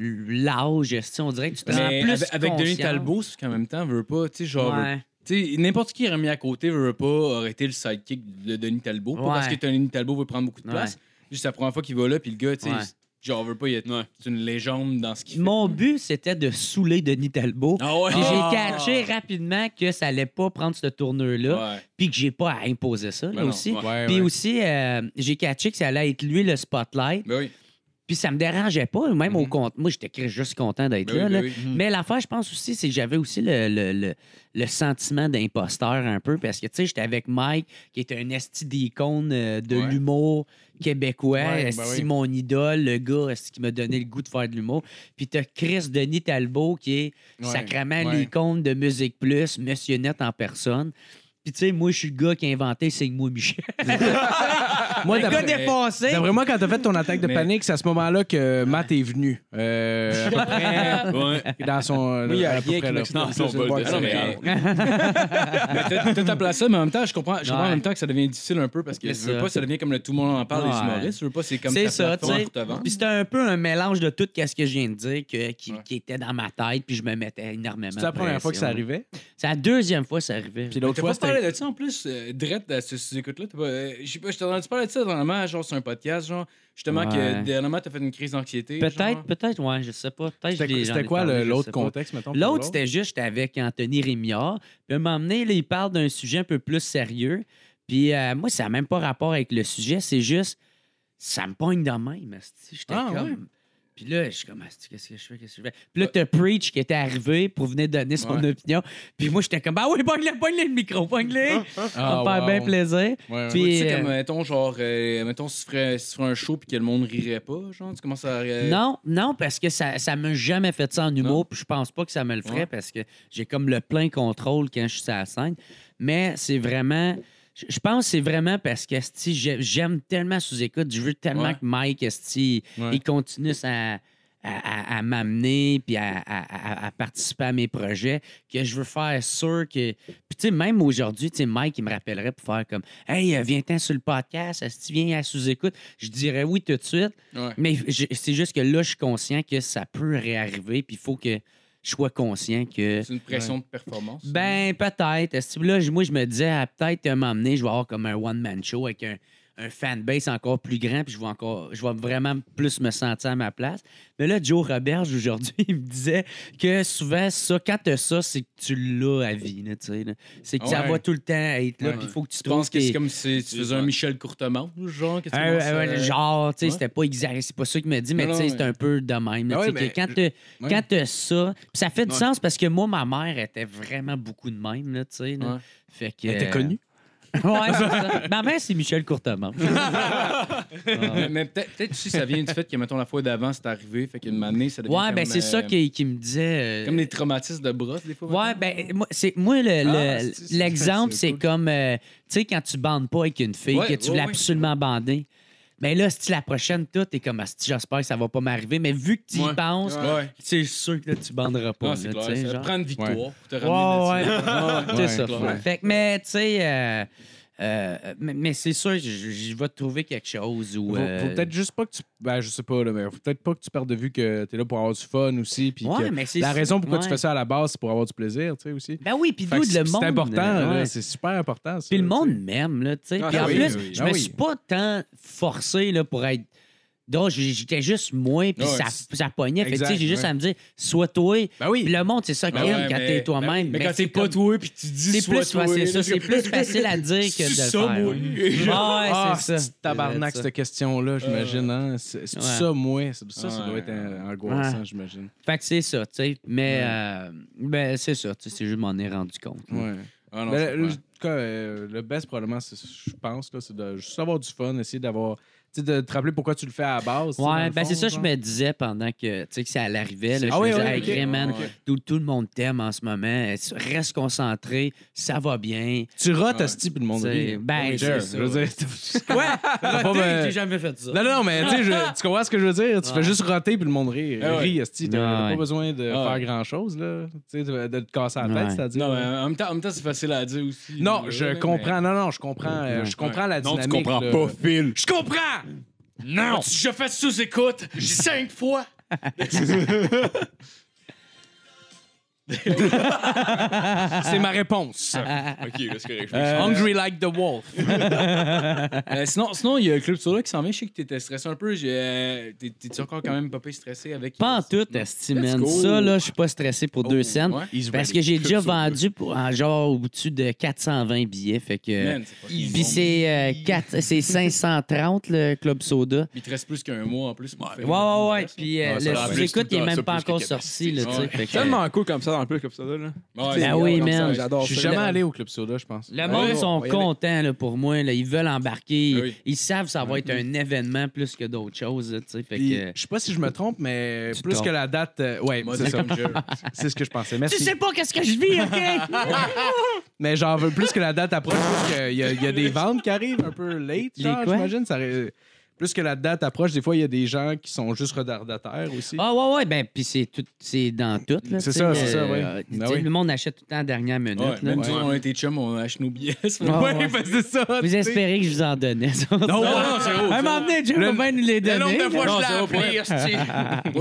S5: l'âge, tu sais, on dirait que tu te rends
S8: Mais
S5: plus
S8: avec, avec Denis
S5: conscient.
S8: Talbot, c'est qu'en même temps, veut pas, tu sais, genre, veut-
S5: Ouais.
S8: tu sais, n'importe qui remis à côté veut pas aurait été le sidekick de Denis Talbot. Pas
S5: Ouais.
S8: parce que Denis Talbot veut prendre beaucoup de
S5: Ouais.
S8: place. Juste la première fois qu'il va là, puis le gars, tu sais,
S5: Ouais.
S2: Genre, veux pas y être. C'est une légende dans ce qu'il fait.
S5: Mon but, c'était de saouler Denis Talbot.
S2: Ah ouais.
S5: Puis j'ai
S2: Ah.
S5: catché rapidement que ça allait pas prendre ce tourneur-là,
S2: Ouais.
S5: puis que j'ai pas à imposer ça, là
S2: non,
S5: aussi.
S2: ouais.
S5: Puis aussi, euh, j'ai catché que ça allait être lui le spotlight,
S2: Ben oui.
S5: puis ça me dérangeait pas, même au compte. Moi, j'étais juste content d'être
S2: Mm-hmm. Ben
S5: là.
S2: oui, ben
S5: là.
S2: oui.
S4: Mm.
S5: Mais l'affaire, je pense aussi, c'est que j'avais aussi le, le- le- le sentiment d'imposteur un peu, parce que, tu sais, j'étais avec Mike, qui est un esti d'icône euh, de l'humour québécois,
S4: ben
S5: esti mon idole, le gars esti qui m'a donné le goût de faire de l'humour. Puis t'as Chris Denis Talbot, qui est sacrément l'icône de Musique Plus, Monsieur Net en personne. Puis, tu sais, moi, je suis le gars qui a inventé Signe-moi Michel.
S4: Ah,
S5: moi, le gars
S4: d'après-
S5: défoncé.
S4: D'après moi, quand t'as fait ton attaque de
S2: Mais-
S4: panique, c'est à ce moment-là que Matt est venu. Euh, à peu près *laughs*
S8: Ouais.
S4: dans son.
S2: Oui, il y a
S4: à peu
S2: rien
S4: près
S2: qui
S4: là.
S2: m'explique
S4: Ah, Non, euh,
S2: ça,
S4: son
S2: c'est
S4: bol
S5: ben
S2: une boîte
S4: de
S2: de
S4: céréales.
S5: *laughs*
S2: Mais t'as t'as ta place là, mais en même temps, je comprends, je comprends en
S5: Ouais.
S2: même temps que ça devient difficile un peu parce que
S5: C'est
S2: je veux
S5: ça.
S2: pas, ça devient comme le tout le monde en parle, les
S5: Ouais.
S2: humoristes. Je veux pas, c'est comme
S5: C'est
S2: ta
S5: ça, tu
S2: plateforme
S5: sais.
S2: pour te vendre.
S5: Puis c'était un peu un mélange de tout ce que je viens de dire que- qui, qui était dans ma tête, puis je me mettais énormément.
S4: C'est la
S5: de
S4: première fois que ça
S5: pression.
S4: arrivait.
S5: C'est la deuxième fois que ça arrivait.
S2: Mais
S4: Puis l'autre
S2: T'as
S4: fois,
S2: pas
S4: c'était.
S2: parlé de ça en plus, euh, direct à ce écoute-là. t'as pas- euh, Je sais pas, je t'ai entendu parler de ça dernièrement, genre sur un podcast, genre justement que
S5: Ouais.
S2: dernièrement t'as fait une crise d'anxiété. genre.
S5: Peut-être, peut-être, ouais, je sais pas. Peut-être je l'ai-
S4: C'était
S5: j'en ai
S4: c'était quoi
S5: parlé,
S4: le-
S5: je
S4: l'autre
S5: sais pas.
S4: contexte, mettons? pour
S5: L'autre, c'était juste, j'étais avec Anthony Rémillard. Puis à un moment donné, là, il parle d'un sujet un peu plus sérieux. Puis euh, moi, ça n'a même pas rapport avec le sujet, c'est juste, ça me pogne de même. esti. J'étais
S4: Ah,
S5: comme. Puis là, je suis comme, Asti, qu'est-ce que je fais, qu'est-ce que je fais? Puis là,
S4: Bah
S5: t'as Preach qui était arrivé pour venir donner son opinion. Puis moi, j'étais comme, ah oui, pogne-le, pogne-le le micro, pogne-le. Ça
S4: Ah,
S5: me fait
S4: wow.
S5: bien plaisir.
S4: Ouais,
S5: Puis,
S2: Tu sais,
S5: euh,
S2: comme, mettons, genre, euh, mettons, si tu ferais, si tu ferais un show puis que le monde rirait pas, genre, tu commences à. euh,
S5: Non, non, parce que ça ne m'a jamais fait ça en
S2: Non.
S5: humour, puis je pense pas que ça me le ferait
S2: Ouais.
S5: parce que j'ai comme le plein contrôle quand je suis sur la scène. Mais c'est vraiment. Je je pense que c'est vraiment parce que esti, j'ai- j'aime tellement sous-écoute. Je veux tellement
S2: Ouais.
S5: que Mike, esti,
S4: Ouais.
S5: il continue à, à, à- à m'amener puis à, à- à- à participer à mes projets, que je veux faire sûr que. Puis, tu sais, même aujourd'hui, tu sais, Mike, il me rappellerait pour faire comme Hey, euh, viens-t'en sur le podcast, esti, viens à sous-écoute. Je dirais oui tout de suite.
S2: Ouais.
S5: Mais je- c'est juste que là, je suis conscient que ça peut réarriver, puis il faut que je sois conscient que.
S2: C'est une pression de performance.
S5: Ben, peut-être. Est-ce que Là, je- moi, je me disais, ah, peut-être à un moment donné, je vais avoir comme un one-man show avec un, un fanbase encore plus grand, puis je vais, encore, je vais vraiment plus me sentir à ma place. Mais là, Joe Roberge, aujourd'hui, *laughs* il me disait que souvent, ça, quand tu ça, c'est que tu l'as à vie. là, tu sais, là. C'est que ça
S2: Ouais.
S5: va tout le temps être là,
S2: Ouais.
S5: puis il faut que tu
S2: Tu penses
S5: trouves
S2: que c'est
S5: tes-
S2: comme si tu faisais un Michel Courtemanche, genre, que tu euh?
S5: un-
S2: commences à-
S5: un- Ah, genre, tu sais,
S2: ouais.
S5: c'était pas exact, c'est pas ça qu'il m'a dit, mais
S2: Non,
S5: tu sais,
S2: non,
S5: c'est
S2: mais- Ben
S5: un peu de même. là,
S4: Ah
S5: tu sais,
S4: ouais,
S5: que
S4: mais
S5: quand t'as-
S4: ouais.
S5: quand t'as ça, pis ça fait du
S8: Ouais.
S5: sens parce que moi, ma mère était vraiment beaucoup de même, là, tu sais. là.
S2: Ouais.
S5: Fait que. euh,
S4: Elle était connue.
S5: *laughs* Ouais, c'est ça. Ma mère, c'est
S2: *laughs*
S5: Michel Courtemanche.
S2: Mais, mais peut-être peut-être aussi, ça vient du fait que, mettons, la fois d'avant, c'est arrivé, fait qu'une année, ça devient.
S5: Ouais, ben
S2: comme,
S5: c'est ça
S2: euh,
S5: qui, qui me disait. euh,
S2: Comme les traumatismes de brosse, des fois.
S5: Ouais, ben, moi, c'est, moi le-
S4: Ah,
S5: le-
S4: c'est- c'est-
S5: l'exemple,
S4: c'est
S5: c'est, comme, euh, tu sais, quand tu bandes pas avec une fille,
S2: Ouais,
S5: que tu
S2: ouais,
S5: voulais
S2: ouais.
S5: absolument bander. Mais là, si la prochaine, tout est comme, Asti, j'espère que ça va pas m'arriver. Mais vu que tu y
S2: Ouais.
S5: penses,
S2: Ouais.
S5: c'est sûr que là, tu banderas pas.
S2: Non, c'est
S5: là,
S2: clair.
S5: tu sais,
S2: ça
S5: genre.
S2: prend une victoire pour te
S5: Ouais,
S2: ramener Ah,
S4: Ah,
S2: là-dessus.
S5: *laughs* C'est ça.
S2: clair.
S5: faut- Fait que, mais, tu sais, euh, euh, mais, mais c'est sûr, je je vais trouver quelque chose. Ou,
S4: Faut,
S5: euh,
S4: faut peut-être juste pas que tu. Ben, je sais pas, là, mais faut peut-être pas que tu perdes de vue que t'es là pour avoir du fun aussi. Puis
S5: Ouais,
S4: que
S5: mais c'est
S4: la raison pourquoi tu
S5: ouais.
S4: fais ça à la base, c'est pour avoir du plaisir, tu sais, aussi.
S5: Ben oui, puis
S4: Fait
S5: d'où
S4: que
S5: le
S4: c'est-
S5: monde.
S4: C'est important, là,
S5: ouais.
S4: c'est super important. ça,
S5: Puis le
S4: tu
S5: monde
S4: sais.
S5: m'aime, là, tu sais.
S4: Ah,
S5: Puis en
S4: oui,
S5: plus,
S4: oui,
S5: je
S4: ah
S5: me
S4: oui.
S5: suis pas tant forcé, là, pour être. Donc, j'ai- j'étais juste moi, puis
S2: Ouais,
S5: ça,
S2: c'est-
S5: ça pognait. Fait que, tu sais,
S4: Ah, Exact,
S5: j'ai juste
S4: ouais.
S5: à me dire, sois toi.
S4: Ben oui.
S5: Puis le monde, c'est ça qu'il
S2: Ouais,
S5: aime quand
S2: mais-
S5: t'es toi-même. ben,
S2: Mais quand
S5: c'est
S2: t'es pas
S5: comme-
S2: toi, puis tu dis
S5: C'est
S2: sois
S5: plus,
S2: toi.
S5: facile,
S2: là,
S5: ça, c'est plus facile à dire que de
S2: C'est
S5: le
S2: ça,
S5: faire.
S2: moi.
S5: Ah, ouais,
S4: Ah,
S5: c'est ça. Euh,
S4: c'est tabarnak, cette question-là, j'imagine. hein. C'est c'est
S5: Ouais.
S4: ça, moi. C'est- Ça, ça doit
S2: Ouais.
S4: être euh, angoissant, j'imagine.
S5: Fait que c'est ça, tu sais. Mais euh, ben, c'est ça, tu sais, c'est juste m'en ai rendu compte. Ben, là.
S4: Ouais.
S2: Ah, non,
S4: Mais
S2: c'est
S4: le,
S2: clair.
S4: en tout cas, euh, le best, probablement, c'est- je pense, là, c'est de juste avoir du fun, essayer d'avoir. Tu sais, de te rappeler pourquoi tu le fais à la base. tu sais, dans
S5: Ouais,
S4: le
S5: ben
S4: fond,
S5: c'est ça, je
S4: genre.
S5: me disais pendant que, tu sais, que ça arrivait. Là,
S4: Ah
S5: je
S4: oui,
S5: me disais,
S4: oui,
S5: Hey,
S4: ok.
S5: Grim, man,
S2: Ah, ouais.
S5: tout, tout le monde t'aime en ce moment. Reste concentré, ça va bien.
S4: Tu rotes
S2: Ouais.
S4: à ce type, le monde.
S5: C'est-
S4: rit.
S5: ben,
S4: Oui,
S5: c'est
S4: Jer,
S5: ça.
S4: Je veux dire,
S5: *laughs* Ouais,
S4: pas, ben-
S5: j'ai Ah, jamais fait ça.
S4: Non, non, non, mais tu sais,
S5: *laughs*
S4: je- tu comprends ce que je veux dire? Tu
S5: Ouais.
S4: fais juste roter puis le monde rit.
S2: Ah ouais.
S4: Rit, esti, t'as
S5: Ah
S4: t'as
S5: ouais.
S4: pas besoin de
S2: Ah
S4: faire
S2: ouais.
S4: grand-chose, là. Tu sais, de, de te casser la tête,
S5: Ouais.
S4: c'est-à-dire.
S2: Non, mais en même temps, en même temps, c'est facile à dire aussi.
S4: Non,
S2: là,
S4: je
S2: là, mais-
S4: comprends. Non, non, je comprends. euh, Je comprends la
S8: Non,
S4: dynamique.
S8: tu comprends
S4: là.
S8: pas,
S4: *laughs*
S8: Phil.
S4: Je comprends!
S2: Non! Je fais sous-écoute cinq fois!
S4: C'est ma réponse.
S8: Ok, là, c'est correct. je me
S2: Euh,
S4: Hungry like the wolf.
S2: *laughs* Euh, sinon, sinon, il y a Club Soda qui s'en vient. Je sais que t'étais stressé un peu. J'ai, euh, t'es- T'es-tu encore quand même pas peu stressé avec.
S5: Pas en tout, esti,
S2: Let's
S5: man.
S2: go.
S5: Ça, là, je suis pas stressé pour deux scènes.
S2: ouais.
S8: suis-
S5: Parce que j'ai déjà vendu pour, en genre au-dessus de 420 billets. Fait que.
S2: Man, c'est pas-
S5: Puis c'est euh, quatre- c'est 530 le Club Soda.
S2: Il te reste plus qu'un mois en plus. pour faire
S5: Ouais, ouais, ouais.
S2: une
S5: Puis euh,
S8: Ah, ça
S5: le
S8: va,
S5: sous
S8: plus
S5: écoute,
S8: tout
S5: il est
S8: dans
S5: même
S8: ça,
S5: pas
S8: plus que
S5: encore sorti.
S8: capacité.
S5: Là, tu sais.
S2: Ouais.
S5: Fait que-
S3: Tellement cool comme ça dans le club comme ça. Là.
S2: Ouais,
S5: Ben
S2: c'est-
S5: oui,
S2: comme ça,
S5: man.
S2: J'adore
S4: Je suis
S2: ça.
S4: jamais allé au Club Soda, je pense.
S5: Le monde
S2: Ouais.
S5: sont
S3: Ouais, y aller.
S5: contents là, pour moi. Là. Ils veulent embarquer.
S2: Ah oui.
S5: Ils savent que ça va être un événement plus que d'autres choses. là, tu sais. Fait
S4: Puis,
S5: que-
S4: Je sais pas si je me trompe, mais
S5: Tu
S4: plus
S5: tombes.
S4: que la date. euh, ouais,
S2: Moi,
S4: c'est
S2: c'est
S4: ça.
S2: comme
S5: *laughs*
S2: jeu.
S4: C'est ce que je pensais. Merci.
S5: Tu sais pas qu'est-ce que je vis, OK?
S4: Mais j'en veux plus que la date approche, plus qu'il y, a- il y a des ventes qui arrivent un peu late,
S5: Les
S4: genre,
S5: quoi?
S4: j'imagine. Ça aurait- Plus que la date approche, des fois, il y a des gens qui sont juste redardataires aussi.
S5: *laughs* ah ouais, ouais. Ben, puis c'est tout, c'est dans tout.
S4: C'est
S5: là, tu sais,
S4: ça, c'est ça, ouais.
S5: euh, tu
S4: Ben
S5: sais,
S4: oui.
S5: Le monde achète tout le temps en dernière minute.
S2: Ouais, ben
S5: là.
S2: même si on a été chum, on a acheté nos billets.
S5: Ah, ouais.
S4: ben, c'est ça.
S5: Vous espérez que je vous en donnais. ça.
S2: Non,
S5: *laughs*
S2: non, c'est haut.
S5: un
S2: c'est
S5: moment
S2: haut.
S5: donné, Jim va *laughs* bien nous les
S8: La
S5: donner.
S8: nombre de fois
S5: là.
S8: que je l'ai
S2: Non,
S8: appelé,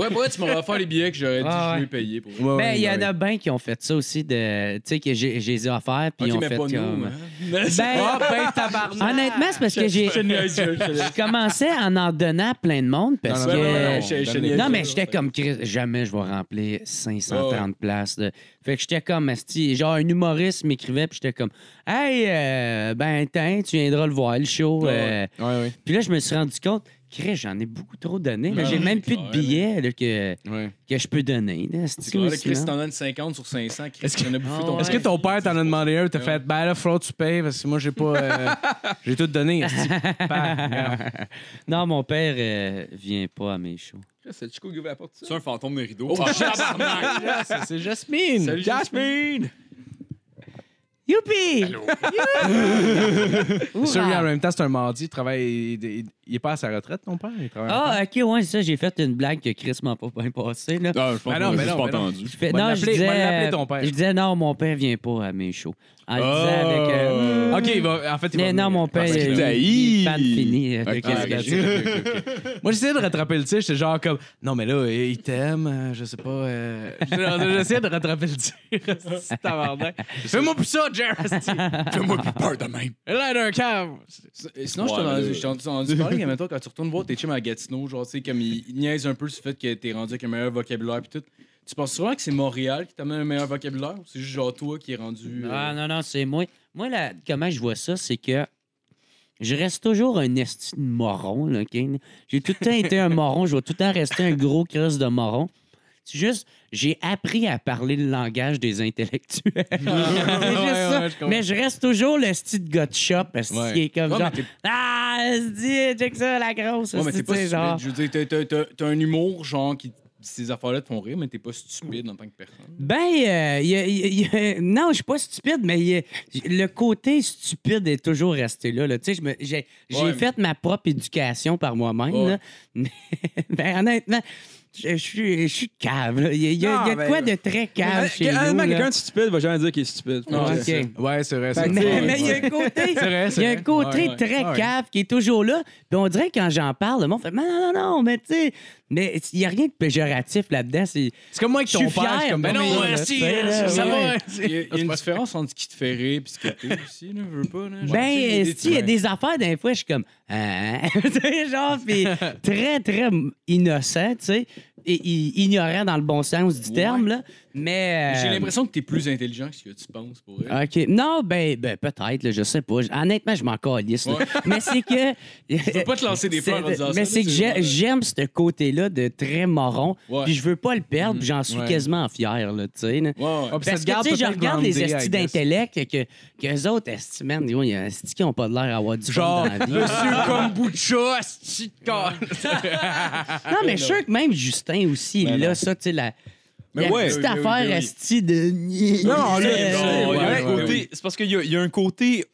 S2: *laughs* Ouais, ouais, tu m'aurais offert les billets que j'aurais dit
S5: Ah,
S2: que je
S5: ouais.
S2: vais payer pour.
S4: Ouais,
S5: Ben,
S4: ouais,
S5: il y
S4: ben
S5: en a bien qui ont fait ça aussi, de, tu sais, que j'ai j'ai les ai offerts, puis ils
S2: Ok,
S5: ont
S2: mais
S5: fait
S2: pas
S5: comme...
S2: nous. hein. *laughs*
S5: Ben, honnêtement, *laughs* c'est Ben, parce que j'ai... Je commençais à en donner à plein de monde, parce
S2: Ben,
S5: que...
S2: ouais, je- je-
S5: Non, mais j'étais comme Chris, jamais je vais remplir 530 places. de- Fait que j'étais comme, asti, genre un humoriste m'écrivait, puis j'étais comme, hey, euh, ben, tiens, tu viendras le voir, le show. euh.
S4: Ouais, ouais.
S5: Puis là, je me suis rendu compte, Chris, j'en ai beaucoup trop donné. là. J'ai même plus de billets là, que,
S4: Ouais.
S5: que je peux donner. là,
S2: C'est
S5: asti,
S2: correct,
S5: sinon.
S2: Chris, t'en donnes 50 sur 500. Est-ce que,
S5: Ah, ouais.
S4: Est-ce que ton père t'en a demandé un? T'as
S2: Ouais.
S4: fait, ben là, faut que tu payes parce que moi, j'ai pas.
S5: *laughs*
S4: euh, j'ai tout donné. esti.
S5: Non, mon père euh, vient pas à mes shows.
S3: C'est le Chico qui ouvre la porte.
S8: C'est un fantôme des
S4: Oh,
S8: rideaux.
S4: *laughs*
S8: Ah, tabarnak!
S4: C'est c'est Jasmine.
S2: Salut,
S4: Jasmine.
S5: Youpi! *laughs*
S4: C'est
S5: ah.
S4: sûr, lui, en même temps, c'est un mardi. Il travaille. il- Il il est pas à sa retraite, ton père. Il travaille.
S5: Ah, ok, ouais, c'est ça, j'ai fait une blague que Chris m'a pas bien passée. Là.
S8: Ah, je pense
S4: Ah
S8: qu'on
S4: non,
S8: l'a
S4: mais non,
S8: juste pas
S4: mais non.
S8: entendu.
S5: Je fais-
S4: Va
S5: non,
S4: l'appeler-
S5: je
S4: va
S5: disais,
S4: l'appeler ton père. Oh!
S5: je disais non, mon père vient pas à mes shows. En le
S8: Ah.
S5: disant avec. euh,
S4: Ok, il va- en fait, il va
S5: mais non,
S4: venir.
S5: mon père,
S8: Parce qu'il
S5: il
S8: t'a
S5: il est fan
S8: haï.
S5: fini euh, de
S8: Ok,
S5: qu'est-ce
S8: ok,
S4: Ah,
S5: qu'il a
S8: ok.
S5: dit. *laughs*
S4: Moi, j'essayais de rattraper le tir. J'étais genre comme, non, mais là, euh, il t'aime, euh, je sais pas. euh,
S5: *laughs*
S4: J'essayais de rattraper le tir. *laughs* C'est tabarnak. Fais-moi plus ça, Jer. esti.
S8: Fais-moi plus peur de même.
S4: Elle a d'un cave.
S2: euh, Sinon, je t'en
S8: Ouais,
S2: ai-
S8: là.
S2: je t'ai entendu- entendu parler, mais maintenant, quand tu retournes voir tes chums à Gatineau, genre, tu sais, comme ils ils niaisent un peu sur le fait que t'es rendu avec un meilleur vocabulaire, puis tout. Tu penses souvent que c'est Montréal qui t'amène un meilleur vocabulaire ou c'est juste genre toi qui est rendu. euh,
S5: Ah non, non, c'est moi. Moi, là, comment je vois ça, c'est que je reste toujours un esti de moron. là, OK? J'ai tout le temps été un moron. Je vais tout le temps rester un gros crosse de moron. C'est juste, j'ai appris à parler le langage des intellectuels.
S2: *laughs*
S5: C'est juste ça. mais je reste toujours le style de gars de shop, esti,
S4: Ouais.
S5: qui est comme
S2: Ouais,
S5: genre,
S2: mais t'es-
S5: ah, esti, check ça, la grosse.
S2: Ouais, mais
S5: esti,
S2: t'es pas
S5: tu sais,
S2: stupide.
S5: genre.
S2: Je veux dire, t'as- t'as- t'as- t'as un humour, genre, qui. Ces affaires-là te font rire, mais t'es pas stupide en tant que personne.
S5: Ben, euh, y a- y a- y a- non, je suis pas stupide, mais y a- le côté stupide est toujours resté là. là. Tu sais, je me- J'ai j'ai
S2: mais-
S5: fait ma propre éducation par moi-même.
S2: Ouais.
S5: là. *laughs* Mais ben, honnêtement, je je suis je suis cave. Il y a, y a-
S3: Non,
S5: y a de
S3: ben,
S5: quoi de très cave
S4: euh,
S5: chez nous.
S3: Honnêtement,
S5: là.
S3: quelqu'un de stupide va jamais dire qu'il est stupide.
S5: Ouais,
S3: Ouais,
S5: ok.
S3: c'est ça.
S4: Ouais, c'est vrai.
S3: Fait
S4: c'est
S3: que
S4: vrai.
S5: Mais
S3: Ouais,
S5: mais il y a un côté,
S4: C'est vrai, c'est
S5: il y a un
S4: vrai.
S5: côté
S4: Ouais, ouais.
S5: très
S4: Ah ouais.
S5: cave qui est toujours là. Puis on dirait que quand j'en parle, le monde fait non, non, non, mais tu sais, mais il n'y a rien de péjoratif là-dedans. C'est
S4: C'est comme moi avec
S5: Je
S4: ton
S5: suis
S4: père. je suis
S5: fier,
S4: comme,
S5: mais
S4: ben
S5: non,
S4: non,
S5: euh,
S4: esti,
S5: c'est-
S4: euh, ça
S5: ouais.
S4: va.
S2: Il y a, il y a une différence entre ce qui te fait rire et ce que t'es aussi, là, veux pas, là. Genre,
S5: Ben,
S2: tu sais, il y a des-
S5: si, il y a des affaires, des fois, je suis comme, hein? *laughs* Tu sais, genre,
S2: *laughs*
S5: puis très, très innocent, tu sais, et, et ignorant dans le bon sens du
S2: Ouais.
S5: terme, là. Mais.
S2: J'ai
S5: euh,
S2: l'impression que t'es plus intelligent que ce que tu penses pour elle.
S5: OK. Non, ben, ben peut-être, là, je sais pas. Honnêtement, je m'en calisse. là.
S2: Ouais.
S5: Mais c'est que.
S2: *laughs* Je veux pas te lancer des fleurs en disant ça.
S5: Mais
S2: là,
S5: c'est que
S2: tu
S5: j'ai-
S2: sais.
S5: j'aime ce côté-là de très moron,
S2: Ouais. Mhm.
S5: puis je veux pas le perdre, puis j'en suis
S4: Ouais.
S5: quasiment fier, là, tu sais. là.
S2: Ouais, ouais.
S4: Ah, puis ça
S5: Parce
S4: te
S5: que,
S4: garde
S5: tu sais, je
S4: peut-être
S5: regarde les
S4: grounded, I guess.
S5: estis d'intellect que, que eux autres, estis, man, yo, il y a estis qui ont pas l'air d'avoir du fun
S4: Genre,
S5: dans la vie.
S4: monsieur Kombucha, esti de con.
S5: Non, mais je suis sûr que même Justin aussi, il a ça, tu sais, la...
S8: Mais
S5: la
S8: ouais.
S5: petite
S2: Oui, oui,
S5: affaire
S2: oui, oui.
S5: esti de...
S3: Non,
S8: *laughs*
S3: là,
S5: Euh,
S3: c'est-
S8: Non, il y a un
S3: ouais,
S8: côté- C'est parce qu'il y, a- il y a un côté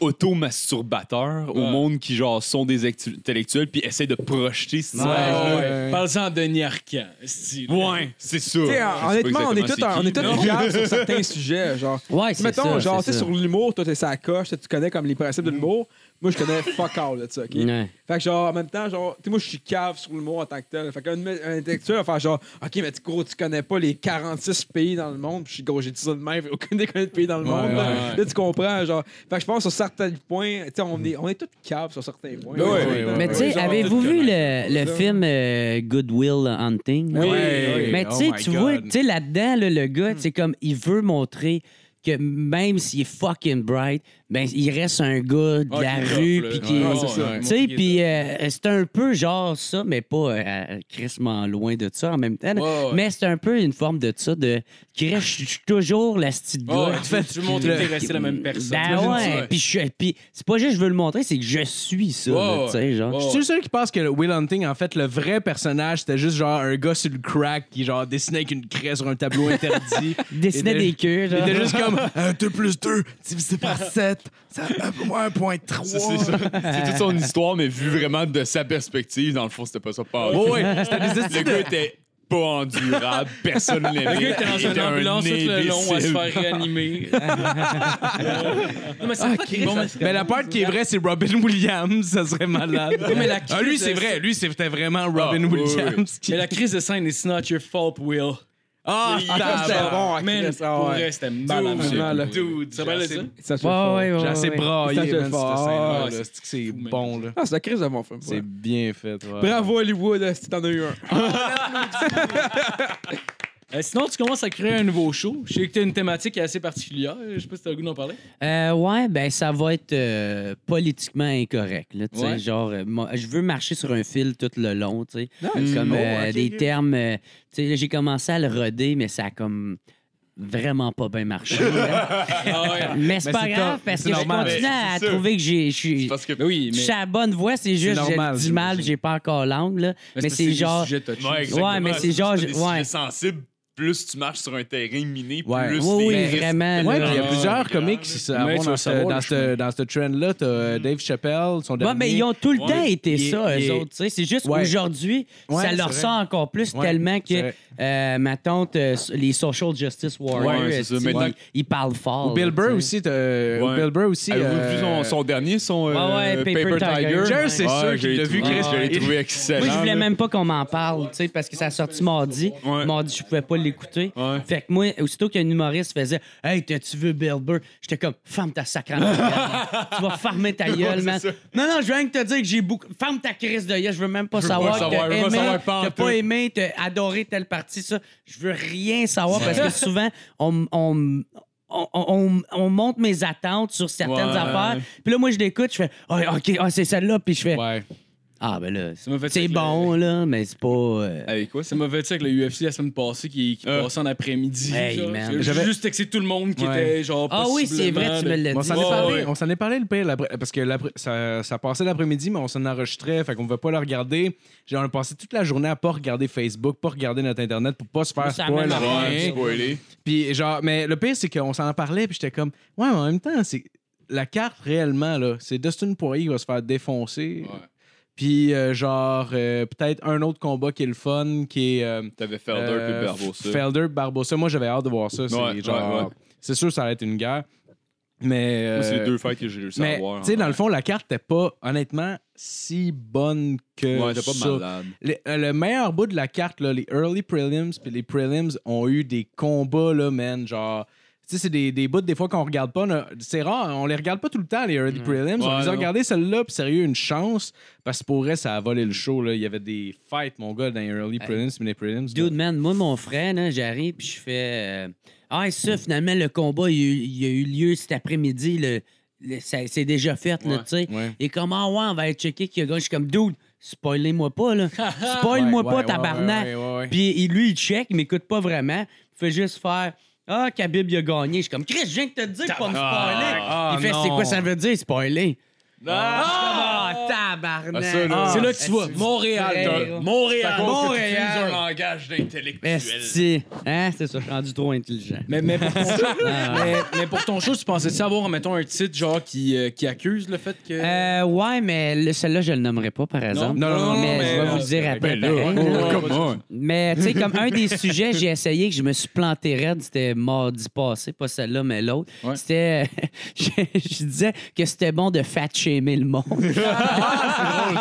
S8: automasturbateur au
S2: Ouais.
S8: monde qui genre sont des actu- intellectuels puis essaient de projeter ce
S5: Ouais,
S2: Ouais,
S8: image-là.
S2: ouais. Parle-en de Denis Arcan.
S8: Ouais,
S3: Tu sais,
S8: c'est ça. Je sais pas
S3: Honnêtement, on est
S8: exactement
S3: tous
S8: c'est
S3: on
S8: qui,
S3: est tous
S8: mais-
S3: fiables sur certains *laughs* sujets. Genre,
S5: Ouais, c'est
S3: mettons,
S5: ça,
S3: genre, tu
S5: c'est
S3: sais,
S5: ça.
S8: Mm.
S3: sur l'humour, toi, t'es sa coche, toi, tu connais comme les principes de l'humour. Moi, je connais fuck all de ça, OK?
S5: Ouais.
S3: Fait Fait que genre, en même temps, genre, tu sais, moi, je suis cave sur l'humour en tant que tel. Fait qu'un un intellectuel va faire genre, OK, mais tu gros, tu connais pas les 46 pays dans le monde. Puis je suis gros, j'ai dit ça de même, *laughs* aucun des 40 pays dans le monde. là.
S2: ouais, ouais.
S3: Là, tu comprends, genre. Fait que je pense sur certains points, tu sais, on est, on est tous caves sur certains points.
S8: Ben ouais, ouais,
S5: Mais tu sais,
S3: Genre,
S5: avez-vous
S8: tout
S5: vu
S8: connaître.
S5: le, le
S3: Ça.
S5: film euh, Goodwill Hunting?
S3: Oui.
S5: Mais tu sais,
S4: Oh my
S5: tu vois,
S4: God.
S5: tu sais, là-dedans, là, le gars, c'est comme, il veut montrer que même s'il est fucking bright, ben, il reste un gars de
S8: Ah,
S5: la
S8: qui est
S5: rue,
S8: tough, là.
S5: puis qui
S8: Ouais,
S5: est-
S2: Ah,
S8: ouais, ouais.
S5: Tu sais, puis euh, c'est un peu genre ça, mais pas euh, crissement loin de ça en même temps.
S8: Ouais, ouais.
S5: Mais c'est un peu une forme de ça, de Chris, je suis toujours la petite
S2: Oh,
S5: gars.
S2: tu fais tu veux montrer
S5: *laughs*
S2: que t'es resté la même personne.
S5: Ben ouais, puis je suis- puis c'est pas juste je veux le montrer, c'est que je suis ça, là,
S8: Ouais,
S5: tu sais, genre.
S8: ouais.
S4: Je suis le seul qui pense que le Will Hunting, en fait, le vrai personnage, c'était juste genre un gars sur le crack qui genre dessinait avec une craie sur un tableau interdit.
S5: *laughs* Dessinait
S4: Il
S5: des
S4: était-
S5: queues,
S4: Il
S5: genre.
S4: était juste
S5: *laughs*
S4: comme 2 plus 2 divisé par 7, ça fait 1.3.
S8: *laughs* C'est c'est ça. C'est
S3: *laughs*
S8: toute son histoire, mais vu vraiment de sa perspective, dans le fond, c'était pas ça. Pas
S4: Oh, ouais, c'était des
S8: Le gars était pas endurable, personne l'aimait.
S2: Le gars était dans
S8: Il
S2: une ambulance tout le long à se
S8: imbécile.
S2: faire réanimer. non, mais c'est pas qui- bon, mais-
S4: Mais la part qui est vraie, c'est Robin Williams, ça serait malade.
S2: mais la crise,
S4: ah, lui, c'est
S2: euh,
S4: vrai, lui, c'était vraiment Robin
S8: Ah, oui,
S4: Williams. qui-
S2: mais la crise de scène est not your fault, Will.
S4: Ah,
S2: Ah,
S4: tabarnak.
S3: c'était bon, la
S2: Man,
S3: crise, ah,
S2: pour
S3: ouais.
S2: vrai, c'était malade.
S3: Dude,
S2: man.
S3: c'est-
S2: Dude, ça valait ça?
S3: Ça, c'est
S5: Ouais,
S3: fort.
S5: ouais, ouais,
S4: J'ai assez
S5: ouais.
S4: braillé,
S3: Ça, c'est
S4: man, cette
S3: fort.
S4: scène-là, là.
S2: Ouais,
S4: C'est que c'est
S2: fou, man.
S4: bon,
S11: *laughs*
S4: là.
S3: Ah, c'est la crise de mon film.
S4: C'est
S3: ouais.
S4: bien fait, ouais.
S3: Bravo Hollywood, si t'en as eu un.
S2: Euh, sinon, tu commences à créer un nouveau show. Je sais que tu as une thématique assez particulière. Je sais pas si tu as le goût d'en parler.
S5: Euh, ouais, ben ça va être euh, politiquement incorrect. Là, tu sais,
S2: Ouais.
S5: Genre, euh, moi, je veux marcher sur un fil tout le long, tu sais.
S3: Nice.
S5: Comme
S3: Oh,
S5: euh,
S3: ok,
S5: des
S3: ok.
S5: termes. euh, tu sais, là, j'ai commencé à le roder, mais ça a comme vraiment pas bien marché. là.
S2: Ah ouais.
S5: mais c'est
S4: Mais
S5: pas
S4: c'est
S5: grave
S4: top,
S5: parce
S4: c'est
S5: que
S4: normal.
S5: je continue
S8: Mais
S5: à
S8: c'est sûr.
S5: trouver que j'ai- je suis.
S8: Parce que
S2: Ben oui,
S5: Je
S2: mais.
S5: suis à la bonne voie, c'est juste que
S4: normal,
S5: je dis mal, j'ai pas encore l'angle, là. mais c'est
S2: des
S5: genre-
S2: sujets touchés.
S8: Ouais, exactement.
S5: Ouais, mais c'est genre-
S8: des
S5: ouais.
S8: sujets sensibles, plus tu marches sur un terrain miné,
S4: Ouais.
S8: plus
S5: Oui, oui,
S8: les risques-
S5: vraiment.
S4: Ouais,
S5: là.
S4: puis il y a
S2: Ah,
S4: plusieurs
S8: ouais.
S4: comiques qui se
S2: Mais
S4: avant
S2: tu vas
S4: dans
S2: savoir,
S4: ce, dans
S2: le
S4: ce, dans ce trend-là. T'as euh, Dave Chappelle, son
S5: Ouais,
S4: dernier.
S5: mais ils ont tout le
S8: Ouais.
S5: temps été
S4: Il-
S5: ça,
S4: il-
S5: eux autres. tu sais. C'est juste
S4: Ouais.
S5: aujourd'hui,
S4: Ouais,
S5: ça
S4: c'est
S5: leur
S4: vrai.
S5: sort encore plus
S4: Ouais,
S5: tellement
S4: c'est
S5: que
S4: vrai.
S5: euh, ma tante, euh, les Social Justice Warriors,
S8: Ouais, c'est ça.
S5: esti,
S8: Maintenant-
S5: ils, ils parlent fort.
S4: Ou Bill
S5: là, tu
S4: Burr
S5: sais.
S4: aussi. t'as- ou Bill Burr aussi.
S8: Avez-vous vu son,
S4: euh,
S8: son dernier, son euh,
S5: Ouais, ouais, Paper
S8: Paper, Tiger?
S5: Tiger.
S4: Jer, c'est
S8: Ouais,
S4: sûr
S8: je
S4: qu'il
S8: l'ai
S4: l'a vu,
S8: trouvé-
S4: Chris.
S8: Je
S4: *laughs*
S8: l'ai trouvé excellent.
S5: Moi, je voulais même pas qu'on m'en parle, tu sais, parce que ça a sorti mardi.
S8: Ouais.
S5: Mardi, je pouvais pas l'écouter.
S8: Ouais.
S5: Fait que moi, aussitôt qu'un humoriste faisait Hey, t'as-tu vu Bill Burr? J'étais comme Ferme ta sacrante
S8: *laughs*
S5: gueule. Tu vas fermer ta gueule, man. Non, non, je viens de te dire que j'ai beaucoup. Ferme ta crise de gueule. Je veux même pas savoir.
S8: pas
S5: que
S8: savoir,
S5: t'as
S8: je veux pas
S5: aimé,
S8: savoir pas en
S5: t'as
S8: tout.
S5: pas aimé, t'as adoré telle partie, ça. Je veux rien savoir parce que souvent, on. m- on m- on, on- on monte mes attentes sur certaines
S8: Ouais.
S5: affaires. Puis là, moi, je l'écoute, je fais Ah, OK, ah, c'est celle-là. Puis je fais
S4: Ouais.
S5: ah, ben là,
S2: m'a fait
S5: c'est
S2: avec
S5: bon, là, mais c'est pas. euh,
S8: Avec quoi,
S2: Ça m'a fait ça avec le UFC la semaine passée qui, qui
S8: Euh.
S2: passait en après-midi.
S5: Hey,
S2: genre.
S5: man.
S2: J'ai
S4: J'avais-
S2: juste texté tout le monde qui
S4: Ouais.
S2: était genre.
S5: Ah oui, c'est vrai, tu me l'as dit.
S4: On s'en
S2: Ouais,
S4: est parlé,
S2: ouais.
S4: on s'en est parlé le pire, l'après- parce que l'après- ça, ça passait l'après-midi, mais on s'en enregistrait, fait qu'on ne pouvait pas le regarder. Genre, on a passé toute la journée à pas regarder Facebook, pas regarder notre Internet, pour pas se faire
S5: C'est la même
S4: spoiler.
S5: affaire.
S8: Ouais,
S4: rien.
S8: spoilé.
S4: Puis genre, mais le pire, c'est qu'on s'en parlait, puis j'étais comme, ouais, mais en même temps, c'est la carte réellement, là, c'est Dustin Poirier qui va se faire défoncer.
S8: Ouais.
S4: Puis euh, genre, euh, peut-être un autre combat qui est le fun, qui est. euh,
S8: T'avais Felder
S4: euh,
S8: puis Barbosa.
S4: Felder, Barbosa. Moi, j'avais hâte de voir ça. C'est
S8: Ouais,
S4: genre,
S8: ouais, ouais.
S4: c'est sûr, ça allait être une guerre. Mais.
S8: Moi, c'est
S4: euh,
S8: les deux fights que j'ai réussi à
S4: mais,
S8: voir. hein.
S4: tu sais, dans le fond, la carte n'était pas, honnêtement, si bonne que
S8: Ouais, t'es
S4: ça.
S8: pas malade.
S4: Le, euh, le meilleur bout de la carte, là, les early prelims, puis les prelims ont eu des combats, là, man, genre... Tu sais, c'est des, des bouts des fois qu'on regarde pas. on a- C'est rare, on les regarde pas tout le temps, les early prelims.
S8: Ouais,
S4: on les a
S8: non.
S4: regardés, celle-là, puis sérieux, une chance. Parce que pour vrai, ça a volé le show. Là. Il y avait des fights, mon gars, dans les early prelims, puis les prelims. là.
S5: Dude, man, moi, mon frère, là, j'arrive puis je fais. euh, Ah, ça, finalement, le combat, il, y a eu- il y a eu lieu cet après-midi. Le, le- ça- c'est déjà fait, là, tu sais.
S4: ouais.
S5: Et comment, ouais, on va aller checker qui a gagné. Je suis comme, dude, spoilez-moi pas, là. Spoil-moi
S4: *laughs* Ouais,
S5: pas,
S4: ouais,
S5: tabarnak.
S4: ouais, ouais, ouais, ouais.
S5: Puis il- lui, il check, il m'écoute pas vraiment. Il fait juste faire. Ah, Khabib, il a gagné. Je suis comme, Chris, je viens de te dire de pas me spoiler.
S4: Ah,
S5: il fait, c'est
S4: non.
S5: quoi ça veut dire, spoiler?
S8: Ah!
S5: Ah,
S8: Ah,
S5: tabarnak!
S8: ça, là,
S2: C'est
S4: Ah,
S2: là que tu vois. Montréal.
S5: Frère.
S2: Montréal.
S5: Montréal.
S8: un langage d'intellectuel.
S5: Esti. Hein, c'est ça, je suis rendu trop intelligent.
S2: Mais, mais, pour *laughs* ton show, mais, mais pour ton show, tu pensais savoir, mettons, un titre genre qui, euh, qui accuse le fait que.
S5: Euh, ouais, mais le- celle-là, je le nommerai pas, par exemple.
S4: non, non, non,
S5: mais,
S4: mais-
S5: je vais vous le
S4: non,
S2: euh,
S5: dire après.
S8: Ben là,
S5: pareil, là.
S8: oh, come on.
S5: *laughs* Mais, tu sais, comme un des *laughs* sujets, j'ai essayé que je me suis planté raide, c'était mardi passé, pas celle-là, mais l'autre. *laughs*
S8: *laughs*
S5: C'était. je, je disais que c'était bon de fat shamer le monde.
S8: Ah,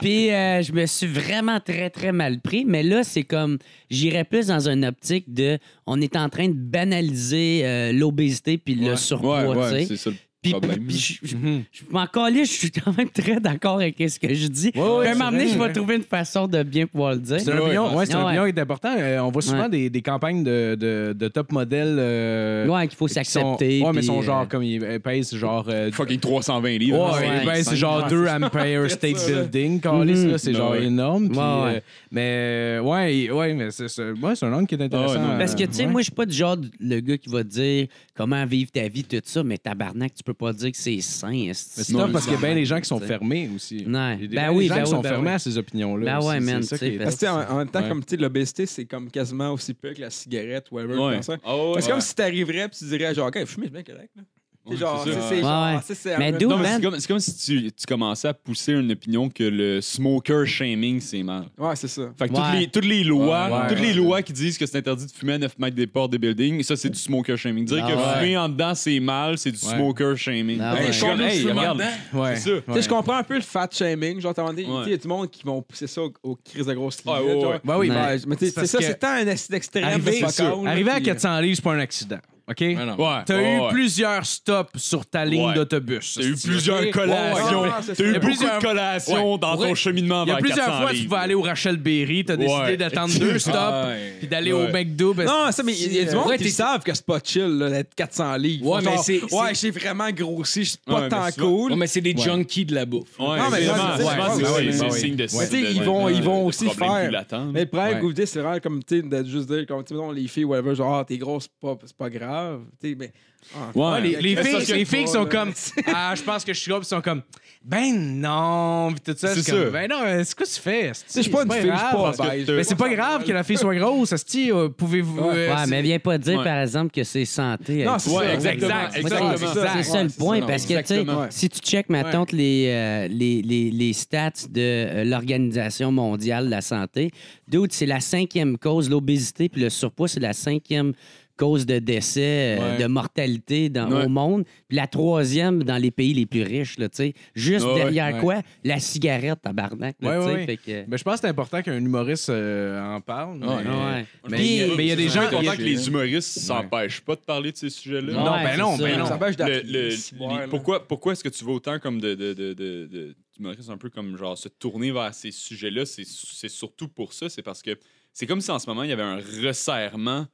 S5: Puis euh, je me suis vraiment très, très mal pris. Mais là, c'est comme, j'irais plus dans une optique de, on est en train de banaliser euh, l'obésité puis le surpoids,
S8: Ouais,
S5: tu sais.
S8: ouais, c'est ça le
S5: Puis,
S8: problème.
S5: puis je, je- je m'en calais, je suis quand même très d'accord avec ce que je dis. Puis à un moment donné, je vais trouver une façon de bien pouvoir le dire.
S4: C'est une
S8: Ouais,
S4: opinion, ouais, c'est une
S5: ouais.
S4: opinion qui est importante. Euh, on voit souvent
S5: Ouais.
S4: des, des campagnes de, de, de top modèles. euh,
S5: Ouais, qu'il faut
S4: qui sont-
S5: s'accepter.
S4: Ouais, mais
S5: puis,
S4: sont genre
S5: euh,
S4: comme ils euh, pèsent genre. euh,
S8: Fucking 320 livres.
S4: Ouais,
S8: hein,
S5: ouais,
S4: ben, c'est
S8: cinq.
S4: genre deux Empire State Building, câlisse,
S5: Mhm.
S4: là, c'est
S8: Ben
S4: genre
S8: ouais.
S4: énorme. puis,
S5: Ouais, ouais.
S4: euh, mais euh, ouais, et- ouais, mais c'est c'est- ouais, c'est un angle qui est intéressant. euh,
S8: Ah ouais, non,
S5: Parce que, tu sais,
S4: ouais.
S5: moi, je suis pas du genre de- le gars qui va te dire comment vivre ta vie, tout ça, mais tabarnak, tu peux pas dire que c'est sain.
S4: Mais c'est tough parce qu'il y a bien des gens qui sont fermés aussi. Il y
S5: Ouais.
S4: a des-
S5: Ben
S4: bien
S5: oui,
S4: des gens
S5: ben
S4: qui
S5: oui,
S4: sont
S5: ben
S4: fermés
S5: oui.
S4: à ces opinions-là.
S5: Ben
S4: aussi,
S5: ouais,
S4: c'est
S5: man,
S4: ça qui
S5: tu sais,
S4: est-
S5: parce-
S11: Parce que, tu sais, en, en même temps,
S4: Ouais.
S11: comme tu sais, l'obésité, c'est comme quasiment aussi peu que la cigarette, whatever.
S8: Ouais.
S11: dans ça.
S8: Ah ouais,
S11: C'est
S8: ouais.
S11: comme si t'arriverais puis tu dirais, genre, OK, fumez, c'est bien correct. là. C'est
S8: Ouais,
S11: genre,
S8: c'est
S11: c'est
S8: ça.
S11: c'est genre,
S5: Ouais.
S11: c'est- c'est-
S5: Mais
S11: euh,
S5: d'où-
S8: Non, mais
S5: man.
S8: c'est comme, c'est comme si tu, tu commençais à pousser une opinion que le smoker shaming, c'est mal.
S11: Ouais, c'est ça.
S8: Fait que
S5: Ouais.
S8: toutes, les, toutes les lois,
S4: Ouais, ouais,
S8: toutes les
S4: ouais.
S8: lois qui disent que c'est interdit de fumer à 9 mètres des portes des buildings, ça c'est du smoker shaming. Dire
S5: Ah
S8: que
S5: ouais.
S8: fumer en dedans c'est mal, c'est du
S4: Ouais.
S8: smoker shaming.
S5: Ah ouais.
S8: je suis comme,
S11: Combien de
S8: hey,
S11: fumeurs
S8: regarde,
S4: Ouais.
S8: c'est
S5: *laughs*
S8: ça.
S11: Tu sais, je comprends un peu le fat shaming. Genre, t'as demandé, tu sais,
S8: Ouais.
S11: il y a du monde qui vont pousser ça aux, aux crises de grosse
S8: Ah,
S11: limite,
S8: ouais,
S11: genre.
S8: ouais.
S4: Ben oui,
S5: Ouais.
S4: ben,
S11: Ouais, mais tu sais, c'est
S4: parce
S11: ça,
S4: que
S11: c'est tant un acide extrême.
S4: Arriver,
S11: de fuck
S4: sûr.
S11: all, là,
S4: Arriver à
S11: puis,
S4: 400 livres, c'est pas un accident. OK?
S8: Ouais.
S4: T'as
S8: Ouais,
S4: eu
S8: ouais.
S4: plusieurs stops sur ta ligne
S8: Ouais.
S4: d'autobus.
S8: T'as eu plusieurs collations.
S11: Ouais, ouais, c'est ça. Il
S8: T'as
S11: y
S8: eu
S11: a
S8: beaucoup
S4: plusieurs-
S8: de collations
S4: Ouais.
S8: dans
S4: Ouais.
S8: ton cheminement
S4: Il y a
S8: vers
S4: plusieurs
S8: 400
S4: fois, tu
S8: livres.
S4: vas aller au Rachel Berry, t'as décidé
S8: Ouais.
S4: d'attendre
S8: *laughs*
S4: deux stops,
S8: Ouais.
S4: puis d'aller au
S8: Ouais.
S4: McDo. parce-
S11: euh, Non, ça, mais il y a du monde
S4: Ouais,
S11: qui
S4: t'es-
S11: savent que c'est pas chill là, d'être 400 livres.
S2: Ouais, mais
S11: Genre,
S2: c'est-
S11: Ouais, j'ai vraiment grossi, je suis
S8: Ouais,
S11: pas
S8: mais
S11: tant
S8: c'est-
S11: cool.
S2: Ouais, mais c'est des junkies de la bouffe.
S8: Ouais,
S11: Non, mais ouais,
S8: c'est vraiment-
S11: c'est ça,
S8: souvent,
S11: ouais,
S8: c'est-
S11: ouais,
S8: c'est-
S11: ouais,
S8: c'est
S4: ouais.
S8: signe de
S11: Mais tu sais,
S8: de-
S11: ils
S8: de-
S11: vont-
S8: de- hein.
S11: ils vont
S8: de
S11: aussi
S8: problème
S11: faire-
S8: plus latent.
S11: Mais le problème
S4: Ouais.
S11: que vous dites, c'est vraiment comme, tu sais, de juste dire, comme, tu sais, mettons, les filles, whatever, genre, ah, t'es grosse, c'est pas, c'est pas grave. Tu sais, mais. ah,
S8: Ouais.
S4: Les, les
S8: Mais c'est
S4: filles,
S8: parce que-
S4: les filles qui sont
S11: là.
S4: comme
S8: *laughs*
S4: Ah, je pense que je suis gros, puis sont comme Ben non, puis tout ça.
S8: C'est
S4: C'est comme
S8: ça.
S4: Ben non, euh, c'est quoi tu fais? c'est-
S11: Tu sais, je suis pas une
S4: c'est
S11: fille, je suis
S4: grave.
S11: pas
S8: parce que
S11: obèse.
S8: t'as-
S4: Mais c'est pas grave que la fille soit grosse, Asti. euh, Pouvez-vous. euh,
S5: Ouais,
S4: c'est-
S5: mais viens pas dire,
S8: Ouais.
S5: par exemple, que c'est santé.
S11: Non, c'est
S8: Ouais,
S11: ça.
S8: exactement,
S5: Moi, c'est-
S8: exactement.
S5: C'est ça le point, parce que, tu sais,
S8: exactement.
S5: si tu checkes, ma tante, les, euh, les, les, les stats de euh, l'Organisation mondiale de la santé, d'autres, c'est la cinquième cause, l'obésité puis le surpoids, c'est la cinquième cause de décès, euh,
S8: Ouais.
S5: de mortalité dans,
S8: Ouais.
S5: au monde, puis la troisième dans les pays les plus riches, là, tu sais. Juste
S8: Ouais, ouais,
S5: derrière
S4: ouais.
S5: quoi? La cigarette, tabarnak, là,
S4: Ouais,
S5: tu sais,
S4: ouais,
S5: fait que...
S4: Mais ben, je pense que c'est important qu'un humoriste euh, en parle. mais-
S5: Ouais.
S4: Mais
S5: Puis-
S4: il y a- mais il y a des
S8: Je suis
S4: gens.
S8: content que les humoristes s'empêchent pas de parler de ces sujets-là.
S5: Non, Ouais,
S4: ben non,
S5: c'est
S4: ben
S5: ça.
S4: non.
S11: Ça empêche
S8: Le-
S11: d'appeler,
S8: le-
S11: si, ouais,
S8: les-
S11: là.
S8: pourquoi pourquoi est-ce que tu vas autant comme de, de, de, de, de- d'humoristes un peu comme genre se tourner vers ces sujets-là? C'est, c'est surtout pour ça, c'est parce que c'est comme si en ce moment il y avait un resserrement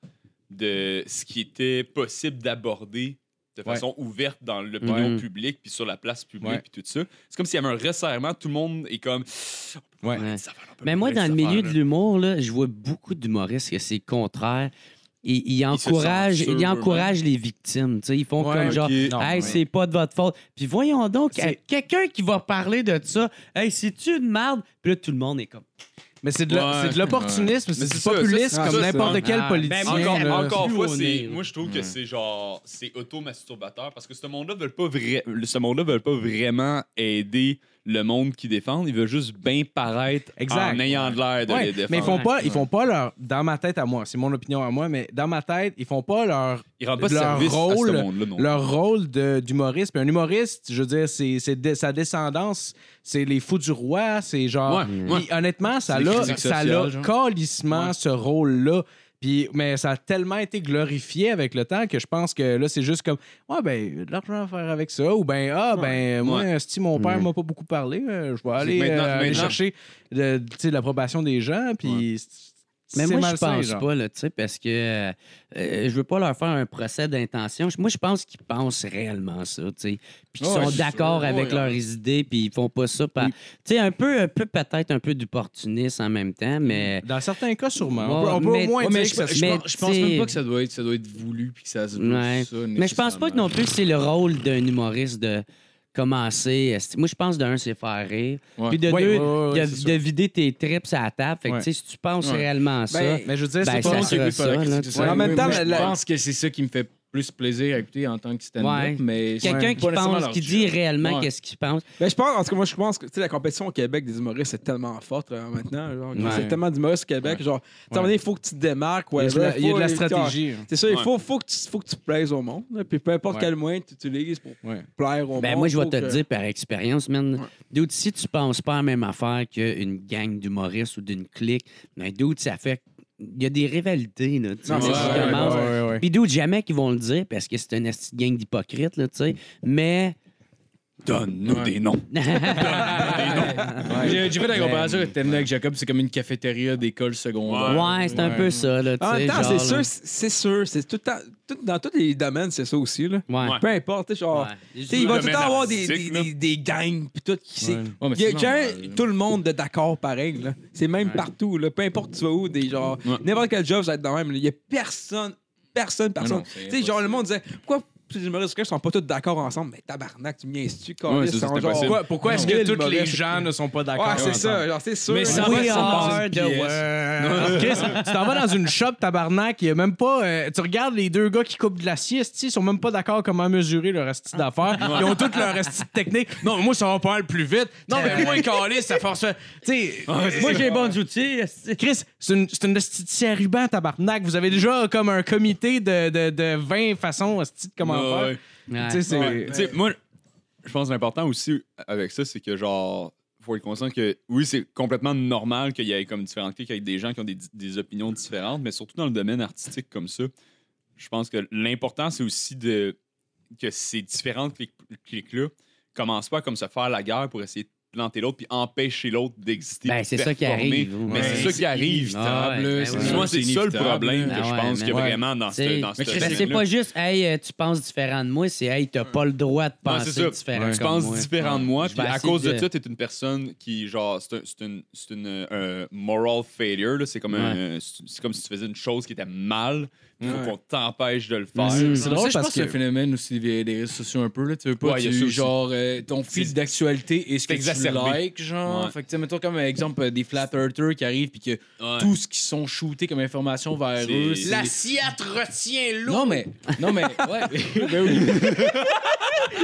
S8: de ce qui était possible d'aborder de façon ouverte dans l'opinion
S5: Ouais.
S8: publique puis sur la place publique
S4: Ouais.
S8: puis tout ça. C'est comme s'il y avait un resserrement, tout le monde est comme
S4: Ouais.
S5: Ouais.
S8: Ça va, on peut
S5: Mais moi,
S8: parler
S5: dans le
S8: cette
S5: milieu de
S8: affaire-là.
S5: l'humour, là, je vois beaucoup d'humoristes que c'est le contraire. Ils, ils encouragent, ils
S8: censurent,
S5: encouragent les victimes. tu sais. Ils font
S4: Ouais,
S5: comme genre,
S8: ok.
S5: hey,
S8: Non,
S4: ouais.
S5: c'est pas de votre faute. Puis voyons donc,
S4: C'est-
S5: euh, quelqu'un qui va parler de ça, hey, c'est-tu une merde? Puis là, tout le monde est comme.
S4: Mais c'est de la-
S8: Ouais.
S4: c'est de l'opportunisme, c'est
S8: c'est
S4: du
S8: ça,
S4: populisme
S11: ça, c'est-
S4: comme
S11: ça,
S4: n'importe
S11: c'est-
S4: quel
S5: Ah,
S4: politicien.
S5: ben,
S8: Encore,
S4: là.
S8: encore
S5: plus
S8: une fois,
S5: on
S8: c'est,
S5: est, là.
S8: moi je trouve que c'est genre c'est auto-masturbateur parce que ce monde-là veut pas vrai, le- ce monde-là veut pas vraiment aider le monde qui défend, ils veulent juste bien paraître
S4: Exact.
S8: en ayant de l'air de
S4: Ouais,
S8: les défendre.
S4: mais ils font pas, ils font pas leur. Dans ma tête à moi, c'est mon opinion à moi, mais dans ma tête, ils font pas leur
S8: ils rendent pas
S4: leur
S8: service à
S4: rôle,
S8: ce monde-là non.
S4: leur rôle de- d'humoriste. Puis un humoriste, je veux dire, c'est, c'est de- sa descendance, c'est les fous du roi, c'est genre.
S8: Ouais, ouais.
S4: Puis honnêtement, ça
S8: C'est des
S4: l'a,
S8: critiques
S4: ça
S8: sociales,
S4: l'a
S8: genre.
S4: calissement ce rôle-là. Puis, mais ça a tellement été glorifié avec le temps que je pense que là, c'est juste comme, ouais, ben, de l'argent à faire avec ça. Ou ben, ah, ben, moi, si mon
S5: Mm.
S4: père m'a pas beaucoup parlé, euh, je vais aller,
S8: maintenant-
S4: euh, aller
S8: maintenant-
S4: chercher de- tu sais, l'approbation des gens. Puis, c'est-
S5: Mais
S4: c'est
S5: moi, je
S4: malsain,
S5: pense
S4: genre.
S5: pas, là, tu sais, parce que euh, euh, je veux pas leur faire un procès d'intention. Je- Moi, je pense qu'ils pensent réellement ça, tu sais. Puis qu'ils
S8: Ouais,
S5: sont
S8: c'est
S5: d'accord
S8: sûr.
S5: avec
S8: Ouais.
S5: leurs idées, puis ils font pas ça par. Tu sais, un peu, un peu peut-être un peu d'opportunisme en même temps, mais.
S4: Dans certains cas, sûrement.
S5: Ouais,
S4: on peut, on peut
S5: mais-
S4: au moins
S5: ouais,
S4: dire
S5: mais
S4: que
S5: je-
S4: ça
S5: je-
S4: se
S5: je- Mais
S2: Je pense
S5: t'sais-
S2: même pas que ça doit être, ça doit être voulu puis que ça se veut.
S5: Ouais.
S2: ça,
S5: Mais je pense pas que non plus que c'est le rôle d'un humoriste de commencer. esti- Moi, je pense d'un, c'est faire rire. Puis de
S4: Ouais, ouais,
S5: deux,
S4: ouais, ouais,
S5: de,
S4: c'est
S5: de vider tes trips à la table. Fait que,
S4: Ouais.
S5: tu sais, si tu penses réellement à ça,
S4: Mais je veux dire,
S5: ben,
S4: c'est pas
S5: ça
S4: long
S5: sera ça. là, tu sais.
S11: En même temps,
S2: je
S11: la- la-
S2: pense que c'est ça qui me fait plus plaisir à écouter en tant que
S5: Ouais.
S2: stand-up. mais c'est
S5: Quelqu'un
S2: pas
S5: qui
S2: nécessairement
S5: pense,
S2: leur
S5: qui
S2: job.
S5: dit réellement
S2: Ouais.
S5: qu'est-ce qu'il pense.
S11: Mais je pense, en tout cas, moi, je pense que tu sais, la compétition au Québec des humoristes est tellement forte euh, maintenant. Genre,
S5: Ouais.
S11: C'est tellement d'humoristes au Québec. Genre, à un moment donné, il faut que tu te démarques.
S4: Il y a de la,
S11: whatever,
S4: il y a de la
S11: faut-
S4: stratégie.
S11: C'est ça, il
S8: Ouais.
S11: faut, faut, que tu, faut que tu plaises au monde. là, puis peu importe
S4: Ouais.
S11: quel moyen tu utilises pour
S4: hein. Ouais.
S11: plaire au monde.
S5: Ben, moi, je vais
S11: faut
S5: te le
S11: que-
S5: dire par expérience, man. Dude, si tu penses pas à la même affaire qu'une gang d'humoristes ou d'une clique, ben, dude, ça fait. Il y a des rivalités, là. tu sais,
S11: Non,
S5: c'est
S11: ouais,
S5: ce qui
S11: ouais,
S5: commence.
S11: ouais,
S4: ouais, ouais.
S5: Puis dude, jamais qu'ils vont le dire parce que c'est une esti de gang d'hypocrites, là, tu sais. Mais.
S8: Donne-nous des noms.
S2: J'ai j'ai fait la comparaison avec Terminé avec Jacob, c'est comme une cafétéria d'école secondaire.
S5: ouais, c'est un peu ça, là, tu
S11: En
S5: sais.
S11: même temps, c'est
S5: genre,
S11: sûr,
S5: là.
S11: c'est c'est sûr. C'est tout, le temps- tout- dans tous les domaines, c'est ça aussi. Là.
S5: Ouais.
S11: Peu importe, tu sais, genre.
S5: Ouais.
S11: tu sais, il va tout le
S8: domaine
S11: temps avoir des, des,
S8: artistique, là.
S11: des, des gangs puis tout qui c'est-
S2: Ouais, mais
S11: Il y a
S2: sinon,
S11: quand même
S2: euh,
S11: tout le monde est d'accord pareil. là. C'est même partout. Là. Peu importe tu vas où, des genre. N'importe quel job, ça va être dans le même. là. Il y a personne, personne, personne.
S2: non, c'est
S11: Tu sais, genre, le monde disait pourquoi les humoristes ne sont pas tous d'accord ensemble? Mais tabarnak, tu me tu
S8: Ouais, c'est ça, c'est impossible.
S4: Pourquoi, pourquoi est-ce
S11: Non,
S4: que
S11: le
S4: tous les
S11: mauvais, c'est-
S4: gens ne sont pas d'accord?
S11: Ouais, c'est
S4: ensemble?
S11: ça. Genre, c'est sûr.
S2: Mais ça
S11: Ouais.
S2: va,
S5: We
S2: ils sont dans
S5: are
S2: une
S5: the
S2: pièce.
S5: world.
S4: Chris, euh, tu t'en vas dans une shop, tabarnak, il y a même pas. euh, tu regardes les deux gars qui coupent de la sieste, ils sont même pas d'accord comment mesurer leur esti d'affaires. Ils ont toutes leur esti de technique. Non, mais moi, ça va pas aller plus vite. Non, mais moi, calé, ça force. Tu sais,
S5: Moi, j'ai les bons outils. esti.
S4: Chris, c'est une, c'est une esti de scie à ruban, tabarnak. Vous avez déjà comme un comité de, de, de 20 façons esti de comment
S8: Ouais,
S4: faire.
S8: ouais.
S5: Ouais.
S4: Tu sais, c'est.
S8: Ouais. Tu sais, moi, je pense que l'important aussi avec ça, c'est que genre, faut être conscient que oui, c'est complètement normal qu'il y ait comme différentes cliques avec des gens qui ont des, des opinions différentes, mais surtout dans le domaine artistique comme ça, je pense que l'important, c'est aussi de que ces différentes cliques- cliques-là commencent pas à comme se faire la guerre pour essayer de planter l'autre puis empêcher l'autre d'exister.
S5: Ben,
S8: puis
S5: c'est
S8: de
S5: ça qui
S8: performer.
S5: arrive.
S8: Mais c'est ça qui arrive.
S5: Ah ouais, ben
S2: c'est
S5: ouais.
S2: sûr.
S8: Moi, c'est ça le
S2: inévitable.
S8: problème que
S5: Ah
S8: je
S5: ouais,
S8: pense
S5: mais
S8: qu'il y a
S5: ouais.
S8: vraiment dans
S5: T'sais,
S8: ce dans ce
S5: mais Chris, Ben, c'est
S8: domaine-là.
S5: pas juste, hey, euh, tu penses différent de moi, c'est, hey, t'as pas le droit de
S8: Ouais,
S5: penser
S8: c'est ça.
S5: différent.
S8: Tu
S5: comme
S8: penses
S5: moi.
S8: différent de moi,
S5: Je
S8: puis
S5: vais
S8: à
S5: essayer
S8: cause de,
S5: de-
S8: ça, t'es une personne qui, genre, c'est un- c'est une, c'est une, euh, moral failure, là. C'est comme, un- c'est c'est comme si tu faisais une chose qui était mal, il faut qu'on t'empêche de le faire.
S2: C'est
S4: Ça,
S2: c'est drôle
S4: je
S2: parce
S4: pense
S2: que le
S4: que-
S2: phénomène aussi des, des réseaux sociaux un peu là, tu veux pas
S8: Ouais, il y a ça
S2: tu,
S8: aussi.
S2: genre euh, ton fil
S8: C'est-
S2: d'actualité et ce que
S8: c'est
S2: tu
S8: exacerbé.
S2: likes genre.
S8: Ouais.
S2: Fait que tu sais mettons comme exemple euh, des flat earthers qui arrivent puis que
S8: Ouais.
S2: tout ce qui sont shootés comme information vers
S8: C'est-
S2: eux, c'est
S8: La
S9: sciate retient l'eau.
S2: Non, mais. Non, mais.
S8: *laughs*
S2: Ouais. ben oui.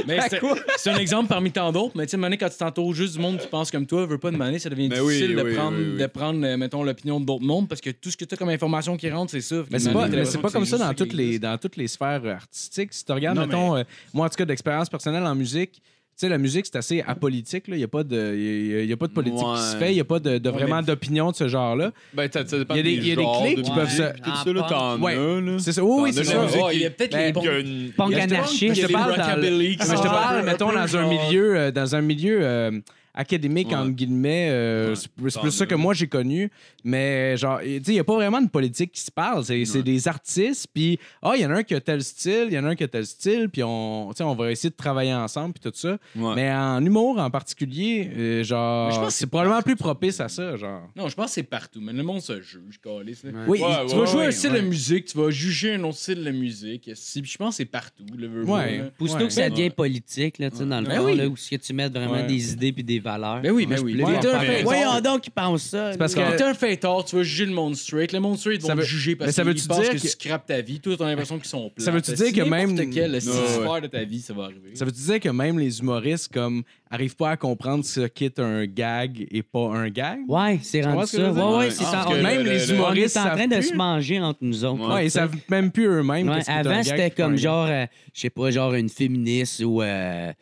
S2: Mais c'est- c'est un exemple parmi tant d'autres. Mais tu sais, Mané, quand tu t'entoures juste du monde qui pense comme toi, veut pas de Mané, ça devient
S8: Ben oui,
S2: difficile de,
S8: oui,
S2: prendre,
S8: oui, oui.
S2: de prendre, euh, mettons, l'opinion d'autres mondes parce que tout ce que tu as comme information qui rentre, c'est ça.
S4: Mais c'est pas, mais c'est pas comme ça dans toutes, les, dans toutes les sphères euh, artistiques. Si tu regardes,
S2: Non,
S4: mettons, euh, moi, en tout cas, d'expérience personnelle en musique, tu sais, la musique, c'est assez apolitique. Il n'y a, pas de- y a- y a pas de politique qui se
S8: Ouais.
S4: fait. Il n'y a pas de, de vraiment d'opinion de ce genre-là.
S8: Ben, ça, ça dépend
S4: Il y a des- il y a des
S8: genres
S4: clics
S8: de
S4: qui
S8: musique,
S4: peuvent se-
S8: puis Tout ça, là, t'en
S4: Ouais.
S8: as, là.
S4: C'est ça. Oui, oui,
S8: T'en
S4: c'est
S8: as
S4: ça.
S8: la musique
S2: Oh, il y a peut-être les
S8: qui- qui a une-
S5: Punk
S8: il y a-
S5: anarchiste.
S4: Je te parle dans le-
S8: rockabilly qui
S4: Mais je te
S8: sont
S4: parle,
S8: un peu-
S4: mettons,
S8: un peu
S4: dans un
S8: genre-
S4: milieu, euh, dans un milieu euh, académique,
S8: Ouais.
S4: entre guillemets. euh,
S8: Ouais,
S4: c'est plus- c'est
S8: t'en
S4: plus ça
S8: as.
S4: que moi, j'ai connu. Mais, genre, il n'y a pas vraiment de politique qui se parle. C'est c'est des artistes, puis, ah, il y en a un qui a tel style, il y en a un qui a tel style, puis on, tu sais, on va essayer de travailler ensemble, puis tout ça.
S8: Ouais.
S4: Mais en humour, en particulier, euh,
S2: Mais je pense
S4: genre,
S2: que
S4: c'est
S2: c'est
S4: probablement plus propice à ça, genre.
S2: Non, je pense que c'est partout. Mais le monde se juge, câlisse, là.
S4: Oui,
S8: Ouais,
S2: Tu
S8: ouais,
S2: vas jouer
S8: ouais.
S2: un style de musique, tu vas juger un autre style de musique. Si, puis je pense que c'est partout. Le veux, veux,
S4: Ouais.
S2: là.
S5: Aussitôt
S4: Ouais.
S5: que ça devient
S8: Ouais.
S5: politique, là, tu sais, dans le
S4: Ben
S5: fond,
S4: oui.
S5: là, où ce que tu mets vraiment
S4: Ouais.
S5: des idées puis des valeurs.
S2: Ben oui, ben oui.
S4: plus
S2: T'es
S4: les
S2: un
S8: affaires.
S2: fait-
S5: Voyons donc qui pense ça.
S4: C'est parce
S5: lui.
S4: que-
S2: Quand t'es un fêtard, tu vas juger le monde straight. Le monde straight, ils
S4: Ça
S2: vont te
S4: veut-
S2: juger
S4: mais
S2: parce
S4: ça
S2: qu'ils
S4: veut-tu
S2: pensent
S4: dire
S2: que
S4: que-
S2: tu scrapes ta vie. Toi, t'as l'impression qu'ils sont plates.
S4: Ça veut-tu
S2: C'est
S4: dire que même-
S2: N'importe quelle
S8: Ouais, ouais.
S2: sphère de ta vie, ça va arriver.
S4: Ça veut dire que même les humoristes, comme, arrivent pas à comprendre ce qu'est un gag et pas un gag?
S5: Ouais, c'est
S4: vois
S5: rendu
S4: ce que je
S5: ça.
S4: veux dire?
S5: Ouais,
S8: Ouais.
S5: ouais, c'est
S8: Ah,
S5: ça.
S8: parce
S5: On
S8: que
S5: est-
S4: Même
S8: le-
S4: les
S8: le- le-
S5: on
S4: humoristes
S5: est en
S4: savent
S5: train de
S4: plus.
S5: se manger entre nous autres.
S8: Ouais.
S4: Ouais, ils savent même plus eux-mêmes.
S5: Ouais,
S4: qu'est-ce que c'est un
S5: avant,
S4: gag,
S5: c'était
S4: puis un
S5: comme
S4: gag.
S5: genre, euh, je sais pas, genre une féministe ou. Euh,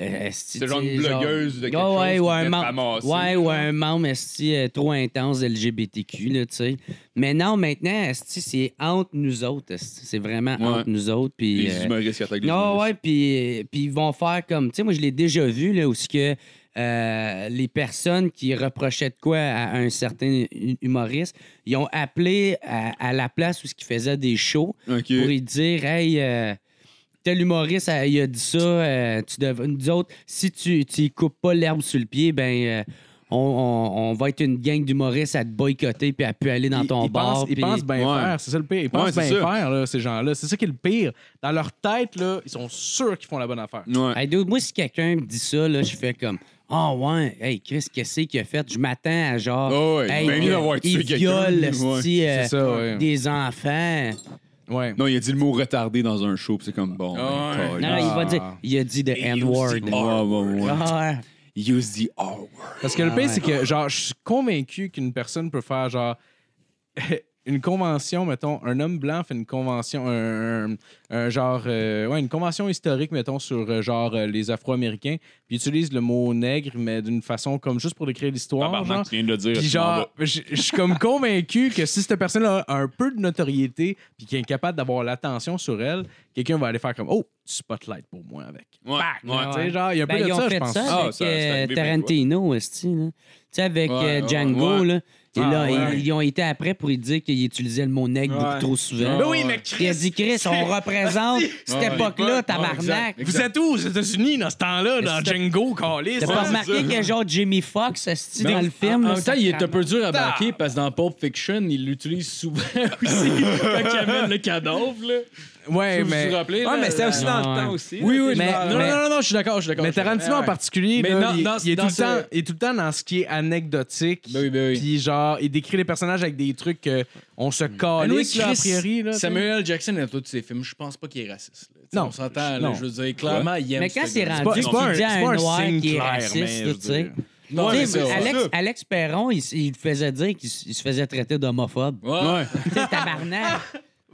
S5: euh, esti,
S8: C'est genre
S5: tu sais,
S8: une blogueuse de quelque
S5: Ah ouais,
S8: chose
S5: ou
S8: qui
S5: un
S8: venait
S5: membre-
S8: ramasser,
S5: Ouais,
S8: là.
S5: ou un membre esti, euh, trop intense de LGBTQ, là, tu sais. Mais non, maintenant, esti, c'est entre nous autres. esti. C'est vraiment
S8: Ouais.
S5: entre nous autres. Puis,
S8: Les
S5: euh,
S8: humoristes qui attaquent les
S5: non,
S8: humoristes.
S5: ouais, puis euh, puis ils vont faire comme. Tu sais, moi, je l'ai déjà vu, là, où ce que. euh, les personnes qui reprochaient de quoi à un certain hu- humoriste, ils ont appelé à, à la place où ce qu'ils faisaient des shows
S8: Ok.
S5: pour y dire Hey, euh, tel humoriste, euh, il a dit ça, euh, tu devrais- nous autres, si tu tu y coupes pas l'herbe sur le pied, ben. euh, on, on- on va être une gang d'humoristes à te boycotter puis à pu aller dans
S4: Ils-
S5: ton
S4: ils
S5: bar.
S4: Pensent, ils
S5: puis-
S4: pensent bien
S8: Ouais.
S4: faire, c'est ça le pire. Ils pensent
S8: Ouais, c'est
S4: bien
S8: ça.
S4: faire, là, ces gens-là. C'est ça qui est le pire. Dans leur tête, là, ils sont sûrs qu'ils font la bonne affaire.
S8: Ouais.
S5: Hey, dude, moi, si quelqu'un me dit ça, là, je fais comme Ah ouais, hey Chris, qu'est-ce qu'il a fait? Je m'attends à genre
S8: Ah ouais,
S5: Hey,
S8: ben mieux d'avoir
S5: il
S8: tué quelqu'un.
S5: viole
S8: Ouais.
S5: esti, euh,
S4: C'est ça, ouais.
S5: des enfants.
S4: Ouais.
S8: Non, il a dit le mot retardé dans un show, puis c'est comme bon.
S4: Ah
S8: ben,
S4: ouais.
S8: call.
S5: Non, non, il va dire. Il a dit de N-word.
S8: Ah, ouais, ouais.
S5: Ah, ouais.
S8: Use the R-word.
S4: Parce que le
S5: Ah
S4: pire,
S5: ouais.
S4: c'est que, genre, je suis convaincu qu'une personne peut faire, genre, *laughs* une convention, mettons, un homme blanc fait une convention, un, un- un genre, euh, ouais, une convention historique, mettons, sur, euh, genre, euh, les Afro-Américains, puis utilise le mot nègre, mais d'une façon comme juste pour décrire l'histoire, genre.
S8: Tabarnak, tu viens de le dire.
S4: Puis
S8: tu
S4: genre, je je suis comme convaincu que si cette personne-là a un peu de notoriété puis qu'elle est capable d'avoir l'attention sur elle, quelqu'un va aller faire comme « Oh, du spotlight pour moi avec.
S8: m'en vas. Ouais, Ah ouais.
S4: Tu sais, genre, il y a un peu
S5: Ben,
S4: de
S5: ils ont
S4: ça, je
S5: fait
S4: pense.
S5: ça
S8: Ah,
S5: avec
S8: ça, c'est
S5: euh,
S8: arrivé bien,
S5: Tarantino, esti, là. Tu sais, avec
S8: Ouais,
S5: euh,
S8: ouais,
S5: Django,
S8: ouais.
S5: là. Et
S4: Ah,
S5: là,
S4: ouais.
S5: ils, ils ont été après pour lui dire qu'il utilisait le mot nègre beaucoup trop souvent.
S4: Ben oui, mais Chris,
S5: Il a dit, Ah Chris, on représente cette
S8: Ouais, ouais.
S5: époque-là, tabarnak.
S4: Vous êtes où aux États-Unis dans ce temps-là, dans
S5: C'était-
S4: Django, Callis?
S5: T'as pas remarqué que genre Jimmy Fox, esti, dans le film?
S2: En même
S5: là,
S2: temps,
S5: ça
S2: il est un
S5: craint.
S2: peu dur à baquer parce que dans Pulp Fiction, il l'utilise souvent *laughs* aussi quand il amène le cadavre. Là.
S4: Ouais,
S2: Vous
S4: Eh, mais.
S2: vous rappelez?
S11: Ouais,
S2: là,
S11: mais c'était
S2: la-
S11: aussi dans le
S5: Ouais.
S11: temps aussi.
S2: Oui, oui,
S4: Mais-
S2: mais, non,
S4: mais-
S2: non, non, non, je suis d'accord, je suis d'accord.
S4: Mais
S2: je suis
S4: Tarantino en
S2: d'accord.
S4: particulier,
S2: Mais
S4: là,
S2: dans-
S4: il,
S2: dans-
S4: il est
S2: dans
S4: tout
S2: ce-
S4: le temps, il est tout le temps dans ce qui est anecdotique.
S2: Ben oui, ben oui.
S4: Puis genre, il décrit les personnages avec des trucs qu'on se
S2: Ah,
S4: calisse,
S2: lui,
S4: là, a
S2: Chris,
S4: priori. Là,
S2: Samuel Jackson dans tous ses films, je pense pas qu'il est raciste. là. Tu sais,
S4: Non.
S2: On s'entend, là,
S4: Non.
S2: je veux dire, clairement, il aime
S5: Mais quand
S2: ce
S5: c'est
S2: gars-là.
S5: rendu
S4: pas-
S5: qu'il
S4: c'est pas un-
S5: dit à
S4: c'est pas
S5: un
S4: un
S5: noir
S4: signe
S5: qui est
S4: clair,
S5: raciste,
S4: mais
S5: là,
S4: je
S5: tu sais.
S4: veux
S2: Non,
S5: Tu sais,
S2: mais c'est ça.
S5: Alex, Alex Perron, il, s- il faisait dire qu'il s- il se faisait traiter d'homophobe.
S2: Ouais.
S5: Tu sais, tabarnak.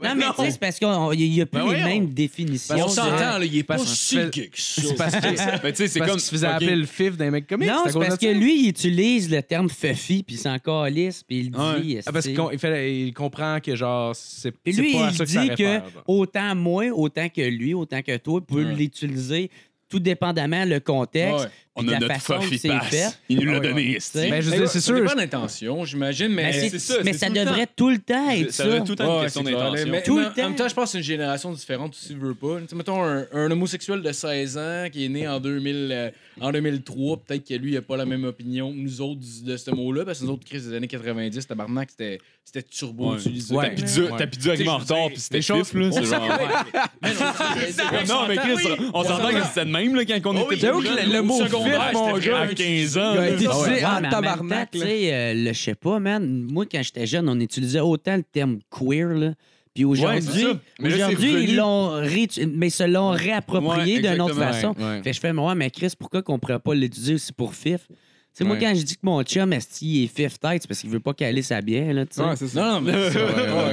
S5: Non, mais tu sais, c'est parce qu'il n'y a plus
S4: Ben
S5: les
S4: voyons.
S5: mêmes définitions.
S2: On s'entend,
S5: de-
S2: là, il est pas
S4: Parce que-
S2: si gay que ça.
S4: C'est parce que.
S8: Mais Ben, tu sais, c'est
S4: parce
S8: comme.
S4: qu'il se faisait
S8: fucking-
S4: appeler le fif d'un mec comique.
S5: Non,
S4: à
S5: c'est
S4: cause
S5: parce
S4: de
S5: que
S4: ça.
S5: lui, il utilise le terme fuffy, puis il s'en calisse, puis il le dit.
S4: Ah, parce
S5: esti.
S4: qu'il con- il fait- il comprend que genre, c'est
S5: Puis
S4: c'est
S5: lui,
S4: pas à
S5: il
S4: ça que ça
S5: dit que
S4: réfère, genre.
S5: autant moi, autant que lui, autant que toi, peut l'utiliser tout dépendamment le contexte,
S2: Ouais.
S5: puis
S8: On
S5: de
S8: a
S5: la
S8: notre
S5: façon que
S8: Fuffy
S5: c'est fait.
S8: Pass. Il nous l'a
S5: Ah ouais,
S8: donné,
S5: ouais.
S8: esti.
S5: Tu sais,
S4: Mais je veux
S2: C'est
S4: dire, c'est sûr.
S2: pas l'intention, j'imagine, mais.
S5: Mais,
S8: c'est
S5: c'est-
S8: ça,
S5: mais
S8: c'est
S5: ça
S8: tout le
S5: devrait tout le temps être
S8: Ça
S5: ça.
S8: avait tout le temps une
S2: Ouais,
S8: question
S2: c'est clair.
S8: d'intention.
S2: Mais-
S5: Tout
S2: mais
S5: le
S2: en
S5: temps.
S2: même temps, je pense que c'est une génération différente, si tu veux pas. Tu sais, mettons un, un homosexuel de 16 ans qui est né en, 2000, euh, en 2003, peut-être que lui, il a pas la même opinion que nous autres du- de ce mot-là, parce que nous autres, Chris, des années 90, tabarnak, c'était c'était turbo
S8: Ouais.
S2: utilisé.
S8: T'as plus dû- T'as plus dû arriver en retard, puis c'était chiffre, là. c'est genre-
S2: *laughs* Mais non, c'est- c'est- on
S8: Non, mais
S2: s'entend,
S8: Chris,
S2: oui.
S8: on s'entend que c'était de même, là, quand
S2: Oh
S8: on était
S2: oui,
S8: plus
S2: j'avoue
S8: jeunes,
S2: que le-
S8: là,
S2: le
S8: au
S2: mot
S8: secondaire,
S2: fit, mon
S8: c'était
S2: gars,
S8: à 15 ans.
S11: Il a été
S5: Ah
S8: là.
S5: Ouais,
S11: utilisé
S5: mais en
S11: en
S5: même
S11: tabarnak.
S5: temps,
S11: là.
S5: tu sais, euh, le- je sais pas, man. Moi, quand j'étais jeune, on utilisait autant le terme queer, là. Puis aujourd'hui,
S8: ça. Mais là, c'est
S5: aujourd'hui,
S8: revenu.
S5: ils l'ont rétu- mais se l'ont réapproprié
S8: Ouais,
S5: d'une autre
S8: exactement.
S5: façon. Fait que je fais, moi, mais Chris, pourquoi qu'on pourrait pas l'utiliser aussi pour fif? Tu sais, moi,
S8: Ouais.
S5: quand je dis que mon chum, est il est fif tête, c'est parce qu'il veut pas caler sa bière, là, tu sais.
S11: Ouais, c'est ça.
S2: Non, non,
S8: *laughs*
S2: mais c'est ça.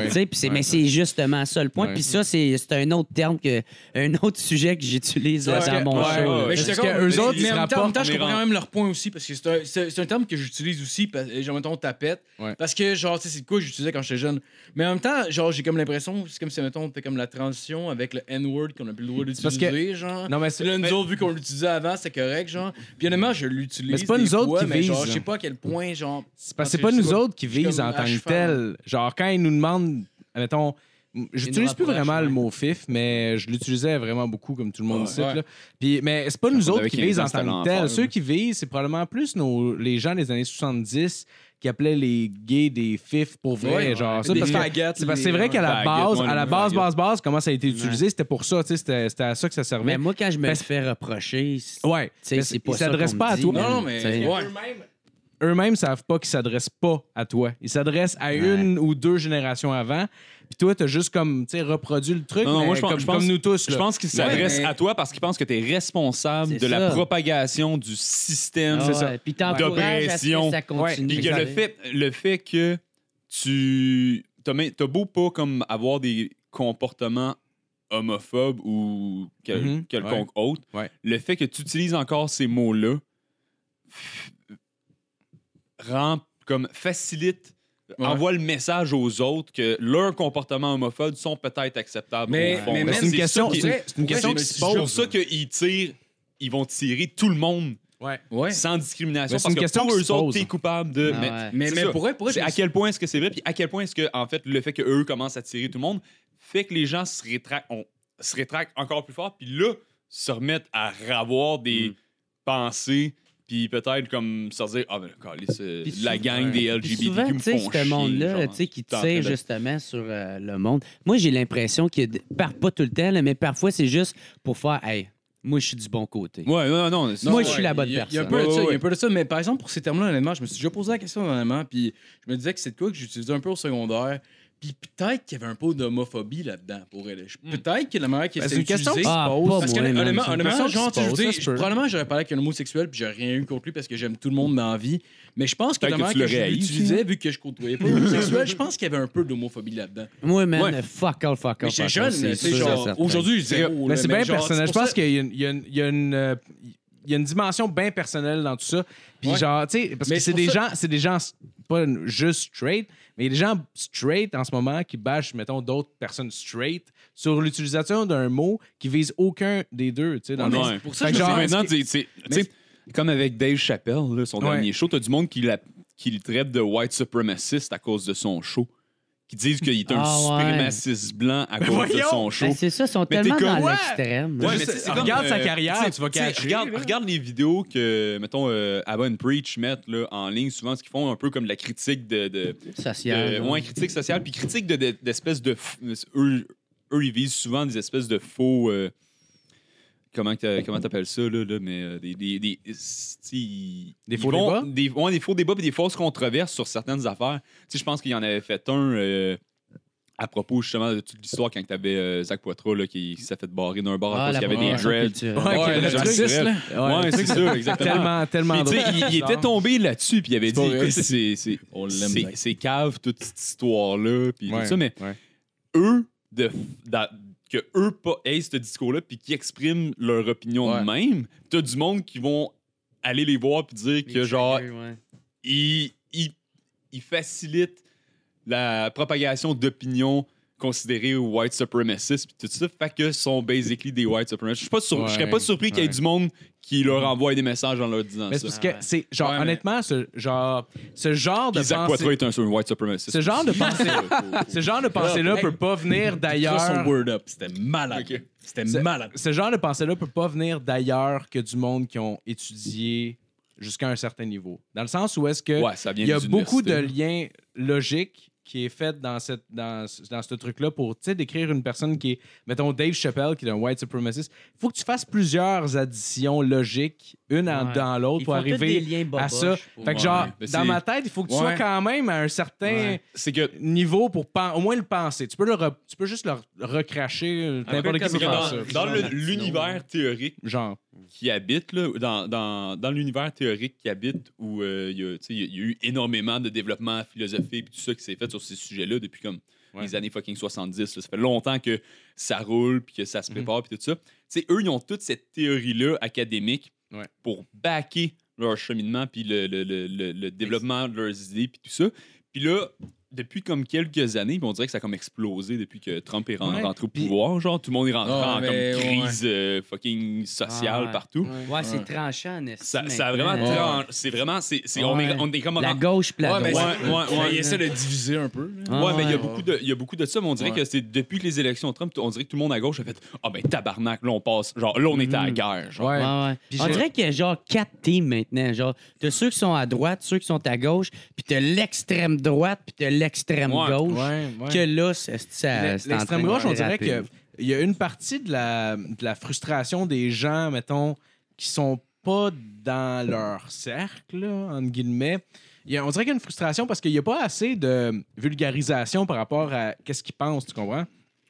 S5: Tu sais, puis c'est- mais c'est justement ça le point.
S4: Ouais.
S5: Puis ça, c'est c'est un autre terme, que, un autre sujet que j'utilise euh,
S2: Ouais,
S5: dans mon
S8: ouais,
S5: show.
S8: ouais,
S5: là.
S2: Mais je suis
S4: Parce
S2: d'accord.
S4: que eux
S2: mais-
S4: autres,
S2: mais
S4: ils se
S2: en même temps- en
S4: rapportent,
S2: même temps,
S8: on
S2: je
S8: est
S2: comprends
S8: rendu.
S2: même leur point aussi, parce que c'est un, c'est- c'est un terme que j'utilise aussi, parce, genre, mettons, tapette.
S4: Ouais.
S2: Parce que, genre, tu sais, c'est de quoi que j'utilisais quand j'étais jeune. Mais en même temps, genre, j'ai comme l'impression, c'est comme si, mettons, t'es comme la transition avec le N-word qu'on a plus le droit
S4: parce que-
S2: d'utiliser, genre.
S4: Non, mais c'est-
S2: c'est là, nous
S4: mais-
S2: autres, vu qu'on l'utilisait avant, c'est correct, genre. Puis honnêtement, je l'utilise.
S4: Mais c'est pas
S2: des
S4: nous autres
S2: fois,
S4: qui
S2: mais genre,
S4: visent.
S2: Je sais pas à quel point, genre.
S4: C'est parce que
S2: Parce
S4: c'est pas
S2: que je
S4: nous
S2: suis
S4: autres qui
S2: suis
S4: visent
S2: comme
S4: en tant
S2: à
S4: que
S2: cheval.
S4: tel. Genre, quand ils nous demandent, admettons, m- j'utilise plus
S2: rapprochent,
S4: vraiment le
S2: ouais.
S4: mot fif, mais je l'utilisais vraiment beaucoup, comme tout le monde
S2: Ouais.
S4: ici.
S2: Ouais.
S4: là. Puis, mais c'est pas nous
S8: on
S4: autres
S8: avait
S4: qui
S8: 15
S4: visent
S8: ans,
S4: en
S8: c'était
S4: tant que
S8: l'enfer,
S4: tel.
S8: là.
S4: Ceux qui visent, c'est probablement plus nos, les gens des années 70 qui appelaient les gays des fifs pour vrai.
S2: Ouais,
S4: genre, ça,
S2: des
S4: parce que-
S2: faggots,
S4: c'est parce que c'est
S2: les-
S4: vrai qu'à la
S8: ouais,
S4: base,
S8: faggots, ouais,
S4: à la
S8: les
S4: base,
S8: faggots.
S4: base, base, comment ça a été utilisé, c'était pour ça, tu sais, c'était c'était à ça que ça
S5: Mais
S4: servait.
S5: moi, quand je me le
S4: Parce-
S5: fais reprocher, c'est-
S4: Ouais,
S5: tu sais,
S4: Mais
S5: c'est
S4: ils
S5: pas ça.
S4: s'adressent
S5: qu'on
S4: pas
S5: me
S4: à
S5: dit,
S4: toi.
S5: man,
S2: Non, non, mais.
S5: tu sais.
S2: ouais.
S4: eux-mêmes savent pas qu'ils s'adressent pas à toi. Ils s'adressent à
S5: Ouais.
S4: une ou deux générations avant. Puis toi, t'as juste comme, tu sais, reproduit le truc,
S8: Non, non,
S4: mais
S8: moi, je pense-
S4: comme,
S8: je pense-
S4: comme nous tous. Là.
S8: Je pense qu'il s'adresse
S2: mais-
S8: à toi parce qu'il pense que tu es responsable
S5: C'est
S8: de la
S5: ça.
S8: propagation du système.
S5: Ah ouais, Puis t'encourages à ce que
S8: D'oppression.
S5: ça continue.
S8: Puis que le
S5: tu sais.
S8: fait, le fait que tu. T'as ma- t'as beau pas comme avoir des comportements homophobes ou quel-
S4: Mhm,
S8: quelconque autre,
S4: Ouais.
S8: le fait que tu utilises encore ces mots-là rend comme facilite.
S2: Ouais.
S8: Envoie le message aux autres que leurs comportements homophobes sont peut-être acceptables.
S2: Mais-
S8: au fond.
S2: mais
S8: Ben,
S2: man,
S4: c'est une
S8: ça
S4: question,
S8: qui-
S4: c'est c'est une
S2: Ouais,
S4: question
S2: j'ai-
S4: qui
S8: c'est
S4: se
S8: pour
S4: pose.
S8: ça qu'ils tirent, ils vont tirer tout le monde
S2: Ouais.
S8: sans discrimination
S4: Mais c'est
S8: parce
S4: une
S8: que
S4: question
S8: pour
S4: qui
S8: eux
S4: se
S8: autres,
S4: pose.
S8: t'es coupable de.
S5: Ah
S8: mais-
S5: ouais.
S2: Mais,
S8: c'est
S2: mais
S8: ça.
S2: pour vrai, pour vrai,
S8: C'est
S2: je
S8: à
S2: me
S8: quel point est-ce que c'est vrai, puis à quel point est-ce que, en fait, le fait qu'eux commencent à tirer tout le monde fait que les gens se rétractent, on, se rétractent encore plus fort, puis là, se remettent à avoir des Mm. pensées, puis peut-être comme se dire, ah ben, calé, c'est
S5: Puis
S8: la
S5: sou-
S8: gang des
S5: Puis
S8: LGBT
S5: souvent,
S8: qui me
S5: tu sais,
S8: font
S5: ce monde-là,
S8: chier,
S5: tu sais, qui
S8: genre, t'es en train
S5: tire
S8: de-
S5: justement sur euh, le monde. Moi, j'ai l'impression que, par, pas tout le temps, là, mais parfois, c'est juste pour faire, hey, moi, je suis du bon côté.
S8: Ouais, non, non, non, c'est-
S5: Moi,
S2: Non,
S5: je suis
S2: ouais,
S5: la bonne
S2: il y a- Il y a un
S5: personne.
S2: peu de
S8: Ouais,
S2: ça, il
S8: ouais,
S2: y a
S8: ouais.
S2: un peu de ça, mais par exemple, pour ces termes-là, honnêtement, je me suis déjà posé la question, honnêtement, puis je me disais que c'est de quoi que j'utilisais un peu au secondaire. Puis peut-être qu'il y avait un peu d'homophobie là-dedans pour elle.
S8: Hmm.
S2: Je- Peut-être que la manière qui
S4: Ben,
S2: s'est
S4: c'est une question
S2: utilisée-
S4: qui se
S5: Ah,
S4: pose.
S5: pas
S2: Parce que
S5: moi, man.
S2: honnêtement,
S5: C'est une
S2: honnêtement,
S5: question qui
S2: genre,
S5: se
S2: tu sais,
S5: pose,
S2: je
S5: ça se peut.
S2: probablement j'aurais parlé avec un homosexuel puis j'aurais rien eu contre lui parce que j'aime tout le monde dans la vie. Mais je pense que la
S8: Peut-être que
S2: manière
S8: tu
S2: que je
S8: l'aurais haï,
S2: l'utilisais, vu que je côtoyais pas d'homosexuel, je pense qu'il y avait un peu d'homophobie là-dedans.
S5: Moi, man,
S8: Ouais.
S5: fuck all, fuck all.
S2: Mais j'étais
S5: fuck
S2: jeune,
S5: all,
S2: tu sais,
S5: sûr et
S2: genre,
S5: certain.
S2: aujourd'hui, zéro. là,
S4: Mais c'est
S2: mais
S4: bien
S2: genre,
S4: personnel. Je
S2: c'est pour
S4: pense
S2: ça-
S4: qu'il y a une- il y a une- il y a une. euh, Il y a une dimension bien personnelle dans tout ça. Puis
S2: Ouais.
S4: genre, tu sais, parce
S2: Mais
S4: que
S2: c'est
S4: c'est des
S2: pour
S4: gens, c'est des gens s- pas n- juste straight, mais il y a des gens straight en ce moment qui bâchent, mettons, d'autres personnes straight sur l'utilisation d'un mot qui vise aucun des deux, tu sais, dans le
S8: Ouais.
S2: pour ça
S8: hein. Fait
S2: que
S8: que
S2: je
S8: genre,
S2: me dis-
S8: maintenant, tu sais, tu sais, comme avec Dave Chappelle, là, son
S4: Ouais.
S8: dernier show, t'as du monde qui, la- qui le traite de white supremacist à cause de son show. Qui disent qu'il est un
S5: Ah ouais.
S8: suprémaciste blanc à cause de son show.
S5: Ben, c'est ça, ils sont
S8: Mais t'es
S5: tellement
S8: comme-
S5: dans
S8: Ouais.
S5: l'extrême.
S8: Ouais,
S5: là.
S8: mais tu sais, c'est comme,
S4: regarde sa
S8: euh,
S4: carrière, tu vas
S8: Tu sais,
S4: catcher.
S8: regarde, regarde les vidéos que, mettons, euh, Abba and Preach mettent là, en ligne, souvent, ce qu'ils font un peu comme de la critique de. de,
S5: Social,
S8: de-
S5: là.
S8: Euh, ouais, critique sociale, puis critique de- de- d'espèces de. f- eux, eux, ils visent souvent des espèces de faux. euh, comment que t'a- comment t'appelles ça, là, là, mais euh, des. Des, des, si-
S4: Des
S8: ils
S4: faux
S8: vont-
S4: débats?
S8: Des, ouais, des faux débats et des fausses controverses sur certaines affaires. Tu sais, je pense qu'il y en avait fait un. euh, à propos justement de toute l'histoire quand t'avais avais Zach Poitras là, qui, s'est fait barrer d'un bar
S5: Ah,
S8: parce
S5: la
S8: qu'il y avait des
S5: promotion
S8: dreads. Ah,
S5: culturelle.
S2: Ah,
S4: Ouais,
S5: *laughs*
S8: Ouais,
S4: le
S8: le
S4: truc,
S8: truc, là.
S4: Ouais,
S8: Ouais,
S4: le
S8: c'est
S4: truc,
S8: ça, exactement.
S4: Tellement, tellement
S8: Mais tu sais,
S4: drôle.
S8: il, il était tombé là-dessus, puis il avait dit
S2: pas vrai.
S8: écoute, c'est- c'est-
S2: On l'aime,
S8: c'est
S2: Zach.
S8: c'est cave, toute cette histoire-là, puis
S4: Ouais,
S8: tout ça. Mais
S4: ouais.
S8: eux, de, d'a- que eux pas aient ce discours-là, puis qui expriment leur opinion
S2: Ouais.
S8: de même, t'as du monde qui vont aller les voir, puis dire que genre, il, il, il facilite la propagation d'opinions considérées white supremacists puis tout ça fait que sont basically des white supremacists. Je suis pas sur- je serais pas
S4: Ouais,
S8: surpris qu'il y ait
S4: ouais.
S8: du monde qui leur envoie des messages en leur disant
S4: Mais c'est
S8: ça.
S4: parce
S5: Ah
S4: que
S5: ouais.
S4: c'est genre
S8: Ouais, mais-
S4: honnêtement ce genre ce genre de
S8: Puis Zach
S4: pensée
S8: Poitras est un un white supremacist.
S4: Ce genre de pensée- ce genre de pensée là
S2: Hey.
S4: peut pas venir
S2: Ça, son
S4: d'ailleurs
S2: word up, c'était malade.
S8: Ok.
S2: C'était
S4: C'est-
S2: malade.
S4: ce genre de pensée-là peut pas venir d'ailleurs que du monde qui ont étudié jusqu'à un certain niveau. Dans le sens où est-ce que
S8: Ouais, ça vient
S4: il y a
S8: des
S4: beaucoup de
S8: universités.
S4: liens logiques qui est fait dans, cette, dans, ce- dans ce truc-là pour tu sais, décrire une personne qui est, mettons, Dave Chappelle, qui est un white supremacist. Il faut que tu fasses plusieurs additions logiques, une en-
S5: Ouais.
S4: dans l'autre, pour
S5: des
S4: arriver
S5: liens
S4: à
S5: boboches
S4: ça.
S5: pour-
S4: Fait que
S8: Ouais.
S4: genre,
S8: Mais c'est-
S4: dans ma tête, il faut que tu sois
S8: Ouais.
S4: quand même à un certain
S5: Ouais.
S8: C'est que
S4: niveau pour pen- au moins le penser. Tu peux, le re- tu peux juste le recracher, euh,
S2: peu
S4: n'importe qui
S2: comme
S4: peut
S8: dans,
S4: faire
S2: Laurent-
S4: ça.
S8: dans le- l'univers théorique
S4: Genre.
S8: qui habite, là, dans, dans, dans l'univers théorique qui habite, où euh, il y a- tu sais, il y, a- il y a eu énormément de développement philosophique et tout ça qui s'est fait sur ces sujets-là depuis comme
S4: Ouais.
S8: les années fucking 70. là. Ça fait longtemps que ça roule, puis que ça
S4: Mhm.
S8: se prépare, puis tout ça. Tu sais, eux, ils ont toute cette théorie-là académique
S4: Ouais.
S8: pour backer leur cheminement, puis le, le- le- le- le développement de leurs idées, puis tout ça. Puis là, depuis comme quelques années, puis on dirait que ça a comme explosé depuis que Trump est ren-
S4: Ouais.
S8: rentré au
S4: Puis- Ah,
S8: pouvoir. Genre, tout le monde est rentré
S2: Ouais,
S8: en
S2: mais
S8: comme
S2: ouais.
S8: crise euh, fucking sociale
S5: Ouais.
S8: partout.
S5: Ouais, c'est tranchant, n'est-ce
S8: Ça, ça a vraiment.
S5: maintenant.
S8: tran- C'est vraiment. c'est c'est- on, est,
S5: Ouais.
S8: on est comme.
S5: La
S8: en-
S5: gauche, puis la
S2: Ouais, mais
S5: droite.
S8: ouais, ouais, ouais.
S2: Il essaie de diviser un peu. là.
S5: Ah,
S8: ouais, mais il y, a
S5: ouais.
S8: beaucoup de, il y a beaucoup de ça, mais on dirait
S2: Ouais.
S8: que c'est depuis les élections de Trump, on dirait que tout le monde à gauche a fait Ah, ben tabarnak, là, on passe. Genre, là, on est à la guerre. Genre.
S5: Ouais, ouais. On dirait qu'il y a genre quatre teams maintenant. Genre, t'as ceux qui sont à droite, ceux qui sont à gauche, puis t'as l'extrême droite, puis t'as l'extrême
S8: Ouais.
S5: gauche.
S4: Ouais, ouais.
S5: Que là, c'est ça.
S4: L-
S5: Ben, c'est en train
S4: L'extrême
S5: de
S4: gauche, on dirait
S5: déraper.
S4: que il y a une partie de la, de la frustration des gens, mettons, qui sont pas dans leur cercle, là, entre guillemets. Il y a- on dirait qu'il y a une frustration parce qu'il n'y a pas assez de vulgarisation par rapport à qu'est-ce qu'ils pensent, tu comprends?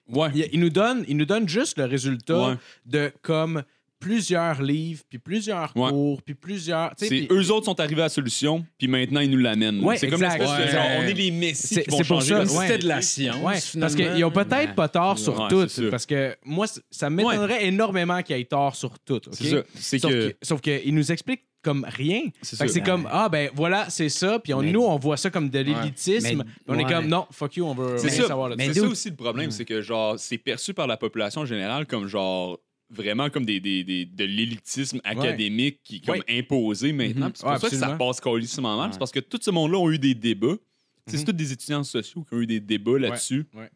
S8: Ouais.
S4: Il, il nous donne, il nous donne juste le résultat
S8: Ouais.
S4: de comme plusieurs livres, puis plusieurs
S8: Ouais.
S4: cours, puis plusieurs... tu sais,
S8: C'est-
S4: puis-
S8: Eux autres sont arrivés à la solution, puis maintenant, ils nous l'amènent.
S4: Ouais,
S8: c'est comme
S4: exact.
S8: l'espèce de-
S2: Ouais.
S8: genre, on est les messies.
S4: C'est-
S8: qui vont
S4: c'est pour
S8: changer
S4: ça,
S8: la
S2: Comme si
S4: ouais.
S2: c'était de la science.
S4: Ouais, parce qu'ils
S2: finalement.
S4: ont peut-être pas tort sur
S8: Ouais,
S4: tout.
S8: c'est sûr.
S4: Parce que moi, c- ça m'étonnerait énormément qu'ils aient tort sur tout. ok?
S8: C'est ça. C'est
S4: Sauf
S8: que.
S4: que- Sauf qu'ils nous expliquent comme rien.
S8: C'est
S4: Fait que
S8: ça.
S4: c'est comme, ah ben voilà, c'est ça. Puis on,
S5: Mais-
S4: nous, on voit ça comme de l'élitisme.
S5: Mais-
S4: puis On est
S5: ouais.
S4: comme, non, fuck you, on veut
S8: C'est
S4: rien
S8: ça.
S4: Euh, savoir là-dessus.
S5: Mais
S8: C'est ça
S5: d'où-
S8: aussi le
S4: Mm.
S8: problème, c'est que genre c'est perçu par la population générale comme genre vraiment comme des, des, des- de l'élitisme académique qui est comme imposé maintenant. Puis C'est pour
S4: Mm-hmm. Ouais,
S8: ça que ça
S4: absolument.
S8: passe colissement mal.
S5: Ouais.
S8: C'est parce que tout ce monde-là ont eu des débats. Tu sais, C'est tous des étudiants sociaux qui ont eu des débats là-dessus.
S4: Mm-hmm. ouais.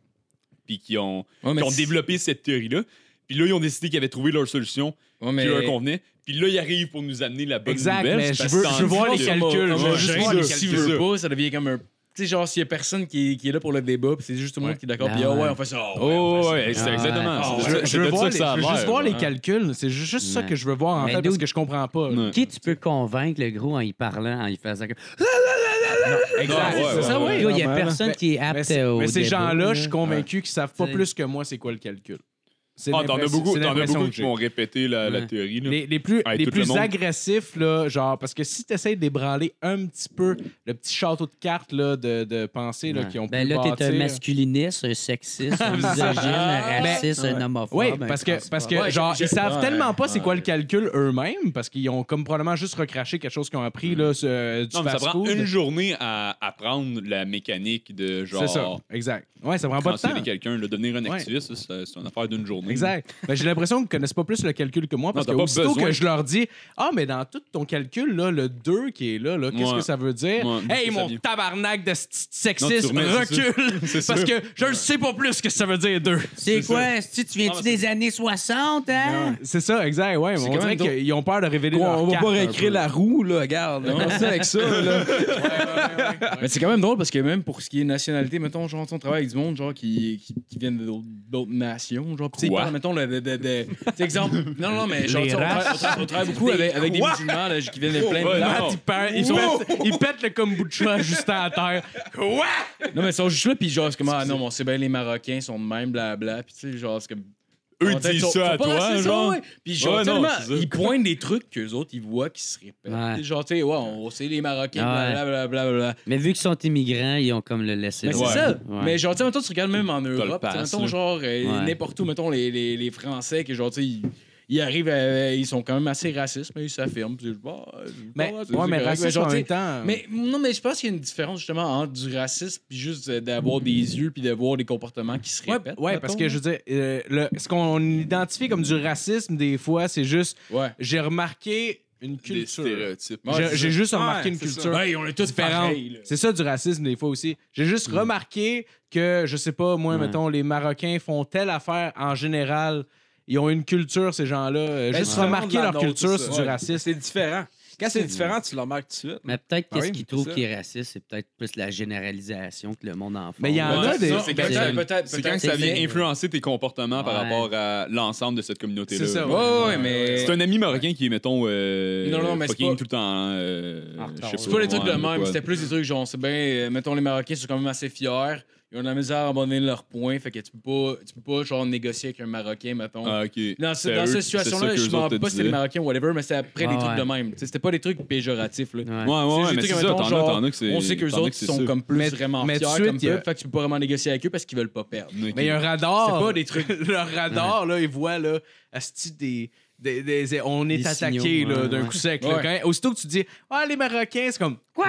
S8: Puis qui ont,
S2: Ouais, mais
S8: qui ont
S2: c'est-
S8: développé cette théorie-là. Puis là, ils ont décidé qu'ils avaient trouvé leur solution
S2: Ouais, mais-
S8: qui leur convenait. Puis là, ils arrivent pour nous amener la bonne
S4: Exact,
S8: nouvelle.
S4: mais
S8: C'est
S4: je
S8: parce
S4: veux-
S8: que
S4: je veux voir
S8: tandis
S4: les
S8: que-
S4: calculs, je veux
S8: Ouais,
S4: juste
S8: c'est
S4: voir
S8: ça.
S4: les
S2: S'il
S8: C'est
S2: veut
S8: ça.
S2: pas, ça devient comme un. Tu sais, genre, s'il y a personne qui, qui est là pour le débat, puis c'est juste tout le monde qui est d'accord,
S5: Ah
S2: puis ah ouais,
S5: ouais.
S2: on fait ça. ah ouais, on fait
S8: Oh,
S2: ça.
S8: ouais, c'est
S5: Ouais.
S8: exactement.
S2: Ah,
S8: C'est-
S2: ouais.
S4: Je
S8: c'est- c'est
S4: veux,
S8: de ça
S4: voir
S8: que
S4: les,
S8: ça a
S4: je veux juste
S8: l'air,
S4: voir les
S8: ouais.
S4: calculs. C'est ju- juste ça
S5: Ouais.
S4: que je veux voir, en
S5: Mais
S4: fait, parce
S5: d'où-
S4: que je comprends pas.
S8: Ouais.
S5: Qui tu peux convaincre le gros en y parlant, en y faisant comme. Ah,
S4: Exact.
S8: Non, Ah, ouais,
S4: c'est
S8: ouais,
S4: ça,
S8: ouais.
S4: oui.
S5: Il n'y a
S3: vraiment, là.
S5: personne qui est
S4: Mais,
S5: apte
S4: c'est-
S5: au
S4: mais ces
S5: début,
S4: gens-là, je suis
S5: là.
S4: convaincu qu'ils savent pas
S5: C'est-
S4: plus que moi c'est quoi le calcul. C'est
S8: Ah, t'en as
S4: l'impression-
S8: beaucoup,
S4: c'est
S8: t'en as
S4: l'impression
S8: beaucoup
S4: que
S8: qui
S4: j'ai.
S8: vont répéter la, la
S5: Ouais.
S8: théorie. Là.
S4: Les, les plus,
S8: Ouais,
S4: les
S8: tout le
S4: plus
S8: monde.
S4: agressifs, là, genre, parce que si tu essaies d'ébranler un petit peu le petit château de cartes là, de, de pensée là,
S5: Ouais.
S4: qui ont
S5: ben
S4: pu
S5: là, t'es un
S4: bâtir-
S5: masculiniste,
S4: *laughs*
S5: un sexiste, un misogyne, un
S4: Ben,
S5: raciste, un homophobe.
S4: Oui,
S5: un
S4: parce que, parce que
S2: Ouais,
S4: genre,
S2: j'ai-
S4: ils
S2: j'ai-
S4: savent
S2: ouais,
S4: tellement pas c'est quoi le
S2: ouais.
S4: calcul eux-mêmes, parce qu'ils ont comme probablement juste recraché quelque chose qu'ils ont appris là, sur, euh, du
S8: Mm. Non, mais ça prend
S4: fast-food.
S8: une journée à apprendre la mécanique de genre.
S4: C'est ça, exact. Ouais, ça prend pas de temps.
S8: canceller quelqu'un, le devenir un
S4: Ouais.
S8: activiste, ça, c'est c'est une affaire d'une journée.
S4: Exact. Ben, j'ai l'impression qu'ils connaissent pas plus le calcul que moi parce
S8: t'as
S4: que
S8: pas
S4: aussitôt
S8: besoin.
S4: que je leur dis Ah, mais dans tout ton calcul, là, le 2 qui est là, là qu'est-ce
S8: Ouais.
S4: que ça veut dire
S8: Ouais, d'où
S4: Hey,
S8: ça
S4: mon
S8: vient.
S4: tabarnak de sti- sexiste,
S8: Non, tu remets, c'est
S4: recule
S8: C'est
S4: Parce
S8: sûr.
S4: que je ne sais pas plus ce que ça veut dire 2.
S5: C'est quoi? Si tu
S8: Non,
S5: viens-tu
S8: mais
S5: des années 60, hein?
S4: C'est ça, exact. Ouais, on
S2: quand
S4: dirait
S2: même drôle.
S4: qu'ils ont peur de révéler
S3: Quoi,
S4: leur
S3: on va
S4: carte
S3: pas
S4: un
S3: réécrire
S4: peu.
S3: la roue, là, regarde. On ça avec ça, là.
S2: Mais c'est quand même drôle parce que même pour ce qui est nationalité, mettons, genre, on travaille avec du monde, genre, qui, qui, qui viennent d'autres- d'autres nations, genre, pis tu sais, ils
S8: Quoi?
S2: parlent, mettons, le, de, de, de- tu sais, exemple, non, non, mais genre,
S5: Les
S2: tu sais, on, travaille- on travaille- on travaille beaucoup avec, avec des musulmans, là, qui viennent de plein de
S8: Oh, ouais,
S2: places.
S4: Matt, il, perd- il pète, il pète le kombucha *laughs* juste à terre. Quoi?
S2: Non, mais ils sont juste là, puis genre, c'est comme, ah non, mais on sait bien, les Marocains sont de même, blabla, puis tu sais, genre, c'est comme.
S8: Eux
S2: en fait,
S8: disent
S2: sont-
S8: ça à
S2: sont pas
S8: toi,
S2: racistes,
S8: genre.
S2: ouais. Puis genre,
S8: Ouais, non,
S2: tellement,
S8: c'est ça.
S2: ils pointent des trucs qu'eux autres, ils voient qui se répètent.
S5: Ouais.
S2: Genre, tu sais, ouais, on sait les Marocains,
S5: Ouais.
S2: blablabla. blablabla.
S5: Mais vu qu'ils sont immigrants, ils ont comme le laissé.
S2: Mais c'est
S5: Ouais.
S2: ça.
S5: Ouais.
S2: Mais genre, tu sais, mettons, tu regardes même en
S8: le
S2: Europe, tu sais,
S8: pass,
S2: mettons,
S8: là.
S2: genre, euh,
S5: Ouais.
S2: n'importe où, mettons, les, les, les Français qui, genre, tu sais, ils, ils arrivent, à- ils sont quand même assez racistes, mais ils s'affirment. puis c'est, bah, euh, bah,
S4: Mais,
S2: c'est-
S4: ouais,
S2: c'est
S4: mais
S2: correct.
S4: raciste
S2: genre,
S4: en
S2: tu sais,
S4: même temps.
S2: mais non, mais je pense qu'il y a une différence justement entre du racisme puis juste euh, d'avoir des yeux puis d'avoir des comportements qui se
S4: Ouais,
S2: répètent.
S4: ouais,
S2: mettons,
S4: parce que
S2: là.
S4: je veux dire, euh, le- ce qu'on identifie comme du racisme, des fois, c'est juste
S2: Ouais.
S4: j'ai remarqué une
S8: Des
S4: culture.
S8: stéréotypes.
S2: Ouais,
S4: J'ai-
S2: c'est
S4: J'ai
S2: ça.
S4: juste remarqué
S3: Ouais,
S4: une
S3: c'est ça.
S4: culture
S2: Ouais, on est tous
S4: différente.
S2: pareils, là.
S4: C'est ça du racisme des fois aussi. J'ai juste
S3: Mm.
S4: remarqué que, je sais pas, moi,
S5: Ouais.
S4: mettons, les Marocains font telle affaire en général. Ils ont une culture, ces gens-là. Euh, juste
S3: c'est vraiment
S4: remarquer
S3: Ben, de la
S4: leur
S3: nôtre,
S4: culture,
S3: ça.
S4: c'est du
S3: Ouais.
S4: racisme.
S3: C'est différent. Quand c'est différent, tu le remarques tout de suite.
S5: Mais peut-être
S3: Ah oui,
S5: qu'est-ce qu'ils trouvent
S3: ça.
S5: qui est raciste, c'est peut-être plus la généralisation que le monde en fait.
S4: Mais il y en
S8: Ouais,
S4: a des.
S8: c'est
S2: Peut-être,
S5: Ah, c'est-
S2: peut-être,
S8: C'est quand
S2: peut-être.
S8: que ça vient
S5: c'est-
S8: influencer tes comportements par
S5: Ouais.
S8: rapport à l'ensemble de cette communauté-là.
S4: C'est ça,
S2: Ouais, ouais, ouais, mais.
S8: C'est un ami marocain qui est, mettons, euh,
S2: Non, non, mais c'est
S8: fucking
S2: pas-
S8: tout le temps.
S4: Ah,
S8: euh,
S5: En retard.
S8: je sais
S2: C'est pas les trucs
S8: ouais,
S2: de même,
S8: quoi.
S2: c'était plus des trucs genre, c'est bien, euh, mettons, les Marocains sont quand même assez fiers, ils ont de la misère à abandonner leurs points, fait que tu peux pas, tu peux pas genre négocier avec un Marocain, mettons.
S8: Ah, ok.
S2: Dans, ce-
S8: C'est
S2: dans cette
S8: eux- c'est ça
S2: situation-là,
S8: qu'eux
S2: je m'en
S8: autres te
S2: rappelle pas si c'était les
S8: disaient.
S2: Marocains ou whatever, mais c'était après
S5: Ah
S2: des trucs
S5: ouais.
S2: de même. Tu sais, C'était pas des trucs péjoratifs. Là.
S5: Ouais.
S8: Ouais, ouais,
S2: C'est
S8: ouais,
S2: des
S8: mais
S2: trucs,
S8: c'est ça,
S2: mettons,
S8: t'en as,
S2: genre,
S8: t'en as que c'est.
S2: On sait qu'eux
S8: t'en as
S2: autres
S8: que c'est
S2: sont
S8: ça.
S2: comme plus
S4: Mais-
S2: vraiment
S4: mais tout de
S2: fiers
S4: suite,
S2: comme
S4: il y a-
S2: peuple, fait que tu peux pas vraiment négocier avec eux parce qu'ils veulent pas perdre.
S8: Ok.
S4: Mais il y a un radar.
S2: C'est pas des
S4: *laughs*
S2: trucs-
S4: Leur radar, là, ils voient, là, asti des. des- des- on est
S5: Des
S4: attaqué
S5: signaux,
S4: là,
S5: ouais,
S4: d'un
S5: ouais.
S4: coup sec. là.
S2: Ouais.
S4: Quand- aussitôt que tu dis Ah, les Marocains, c'est comme Quoi?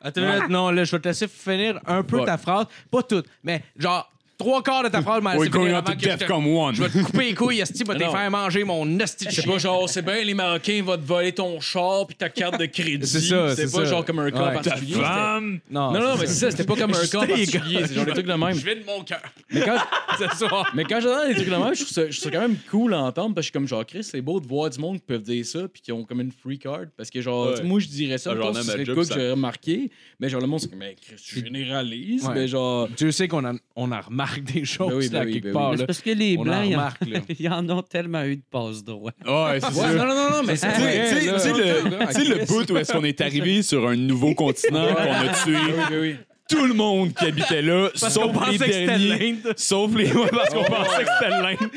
S4: Attends, une minute, non, là, je vais te laisser finir un peu
S2: Ouais.
S4: ta phrase. Pas toute, mais genre trois quarts de ta phrase, mais
S8: We're going
S4: finir
S8: out
S4: avant
S8: to
S4: que je
S8: death
S4: te-
S8: comme one.
S4: je vais te couper les couilles, Asti, va te
S2: Non.
S4: faire manger mon Asti. de
S2: Je sais
S4: chien.
S2: pas, genre, c'est bien, les Marocains vont te voler ton char puis ta carte de crédit.
S4: C'est ça,
S2: C'est
S4: c'est
S2: pas
S4: ça.
S2: genre comme un cas
S4: Ouais.
S2: particulier. c'était-
S8: Femme!
S2: Non, non, mais c'est ça, c'était pas comme un cas particulier. C'est genre des trucs de même.
S4: Je vais de mon cœur.
S2: Mais quand,
S4: Ce soir.
S2: mais quand j'entends des trucs de même, je trouve ça, je trouve ça quand même cool à entendre parce que je suis comme genre, Chris, c'est beau de voir du monde qui peuvent dire ça puis qui ont comme une free card. Parce que genre,
S8: Ouais.
S2: tu sais, moi, je dirais ça,
S8: Ah, genre,
S2: mettons, si
S8: même à
S2: c'est le
S8: job,
S2: coup que
S8: ça-
S2: j'aurais remarqué. Mais genre, le monde, c'est comme, mais Chris, tu généralises.
S4: Ouais.
S2: Mais genre,
S4: Dieu sait qu'on en, on en remarque des choses
S2: Ben oui, ben
S4: là,
S2: oui,
S4: quelque
S2: ben oui.
S4: part.
S5: Mais
S4: là.
S5: c'est parce que les
S4: On en
S5: Blancs, ils en-
S4: remarque, là.
S5: *laughs* ils en ont tellement eu de passe droit.
S8: Oh, Ouais, c'est
S2: Ouais,
S8: sûr.
S2: non, non, non, non, mais
S4: Ah,
S2: c'est
S8: Tu sais, tu sais, tu sais, le, tu sais, le bout où est-ce qu'on est
S4: *laughs*
S8: arrivé sur un nouveau continent, qu'on a tué
S2: Ben
S8: tout le monde qui habitait là, sauf les derniers. Sauf les. ouais, parce
S4: Oh.
S8: qu'on pensait que c'était l'Inde.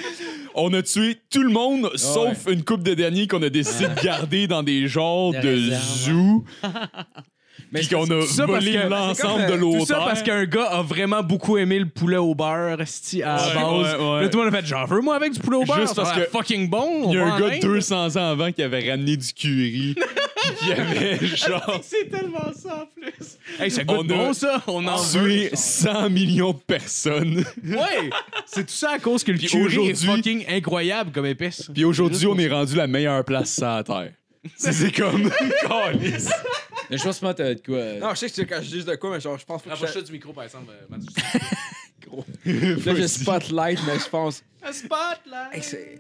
S8: On a tué tout le monde, sauf une coupe de derniers qu'on a décidé de garder dans des genres
S5: Des
S8: de
S5: réserves.
S4: *laughs*
S8: zoo. Puis qu'on a
S4: ça parce
S8: volé
S4: que-
S8: l'ensemble de
S4: Tout ça
S8: l'auteur.
S4: parce qu'un gars a vraiment beaucoup aimé le poulet au beurre esti, à la
S8: Ouais,
S4: base.
S8: ouais, ouais.
S4: Là, tout le monde a fait J'en veux, moi, avec du poulet au beurre.
S8: Juste
S4: ça a
S8: parce
S4: l'air
S8: que
S4: fucking bon. on
S8: Il y a
S4: va
S8: un
S4: en
S8: gars de
S4: Inde.
S8: 200 ans avant qui avait ramené
S4: *laughs*
S8: du curry. puis qui avait genre.
S4: Ah, C'est tellement ça en plus. Hey, ça
S8: On
S4: goûte
S8: a-
S4: bon, ça. On en veut.
S8: Tué 100 millions de personnes.
S4: Ouais. C'est tout ça à cause que le
S8: Puis
S4: curry est
S8: aujourd'hui-
S4: fucking incroyable comme épice.
S8: Puis aujourd'hui, on est rendu la meilleure place sur la Terre. C'est c'est comme. Calisse.
S2: Mais je pense que t'as de quoi. euh,
S3: Non, je sais que tu- quand je dis de quoi, mais genre, je pense pas que je...
S4: du micro, par exemple, euh,
S2: *laughs*
S3: Là, je spotlight, mais je pense...
S4: Un spot, là.
S3: Hey, c'est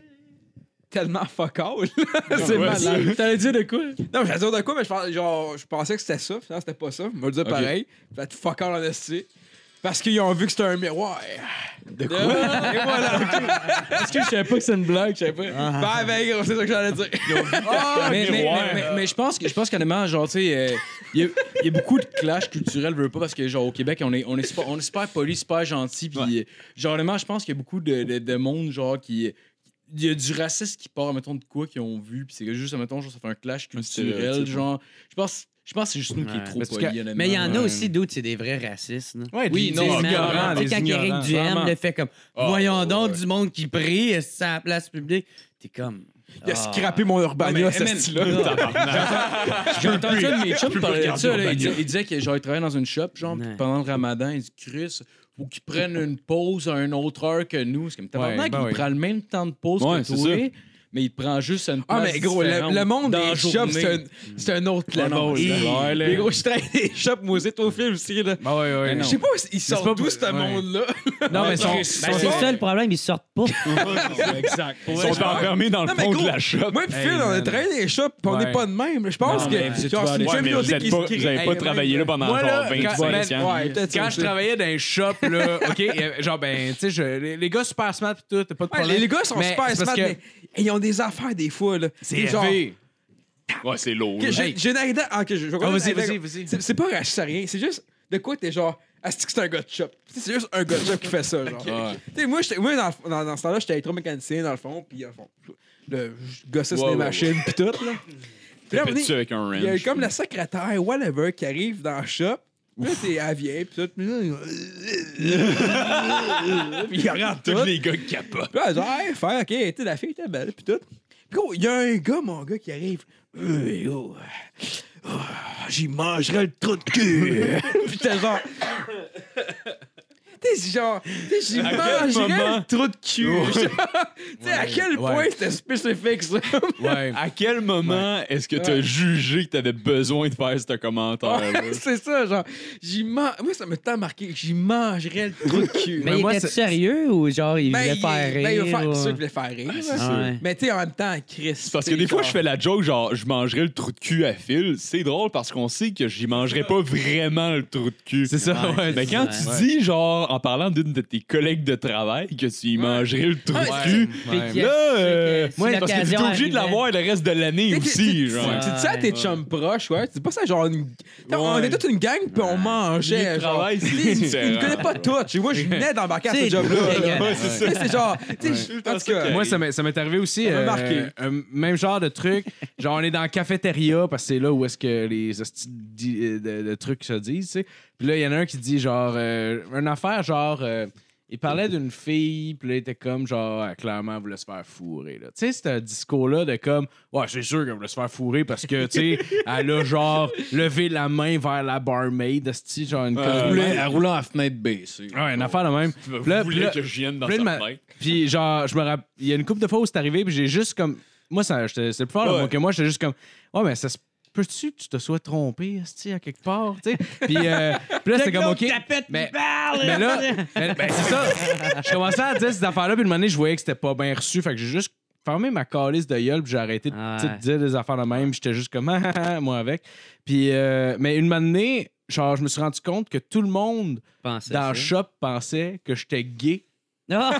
S3: tellement fuck all. *laughs* c'est
S8: Ouais,
S3: malade.
S8: c'est-
S2: T'allais dire de quoi?
S3: Non, mais j'allais dire de quoi, mais je, pense- genre, je pensais que c'était ça. Finalement, c'était pas ça. On va le dire pareil. Fait fuck all en esti. Parce qu'ils ont vu que c'était un miroir.
S2: De quoi? Et voilà. Parce que je savais pas que c'est une blague, je savais pas.
S3: Bye, ben, gros, c'est ça que j'allais dire.
S2: mais, mais, mais, mais- mais je pense que je pense qu'honnêtement, genre, tu sais, euh, il y, a- il y a beaucoup de clash culturel, veux pas, parce que, genre, au Québec, on est, on est, super, on est super poli, super gentil. Puis, euh, genre, honnêtement, je pense qu'il y a beaucoup de, de, de monde, genre, qui. Il y a du racisme qui part, mettons, de quoi qu'ils ont vu, puis c'est que juste, mettons, genre, ça fait un clash culturel,
S8: stéréotype,
S2: genre. Je pense. Je pense que c'est juste nous qui est
S5: Ouais,
S2: trop
S5: parce
S2: poli,
S5: que-
S2: honnêtement.
S5: Mais il y en a
S2: Ouais.
S5: aussi d'autres, c'est des vrais racistes. là.
S2: Oui,
S5: Puis
S2: non,
S5: tu sais,
S2: ignorants,
S5: man,
S3: des
S5: tu sais, quand
S3: ignorants,
S5: Eric Duhem
S2: vraiment.
S5: le fait comme
S8: Ah,
S5: Voyons
S8: ouais,
S5: donc
S8: ouais.
S5: du monde qui prie est-ce que c'est à la place publique. T'es comme.
S3: Il a
S5: ah.
S3: scrappé mon Urbania, ce style-là.
S2: J'ai entendu ça, mes chums parlaient de ça.
S8: regarder
S2: Là, il,
S8: Urbania.
S2: disait, il disait que genre, il travaillait dans une shop, genre, puis
S5: Ouais.
S2: pendant le ramadan, il dit Chris, faut qu'ils prennent une pause à une autre heure que nous. C'est comme tabarnak,
S4: ben
S2: il
S4: oui.
S2: prend le même temps de pause
S8: Ouais,
S2: que
S8: c'est
S2: toi, mais il prend juste une
S3: Ah,
S2: place
S3: mais gros, le,
S2: différente
S3: le monde
S2: dans la
S3: des shops,
S2: journée.
S3: c'est un, c'est un autre
S2: Ah, non,
S3: level.
S2: mais c'est vrai, là.
S3: Les gros, je traîne *laughs* des shops, moi, c'est au film aussi. Là.
S4: Ben ouais, ouais.
S2: Ben
S3: Je
S2: non.
S3: sais pas, ils sortent d'où, ce monde-là?
S4: Non, mais son.
S2: Chris,
S5: Ben,
S2: son-
S5: c'est ça le problème, ils sortent pas.
S2: Exact.
S8: Ils sont enfermés dans le
S3: Non, mais
S8: fond
S3: gros,
S8: de la shop.
S3: Moi, puis Phil, on a traîné des shops, pis on
S4: Ouais.
S3: n'est pas de même. Je pense
S2: Non, mais
S3: que.
S2: c'est
S3: Genre,
S2: toi,
S3: c'est une
S2: les-
S8: Ouais, mais vous
S3: communauté
S8: n'avez
S3: qui
S8: pas,
S3: se crée.
S8: vous avez pas
S3: Hey,
S8: travaillé
S3: même,
S8: là pendant
S4: Moi,
S8: genre
S4: là,
S8: 25
S4: quand- ben,
S8: ans.
S3: Ouais, peut-être
S4: Quand
S3: ça,
S4: je
S3: c'est-
S4: travaillais dans un shop, là, OK, euh, genre, ben, tu sais, je- les, les gars super smart pis tout, t'as pas de
S3: Ouais,
S4: problème.
S3: les, les gars sont
S4: Mais
S3: super
S4: c'est parce
S3: smart,
S4: que-
S3: mais ils ont des affaires des fois. là.
S4: C'est
S3: Des
S4: élevé.
S3: genres-
S8: Ouais, c'est lourd.
S3: que J'ai j'ai une anecdote. Ah, ok, je- je vais
S4: Ah,
S3: raconter
S4: vas-y,
S3: une
S4: vas-y,
S3: anecdote.
S4: vas-y.
S3: C'est c'est pas raciste à rien, c'est juste de quoi t'es genre. Asti que c'est un gars de shop. Tu sais, C'est juste un gars de shop qui fait ça.
S4: *laughs*
S3: Genre. Tu sais, Moi, j'étais- moi dans, le- dans- dans ce temps-là, j'étais électromécanicien dans le fond, puis dans le fond, le, je gossais sur
S8: Ouais,
S3: les
S8: ouais,
S3: machines, puis tout. Là. Puis là, à un moment
S8: Fais-tu
S3: donné,
S8: avec un
S3: il y a
S8: ranch?
S3: comme la secrétaire, whatever, qui arrive dans le shop. Puis Là, t'es elle vient, puis tout.
S8: *laughs*
S3: Puis là, il- Puis il regarde tout.
S8: Tous les gars capotent.
S3: Puis là, elle dit, hey, frère, ok, tu sais, la fille était belle, pis tout. Pis gros, il y a un gars, mon gars, qui arrive. Euh, yo. Ah, J'y mangerai le trou de cul. *laughs* pis t'es genre. T'es genre. T'es, j'y mangerai le trou de cul. T'sais, à quel point c'était spécifique, ça.
S4: Ouais.
S8: À quel moment est-ce que tu as jugé que tu avais besoin de faire ce commentaire-là?
S3: *laughs* C'est ça, genre. J'y mange. Moi, ça m'a tant marqué. J'y mangerai le trou de cul.
S5: *laughs* Mais il
S4: moi,
S5: était
S4: c'est-
S5: sérieux ou genre il
S3: Ben,
S5: voulait
S3: il-
S5: faire rire?
S3: ben, il va faire.
S5: ou-
S3: C'est sûr qu'il voulait faire Ben, rire. là.
S5: Ah ouais.
S3: Mais tu sais, en même temps, Chris.
S8: C'est parce que des fois, je fais la joke, genre, je mangerais le trou de cul à fil. C'est drôle parce qu'on sait que j'y mangerais pas vraiment le trou de cul.
S4: C'est ça, ouais.
S8: Mais
S5: c'est
S8: quand
S5: ça.
S8: tu dis, genre, en parlant d'une de tes collègues de travail, que tu y mangerais le trou
S3: Ouais.
S8: de cul,
S5: Puis qu'il y a-
S8: là,
S5: c'est
S8: euh,
S5: que si
S8: ouais, c'est parce que t'es
S5: l'occasion
S8: obligé de
S5: arrivait-
S8: l'avoir le reste
S3: *laughs*
S8: de l'année aussi, genre.
S3: Tu dis ça à tes chums proches, ouais. Tu dis pas ça genre une. T'sais, On était toute une gang, puis on mangeait.
S8: Le
S3: genre.
S8: travail, c'est
S3: T'sais, Ils
S8: différent.
S3: ils me connaissent pas toutes. Tu vois, je venais d'embarquer à
S5: C'est
S3: ce job-là. là.
S5: dégueulasse.
S8: Ouais, c'est ça.
S3: T'sais, C'est genre. tu sais, je- En tout cas.
S4: Moi, ça m'est ça m'est arrivé aussi.
S3: m'a
S4: euh,
S3: marqué.
S4: un même genre de truc. genre, on est dans la cafétéria parce que c'est là où est-ce que les hosties de, de- de trucs se disent, tu sais. Puis là, il y en a un qui dit, genre, euh, une affaire, genre, euh, il parlait d'une fille, puis là, il était comme, genre, Ah, clairement, elle voulait se faire fourrer, là. Tu sais, c'est un discours-là de comme, ouais, c'est sûr qu'elle voulait se faire fourrer parce que, tu sais, elle a, genre, levé la main vers la barmaid, hostie, genre, une connerie de
S2: Roulant-
S4: même.
S2: à roulant à fenêtre baissée.
S4: Ouais, une affaire de même.
S8: Vous
S4: Puis là- puis
S8: voulez
S4: là-
S8: que je vienne dans
S4: Plein
S8: sa
S4: de ma-
S8: fenêtre?
S4: Puis genre, je me rappelle, il y a une couple de fois où c'est arrivé, puis j'ai juste comme. Moi, ça, j'étais- c'est plus fort là,
S8: Ouais.
S4: moi, que moi, j'étais juste comme. Ouais, mais ça se peut-tu que tu te sois trompé, esti, à quelque part, tu sais? Puis, euh, puis là, c'était comme, OK. mais, mais là, mais- ben, c'est ça. Je commençais à dire ces affaires-là, puis une moment donné, je voyais que c'était pas bien reçu, fait que j'ai juste fermé ma calice de gueule, puis j'ai arrêté de,
S5: Ah
S4: tu sais,
S5: ouais.
S4: de dire des affaires de même, puis j'étais juste comme, *laughs* Ah, ah, ah, moi avec. Puis, euh, mais une moment donné, genre, je me suis rendu compte que tout le monde
S5: *laughs* Pensais
S4: dans
S5: ça.
S4: le shop pensait que j'étais gay.
S5: Ah!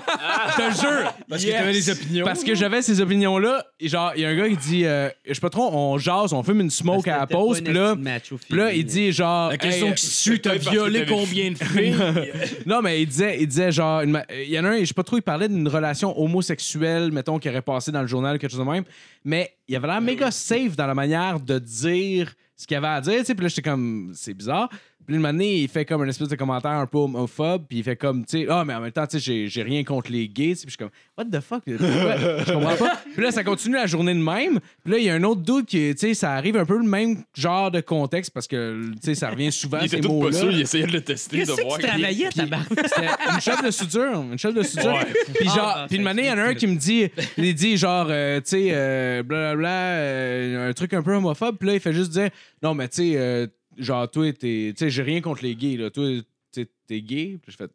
S4: Je te le jure!
S2: Parce que t'avais des opinions.
S4: Parce que j'avais ces opinions-là. Et genre, il y a un gars qui dit, euh, je sais pas trop, on jase, on fume une
S5: Parce
S4: smoke
S5: que
S4: à la
S5: t'étais pas
S4: pause.
S5: une
S4: Puis là,
S5: petite macho
S4: puis là,
S5: fille,
S4: il dit genre.
S2: La question
S4: hey,
S2: qui suit, t'as
S8: peut-être parce
S2: violé
S8: que t'avais-
S2: combien de filles *laughs*
S4: non, mais il disait, il disait genre, une ma- il y en a un, je sais pas trop, il parlait d'une relation homosexuelle, mettons, qui aurait passé dans le journal, quelque chose de même. Mais il avait
S8: Ben
S4: l'air méga safe dans la manière de dire ce qu'il avait à dire, tu sais. Puis là, j'étais comme, c'est bizarre. Puis là, une année, il fait comme un espèce de commentaire un peu homophobe, puis il fait comme, tu sais, ah, mais en même temps, tu sais, j'ai- j'ai rien contre les gays, tu sais. Puis je suis comme, what the fuck? Pourquoi? je comprends
S8: *laughs*
S4: pas. Puis là, ça continue la journée de même. Puis là, il y a un autre doute qui, tu sais, ça arrive un peu le même genre de contexte parce que, tu sais, ça revient souvent,
S8: Il
S4: ces
S8: était tout
S4: mots-là.
S8: pas sûr, il essayait de le tester, de
S5: Qu'est-ce que
S8: voir.
S5: tu travaillais, tabarnak?
S4: C'était une shop de soudure, une shop de soudure.
S8: Ouais.
S4: Puis genre,
S5: Ah, bah,
S4: puis une
S5: ça
S4: année, il y en a un qui me dit, il dit genre, euh, tu sais, euh, blablabla, euh, un truc un peu homophobe. Puis là, il fait juste dire, non, mais tu sais, euh, genre, toi, t'es, tu sais, j'ai rien contre les gays, là. Toi, tu sais, t'es gay. Puis je fais,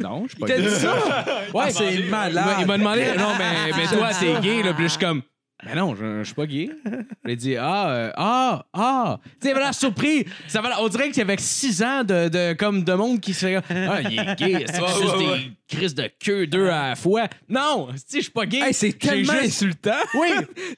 S4: non, je suis pas
S3: T'as
S4: gay.
S3: dit ça?
S4: *laughs* Ouais,
S3: C'est
S4: Il m'a-
S3: malade.
S4: il m'a demandé, non, mais, mais toi, t'es gay, là. Puis je suis comme, Ben non, je, je suis pas gay. J'ai dit Ah, euh, ah, ah. Tu sais, voilà, surpris. Ça va, on dirait qu'il y avait 6 ans de, de, comme de monde qui se fait Ah, il est gay. C'est
S8: Ouais,
S4: juste
S8: ouais, ouais.
S4: des crises de queue deux à la fois. Non, si je suis pas gay.
S3: Hey, c'est
S4: J'ai
S3: tellement
S4: juste-
S3: insultant.
S4: *laughs* Oui,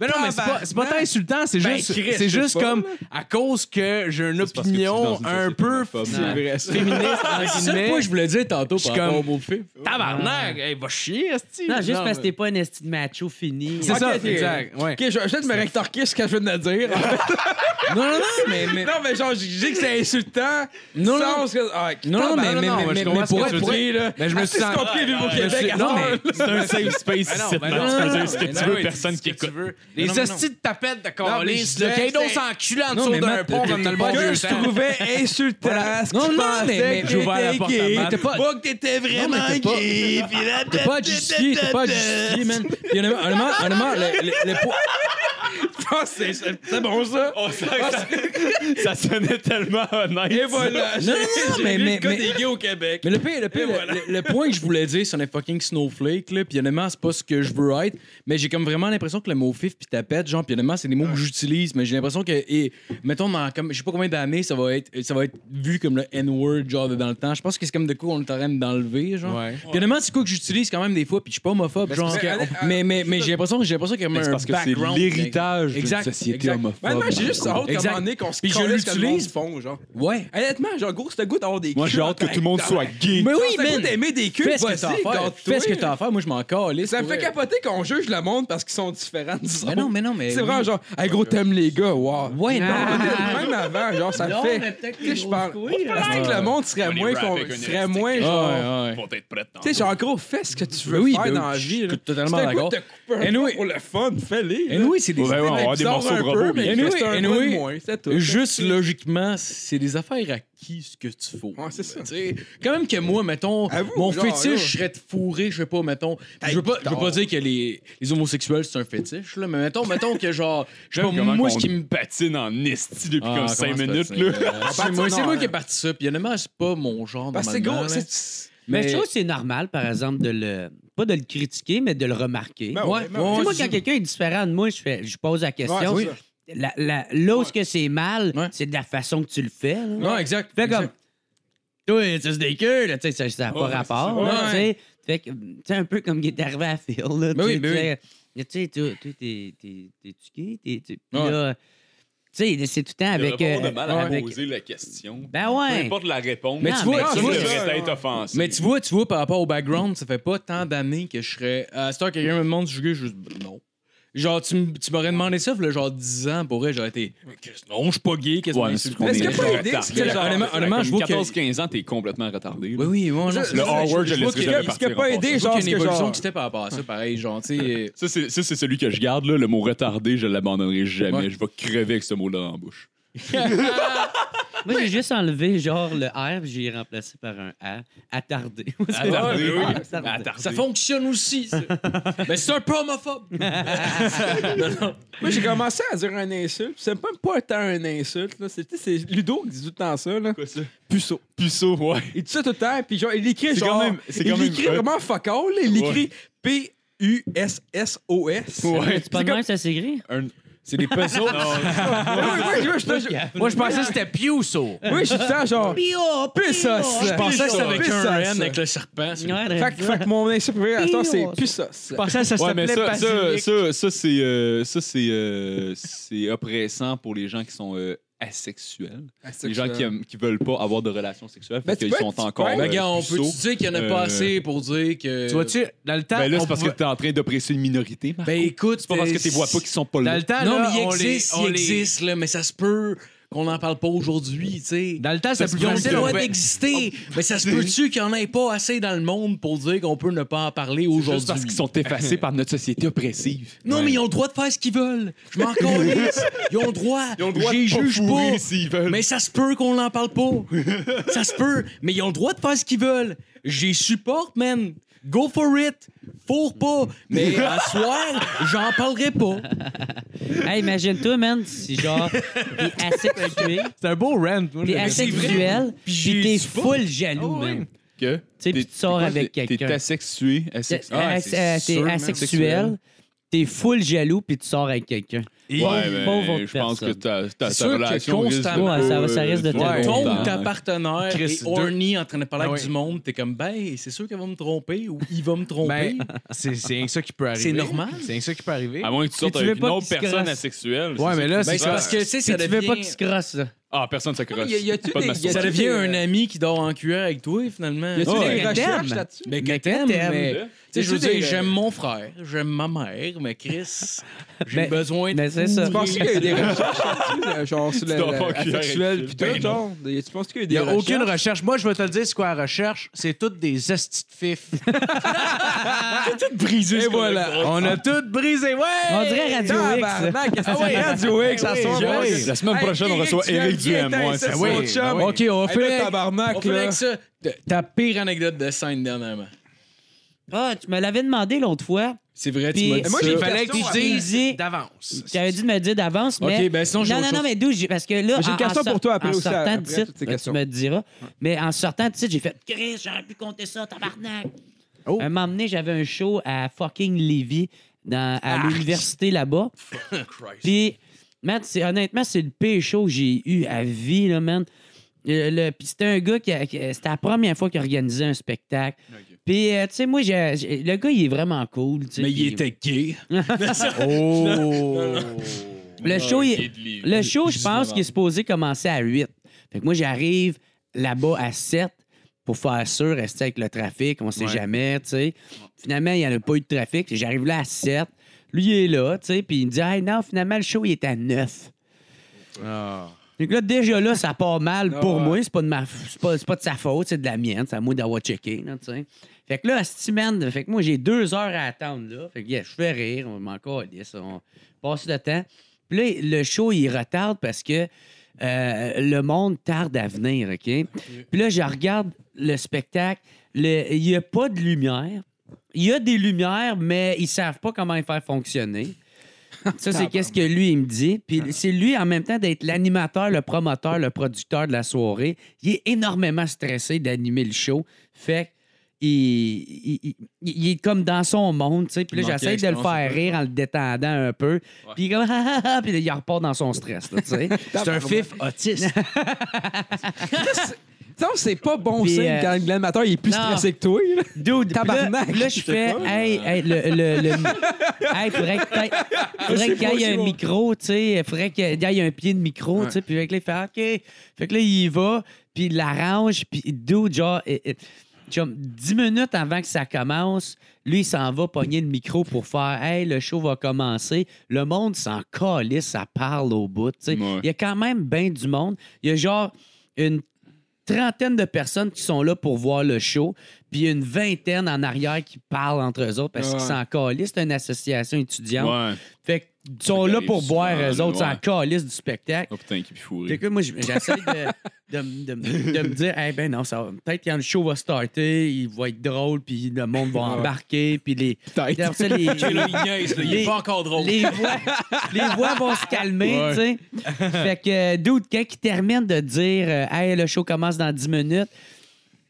S4: mais non, mais c'est pas, c'est pas tant insultant, c'est
S3: Ben,
S4: juste,
S3: Chris,
S4: c'est
S3: je sais
S4: juste
S3: pas,
S4: comme à cause que j'ai une
S8: parce que tu es dans
S4: opinion
S8: une
S4: un
S8: société
S4: peu
S8: homophobe.
S4: f-
S8: Ouais.
S3: vrai,
S2: *laughs*
S3: ça.
S4: féministe, entre
S2: C'est ça
S4: guillemets.
S2: que moi, je voulais dire tantôt
S4: Je suis
S2: par rapport au
S4: comme-
S2: beau-film.
S4: Tabarnak, hey, va chier, esti.
S5: Non, juste parce
S4: mais-
S5: que t'es pas un esti de macho fini.
S4: C'est
S3: Ok,
S4: ça,
S3: ok.
S4: exact. Ouais.
S3: Ok, je vais peut-être me rectorquer ce que je viens de dire.
S2: Non, non, non, mais. mais-
S3: non, mais genre, je dis que c'est insultant.
S2: Non,
S3: sans
S2: non.
S3: que- Ah,
S2: Non, non, mais,
S4: non,
S2: mais,
S4: non,
S2: mais,
S4: moi, je
S2: mais-
S4: comprends
S2: mais
S4: ce
S2: pour
S4: que
S2: être.
S4: tu veux
S2: pour être-
S3: là.
S4: Mais Ben, je me
S3: Ah,
S4: suis
S3: c'est
S4: senti-
S3: compliqué vivre au
S4: Je me
S3: Québec.
S4: suis-
S3: à
S4: Non,
S3: ce
S4: mais
S3: heure-là.
S12: C'est un safe space ici.
S4: ben
S12: maintenant.
S4: non,
S12: Tu
S4: non,
S12: peux dire ce que tu veux, personne qui écoute.
S4: Les
S2: non, non.
S4: hosties de tapettes de Carlis,
S3: mais
S4: le
S3: je
S4: Kaido
S3: disais-
S4: s'enculait en
S2: Non,
S4: dessous
S2: mais
S4: d'un
S2: Matt,
S4: pont
S2: t'es-
S4: comme dans le bon
S3: Que
S4: vieux
S3: je
S4: temps.
S3: trouvais insultant. ce
S2: Non,
S3: qu'il
S2: non,
S3: pensait
S2: mais-
S3: que
S2: j'ai ouvert la
S3: j'étais
S2: porte à
S3: gay.
S2: Matt.
S3: T'es pas-
S8: Pas que t'étais vraiment
S2: t'es pas-
S8: gay. puis là,
S2: T'es pas justifié, t'es pas justifié, man. Puis honnêtement, honnêtement, honnêtement, le, le, le poids.
S3: Ah, c'est- C'est c'est bon, ça.
S12: On sent que ça, ça sonnait tellement honnête.
S3: Et voilà.
S2: Non, non, non, mais- mais- mais-
S3: gay au Québec.
S2: Mais le pire, le pire, le, le- le point que je voulais dire, c'est un fucking snowflake, là. Puis honnêtement, c'est pas ce que je veux être. Mais j'ai comme vraiment l'impression que le mot fif puis tapette, genre, puis honnêtement, c'est des mots que j'utilise. Mais j'ai l'impression que, et, mettons, dans comme, je sais pas combien d'années, ça va être ça va être vu comme le N-word, genre, de dans le temps. Je pense que c'est comme de quoi on est en train d'enlever, genre.
S4: Ouais.
S2: Puis honnêtement, c'est quoi que j'utilise quand même des fois, puis je suis pas homophobe, genre.
S3: que-
S2: Mais, mais, mais j'ai l'impression que j'ai l'impression qu'il y a comme
S8: Mais c'est
S2: un
S8: parce que c'est
S2: background.
S8: l'héritage d'une
S2: Exact,
S8: société
S2: exact.
S3: Ben,
S8: homophobe.
S3: moi, j'ai juste hâte qu'à un
S2: Exact.
S3: moment donné qu'on se
S2: Puis je
S3: calisse que le monde
S2: l'utilise.
S3: fond, genre.
S2: Ouais.
S3: Honnêtement, genre, gros, c'est le goût d'avoir des
S8: Moi, j'ai
S3: culs,
S8: hâte que tout le monde
S3: t'as-
S8: soit gay.
S2: Mais oui,
S3: Genre, t'as le goût
S2: man.
S3: d'aimer des culs,
S2: Fais ce que
S3: vas-y,
S2: t'as à faire.
S3: garde-toi.
S2: Fais ce que t'as à faire. Moi, je m'en calisse.
S3: Ça me
S2: pour
S3: fait
S2: vrai.
S3: capoter qu'on juge le monde parce qu'ils sont différents, disons.
S2: Mais non, mais non, mais.
S3: C'est
S2: oui.
S3: vraiment genre, hey gros, t'aimes les gars, wow.
S2: Ouais, non.
S5: Ah,
S3: Même avant, genre, ça me
S5: Non,
S3: fait.
S5: mais peut-être
S3: Tu sais, je
S5: les
S3: parle.
S5: grosses
S3: Je
S5: couilles,
S3: pense
S2: hein.
S3: que le monde serait
S12: On est
S3: moins.
S12: rap
S3: con-
S12: avec un
S3: serait moins, genre.
S2: Ah, Ouais, ouais.
S12: Faut être prête.
S3: Tu sais, genre, gros, fais ce que tu veux
S2: Oui,
S3: faire
S2: ben
S3: dans la
S2: oui, je
S3: vie.
S2: suis
S3: là.
S2: totalement
S3: Si t'as le goût
S2: d'accord.
S3: de te couper un
S2: Anyway.
S3: peu pour le fun, fais-les. là.
S2: Anyway, c'est des.
S8: Ouais, ouais, on va avoir des
S3: Bizarre
S8: morceaux
S3: un
S8: de
S3: peu,
S8: robot.
S3: mais
S2: Anyway,
S3: c'est un
S2: anyway,
S3: peu de moins, c'est tout.
S2: Juste logiquement, c'est des affaires à qui ce que tu fous.
S3: Ouais, c'est ça.
S2: Tu sais, Quand même que moi, mettons,
S3: Avoue,
S2: mon
S3: genre,
S2: fétiche,
S3: là.
S2: je serais de fourrer, je sais pas, mettons. Je veux pas, je veux pas dire que les, les homosexuels, c'est un fétiche, là, mais mettons, mettons que genre, je sais pas,
S8: Comment
S2: moi, ce
S8: qu'on
S2: qui me.
S8: patine en esti depuis
S2: Ah,
S8: comme
S2: comment
S8: 5
S2: ça
S8: minutes,
S2: se
S3: *laughs*
S8: là.
S2: passe, euh, c'est
S3: partir,
S2: moi, c'est
S3: non,
S2: moi
S3: hein.
S2: qui ai parti ça, puis honnêtement, c'est pas mon genre.
S3: Parce que c'est
S2: normalement,
S3: gros,
S2: là.
S3: c'est.
S5: Mais je trouve que c'est normal, par exemple, de le. Pas de le critiquer, mais de le remarquer.
S3: Ben
S2: Ouais,
S3: ouais,
S5: Tu sais,
S3: ouais.
S5: moi, quand quelqu'un est différent de moi, je, fais, je pose la question.
S3: Ouais, c'est ça.
S5: La- la- là où ce que c'est mal,
S2: Ouais.
S5: c'est de la façon que tu le fais. là.
S2: Non, exact.
S5: Fait comme.
S2: exact.
S5: Toi, tu sais, c'est des queues, là, tu sais, ça- ça n'a pas rapport,
S2: ça.
S5: là, tu
S2: Ouais.
S5: sais. Fait que, tu sais, un peu comme il est arrivé à Phil,
S2: Ben
S5: là. tu
S2: oui,
S5: sais,
S2: ben
S5: tu sais, tu sais, toi, toi, t'es, t'es, t'es-tu gay? T'es, t'es- puis
S2: Ouais.
S5: là, tu sais, c'est tout le temps
S12: Le
S5: avec...
S12: rapport
S5: euh,
S12: de mal à
S5: avec-
S12: poser la question.
S5: Ben
S12: Peu
S5: ouais.
S12: importe la réponse.
S2: Mais
S5: Non,
S2: tu vois,
S12: Ça
S2: tu vois,
S3: c'est ça,
S12: devrait être
S3: ouais.
S12: offensé.
S2: Mais tu vois, tu vois, par rapport au background, ça fait pas tant d'années que je serais. euh, À cette heure, quelqu'un me demande si je suis gay, je dis non. Genre, tu, m- tu m'aurais demandé ça, là, genre 10 ans, pour vrai, j'aurais été. Chris, Non, je suis pas gay, qu'est-ce
S8: Ouais, mais
S2: que
S8: c'est
S2: c'est
S8: qu'on
S3: Est-ce
S8: est
S3: qu'il y a pas une idée que
S8: retardé.
S3: c'est genre,
S2: honnêtement- honnêtement,
S8: Comme
S2: je vois que-
S8: 14-15 ans, t'es complètement retardé. là.
S2: Oui, oui, moi, non,
S3: Je-
S2: c'est
S8: Le
S3: je- je
S8: R-word, je le
S3: trouve
S8: laisserai
S3: que-
S8: jamais
S3: ce qui a
S8: partir. en
S3: pas
S8: passant.
S3: aidé,
S2: Je trouve
S3: genre,
S2: qu'il y a
S3: c'est
S2: une
S3: que
S2: évolution
S3: genre.
S2: qui était par rapport à ça, pareil, genre, tu
S8: *laughs*
S2: sais. euh,
S8: Ça, c'est ça, c'est celui que je garde, là. Le mot retardé, je l'abandonnerai jamais.
S2: Ouais.
S8: Je vais crever avec ce mot-là en bouche.
S5: Moi, j'ai juste enlevé, genre, le R, puis j'ai remplacé par un A. Attardé. *laughs*
S8: Attardé, oui.
S5: Attardé.
S8: Attardé.
S2: Ça fonctionne aussi. ça.
S8: *laughs*
S2: Mais c'est un peu homophobe.
S3: Moi, j'ai commencé à dire un insulte. C'est même pas tant un insulte. là. C'est tu sais, c'est Ludo qui dit tout le temps ça. Là.
S8: Quoi ça? Puceau. Puceau, ouais.
S3: Il dit ça tout le temps, puis genre, il écrit
S8: C'est
S3: genre.
S8: quand même- c'est
S3: il
S8: quand même
S3: écrit
S8: hot.
S3: vraiment fuck all. là. Il écrit P-U-S-S-O-S.
S11: *laughs*
S8: Ouais.
S5: Tu parles de même, ça s'écrit?
S8: Un-
S2: C'est des pesos.
S3: Oui, oui, oui, je-
S11: *laughs*
S3: je-
S4: Moi, je pensais que c'était Piuso.
S3: oui, je dis ça genre. Pissos.
S2: Je pensais que c'était avec un
S3: Pissos.
S2: N avec le serpent. c'est-
S3: Fait, que- fait que mon insulte préféré à toi, c'est
S5: Pio.
S3: Pissos.
S4: pensais que ça
S8: Ouais, mais ça, ça, ça, ça, c'est euh, ça, c'est euh, c'est oppressant pour les gens qui sont euh, asexuels. Les gens qui, aiment- qui veulent pas avoir de relations sexuelles,
S3: Ben,
S8: fait
S3: tu
S8: qu'ils
S3: peux
S8: sont
S3: être-
S8: encore.
S3: ouais,
S8: euh,
S2: Ben, gars, on peut
S8: puceaux.
S2: tu dire qu'il y en a
S8: Euh,
S2: pas assez pour dire que.
S4: Tu vois-tu, dans le temps,
S8: Ben là,
S4: on
S8: c'est parce que
S4: pouvait-
S8: t'es en train d'oppresser une minorité, Marc.
S2: Ben écoute,
S8: C'est pas parce que t'es vois pas qu'ils sont pas
S4: dans
S8: là.
S4: le temps,
S2: Non,
S4: là,
S2: mais il
S4: on les-
S2: existe,
S4: on
S2: il
S4: les-
S2: existe, là, mais ça se peut qu'on n'en parle pas aujourd'hui, tu sais.
S4: Dans Oh. le temps, c'est
S2: Parce
S4: plus
S2: qu'ils ont le
S4: facile. on
S2: droit
S4: pouvait-
S2: d'exister, mais ça se peut-tu qu'il n'y en ait pas assez dans le monde pour dire qu'on peut ne pas en parler
S8: Juste
S2: aujourd'hui?
S8: parce qu'ils sont effacés par notre société oppressive.
S2: Non, mais ils ont le droit de faire ce qu'ils veulent. Je m'en calisse. Ils ont le droit. J'y juge pas.
S8: s'ils veulent.
S2: Mais ça se peut qu'on n'en parle pas. ça se peut. Mais ils ont le droit de faire ce qu'ils veulent. J'y supporte, man. Go for it. Fourre pas. Mais à soir, j'en parlerai pas.
S5: Hey, imagine-toi, man, si genre, t'es asexué,
S4: C'est un beau rant. moi,
S5: t'es
S4: j'avais-
S5: asexuel, puis t'es full jaloux, man.
S8: Que
S5: sais, puis tu sors avec
S8: T'es Ah,
S5: quelqu'un. euh,
S8: asexué, asexué.
S5: T'es
S2: sûr, man.
S5: asexuel, t'es full jaloux puis tu sors avec quelqu'un.
S8: Ouais,
S5: Pauvre- pauvre
S8: mais
S5: autre
S8: je pense que
S5: personne.
S8: ta, ta,
S2: C'est
S8: ta
S2: sûr que
S8: relation
S2: constamment,
S8: risque de-
S5: ça va- ça risque de te-
S8: Ouais.
S2: Ton ou ta
S8: Ouais.
S2: partenaire
S4: Chris,
S2: est
S4: deux.
S2: horny en train de parler
S4: Ah
S2: avec
S4: oui.
S2: du monde, t'es comme, ben, c'est sûr qu'elle va me tromper ou il va me tromper.
S4: Ben, c'est c'est rien que ça qui peut arriver.
S2: C'est normal.
S4: C'est rien que ça qui peut
S8: Ah
S4: arriver.
S13: À moins que tu sortes
S5: tu veux
S13: avec une
S5: pas
S13: autre
S5: qu'il se
S13: personne
S5: crasse.
S13: asexuelle.
S4: Ouais, mais là,
S2: Ben,
S4: c'est
S2: c'est
S4: ça.
S2: parce que, tu sais,
S5: Si
S2: ça
S5: tu
S2: devient...
S5: veux pas qu'il se crosse, là.
S13: Ah, personne ça crosse.
S11: Y a- y a-tu
S13: Pas de
S11: des- y a-tu
S2: Ça
S13: masturbation.
S11: des-
S2: devient un ami qui dort en cuir avec toi, finalement.
S11: Y a-tu
S5: Ouais.
S11: des recherches
S5: Goddamn.
S11: là-dessus?
S2: Mais que t'aimes,
S5: t'aimes.
S2: mais-
S13: Ouais.
S2: Tu sais, je veux
S11: Y a-tu
S2: dire,
S11: des-
S2: j'aime mon frère, j'aime ma mère, mais Chris, j'ai
S5: Mais-
S2: besoin de...
S5: Mais c'est ça.
S11: Tu penses qu'il y a eu des recherches là-dessus, là, genre sur
S13: Tu
S11: le
S13: dors pas en
S11: le-
S13: cuillère
S11: asexuel
S13: avec
S11: pis
S13: Phil.
S11: tout, genre? Y- Tu penses qu'il y a eu
S4: Il
S11: des
S4: n'y a
S11: recherches?
S4: aucune recherche. Moi, je vais te le dire, c'est quoi la recherche? C'est toutes des estis de fif.
S13: Briser ce
S4: Et
S13: qu'on a
S4: voilà,
S13: pas.
S4: on a toutes brisé. Ouais!
S5: On dirait Radio X. là.
S11: Tabarnak, qu'est-ce que c'est Ah Radio X, ça
S4: oui,
S11: sort,
S4: oui.
S11: moi,
S13: La semaine
S11: Hey,
S13: prochaine, on
S11: Eric,
S13: reçoit
S11: tu viens
S13: Eric
S11: de
S13: Duhem.
S11: bien
S13: Ouais,
S11: t'inscrire
S13: c'est
S11: sur
S13: vrai.
S11: mon chum.
S4: Ah oui.
S11: OK, on fait le tabarnak,
S2: On fait
S11: là.
S2: avec ça. Ta- Ta pire anecdote de scène dernièrement.
S5: Ah, tu me l'avais demandé l'autre fois.
S2: C'est vrai, tu
S5: Puis-
S2: m'as dit
S5: Mais
S2: ça.
S5: moi,
S4: Il
S5: j'ai
S4: fallait que tu
S5: question à-
S4: dises d'avance.
S5: Tu avais dit de me le dire d'avance,
S2: Ok,
S5: mais.
S2: ben sinon, j'ai
S5: non,
S2: autre
S5: non, non,
S2: chose.
S5: mais d'où j'ai- Parce que là.
S11: Mais j'ai une
S5: en- en
S11: question pour
S5: sort-
S11: toi après
S5: en
S11: aussi,
S5: sortant
S11: après
S5: de
S11: toutes
S5: titre,
S11: ces
S5: ben, tu
S11: questions.
S5: me le diras. Mais en sortant de titre, j'ai fait Chris, j'aurais pu compter ça, tabarnak.
S4: Oh.
S5: Un moment donné, j'avais un show à fucking Lévis, dans,
S11: Ah.
S5: à l'université là-bas.
S11: *laughs*
S5: Puis, man, c'est- honnêtement, c'est le pire show que j'ai eu à vie, là, man. Euh, le- Puis c'était un gars qui. a- qui- c'était la première fois qu'il organisait un spectacle. Puis, euh, tu sais, moi, j'ai- j'ai- le gars, il est vraiment cool. tu sais,
S2: Mais il
S5: puis-
S2: était gay.
S4: Oh.
S5: Le show, il- le show, je pense qu'il est supposé commencer à 8. Fait que moi, j'arrive là-bas à 7 pour faire sûr, rester avec le trafic, on sait jamais, tu sais. Finalement, il n'y en a pas eu de trafic. J'arrive là à 7. Lui, il est là, tu sais, puis il me dit, hey, non, finalement, le show, il est à 9. Donc là, déjà là, ça part mal pour moi. C'est pas, de ma... c'est pas, c'est pas de sa faute, c'est de la mienne. C'est à moi d'avoir checké, là, tu sais. Fait que là, cette semaine, fait que moi, j'ai deux heures à attendre, là. Fait que, yeah, je fais rire, on m'en calisse, on passe le temps. Puis là, le show, il retarde parce que euh, le monde tarde à venir, OK? Puis là, je regarde le spectacle. Le- Il n'y a pas de lumière. Il y a des lumières, mais ils savent pas comment les faire fonctionner. Ça, c'est qu'est-ce que lui, il me dit. Puis c'est lui, en même temps, d'être l'animateur, le promoteur, le producteur de la soirée. Il est énormément stressé d'animer le show. Fait que il, il- il- il est comme dans son monde, tu sais. Puis là,
S2: Il manquait
S5: j'essaie de le
S2: l'expérience un
S5: faire rire en le détendant un peu. Puis il est comme, *laughs* ah, ah, ah, puis là, il repart dans son stress, là,
S2: *laughs*
S5: tu sais.
S4: C'est un fif autiste.
S11: Non, c'est pas bon
S5: Puis,
S11: signe
S5: euh,
S11: quand l'animateur il est plus
S5: non.
S11: stressé que toi. là.
S5: Dude,
S11: Tabarnak.
S5: Puis Là, là, je fais, hey, hey, le. le, le hey, faudrait que t'ailles- faudrait qu'il y ait un micro, tu sais. Faudrait qu'il y ait un pied de micro, tu sais. Puis avec là, il fait, OK. Fait que là, il y va, puis il l'arrange, puis dude, genre. eh, eh, Chum, 10 minutes avant que ça commence, lui, il s'en va pogner le micro pour faire Hey, le show va commencer. Le monde s'en calisse, ça parle au bout. tu sais.
S8: Ouais.
S5: Il y a quand même bien du monde. Il y a genre une trentaine de personnes qui sont là pour voir le show, puis il y a une vingtaine en arrière qui parlent entre eux autres parce qu'ils s'en calissent. C'est une association étudiante.
S8: Ouais.
S5: Fait qu'ils sont
S8: Ça
S5: là
S8: arrive
S5: pour boire
S8: souvent,
S5: eux autres,
S8: ouais.
S5: s'en calissent du spectacle.
S8: Oh putain, qui est
S5: Fait
S8: fourré.
S5: que moi, j- j'essaie de, de, me- de me- de me dire, eh ben non, ça va. Peut-être quand le show va starter, il va être drôle, puis le monde va embarquer, puis les. Puis après ça, les,
S8: *laughs*
S2: Ok, là, il niaise, là, il est
S5: les-
S2: pas encore drôle.
S5: les voix, les voix vont se calmer, tu sais. Fait que, dude, quand il termine de dire, euh, hey, le show commence dans 10 minutes,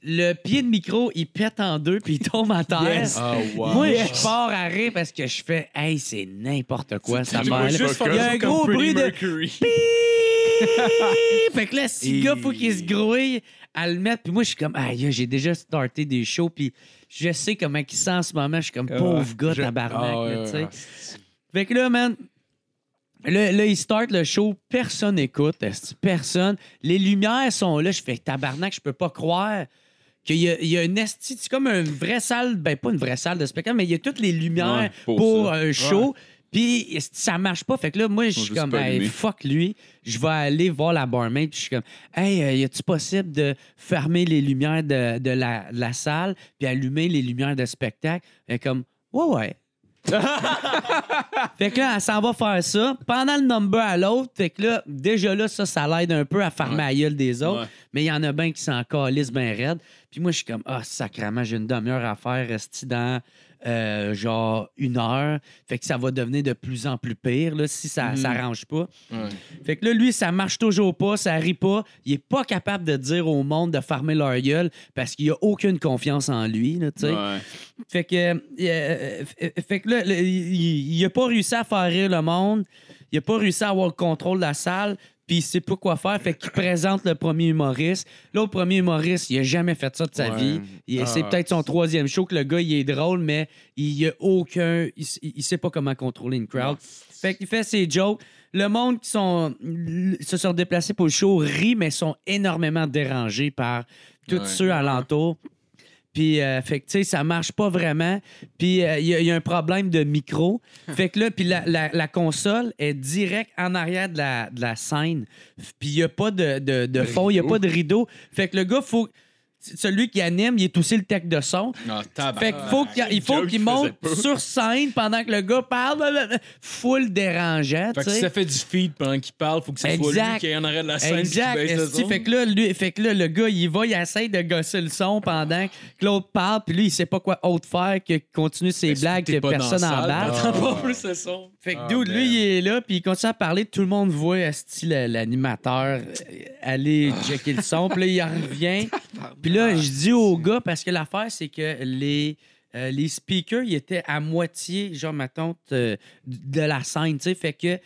S5: le pied de micro, il pète en deux, puis il tombe à terre.
S2: Ah,
S5: Moi, je pars à rire parce que je fais, hey, c'est n'importe quoi, ça
S13: tellement
S5: merde.
S13: juste
S5: Il y a un
S13: faire
S5: gros
S13: comme
S5: bruit
S13: Freddie
S5: de.
S13: Mercury.
S5: *laughs* Piiiip! fait que là, si le gars, faut qu'il se grouille à le mettre. Puis moi, je suis comme, aïe, j'ai déjà starté des shows, puis je sais comment il sent en ce moment. Je suis comme, pauvre gars, tabarnak,
S4: Ah,
S5: là, tu
S4: ouais,
S5: sais. Fait que là, man, là, là, il start le show, personne n'écoute, esti, personne. Les lumières sont là, je fais, tabarnak, je peux pas croire qu'il y, a- il y a une esti, c'est comme une vraie salle, ben pas une vraie salle de spectacle, mais il y a toutes les lumières
S8: Ouais, pour
S5: pour
S8: ça.
S5: un show. Puis ça marche pas. Fait que là, moi, je suis
S8: juste
S5: comme,
S8: pas
S5: hey,
S8: allumés.
S5: fuck lui. Je vais aller voir la barmaid. Puis je suis comme, hey, euh, y a-tu possible de fermer les lumières de, de la, de la salle puis allumer les lumières de spectacle? Elle est comme, ouais, ouais. fait que là, elle s'en va faire ça. Pendant le number à l'autre, fait que là, déjà là, ça, ça l'aide un peu à fermer la gueule des autres.
S8: Ouais.
S5: Mais il y en a bien qui s'en calissent bien raide. Puis moi, je suis comme, ah, sacrément, j'ai une demi-heure à faire, rester dans euh, genre une heure. Fait que ça va devenir de plus en plus pire là, si ça
S8: Mhm.
S5: s'arrange pas. Fait que là, lui, ça marche toujours pas, ça rit pas. Il est pas capable de dire au monde de fermer leur gueule parce qu'il y a aucune confiance en lui. là, tu sais.
S8: Ouais.
S5: Fait que, euh, euh, fait que là, le- il il a pas réussi à faire rire le monde. Il a pas réussi à avoir le contrôle de la salle. Puis il sait pas quoi faire. Fait qu'il présente le premier humoriste. Là, le premier humoriste, il a jamais fait ça de sa vie. Il- C'est peut-être son troisième show que le gars, il est drôle, mais il y a aucun. Il, s- il sait pas comment contrôler une crowd. Fait qu'il fait ses jokes. Le monde qui sont, se sont déplacés pour le show rit, mais sont énormément dérangés par tous
S2: Ouais.
S5: ceux alentour. Puis, euh, fait que, tu sais, ça marche pas vraiment. Puis, euh, il y, a- il y a un problème de micro.
S2: Hein.
S5: Fait que là, puis la, la- la console est direct en arrière de la, de la scène. Puis, il n'y a pas de, de, de fond, il n'y a pas de rideau. Fait que le gars, faut. Celui qui anime, il est aussi le tech de son.
S2: Ah, tabarnak.
S5: Fait qu'il faut qu'il, il faut
S13: Joke
S5: qu'il
S13: faisait
S5: monte sur scène pendant que le gars parle. blablabla. Full dérangeant,
S2: Fait
S5: tu
S2: que si
S5: sais.
S2: ça fait du feed pendant qu'il parle, faut que ce soit
S5: Exact.
S2: lui qui est en arrêt de la scène.
S5: Exact.
S2: Qui baisse le
S5: esti.
S2: son.
S5: fait, que là, lui, fait que là, le gars, il va, il essaie de gosser le son pendant que l'autre parle, puis lui, il sait pas quoi autre faire que continue ses
S2: Est-ce Ben, que
S5: blagues
S2: t'es
S5: que
S2: pas dans
S5: personne
S2: la
S5: en
S2: salle? Ah,
S5: bat.
S2: T'entends pas plus le son.
S5: Fait que *laughs* dude, lui, il est là, puis il continue à parler, tout le monde voit esti, le- l'animateur euh, aller checker le son, puis là, il en
S2: *laughs*
S5: revient. Puis là, je dis au gars, parce que l'affaire, c'est que les... euh, les speakers, ils étaient à moitié, genre, ma tante, de la scène, tu sais. Fait que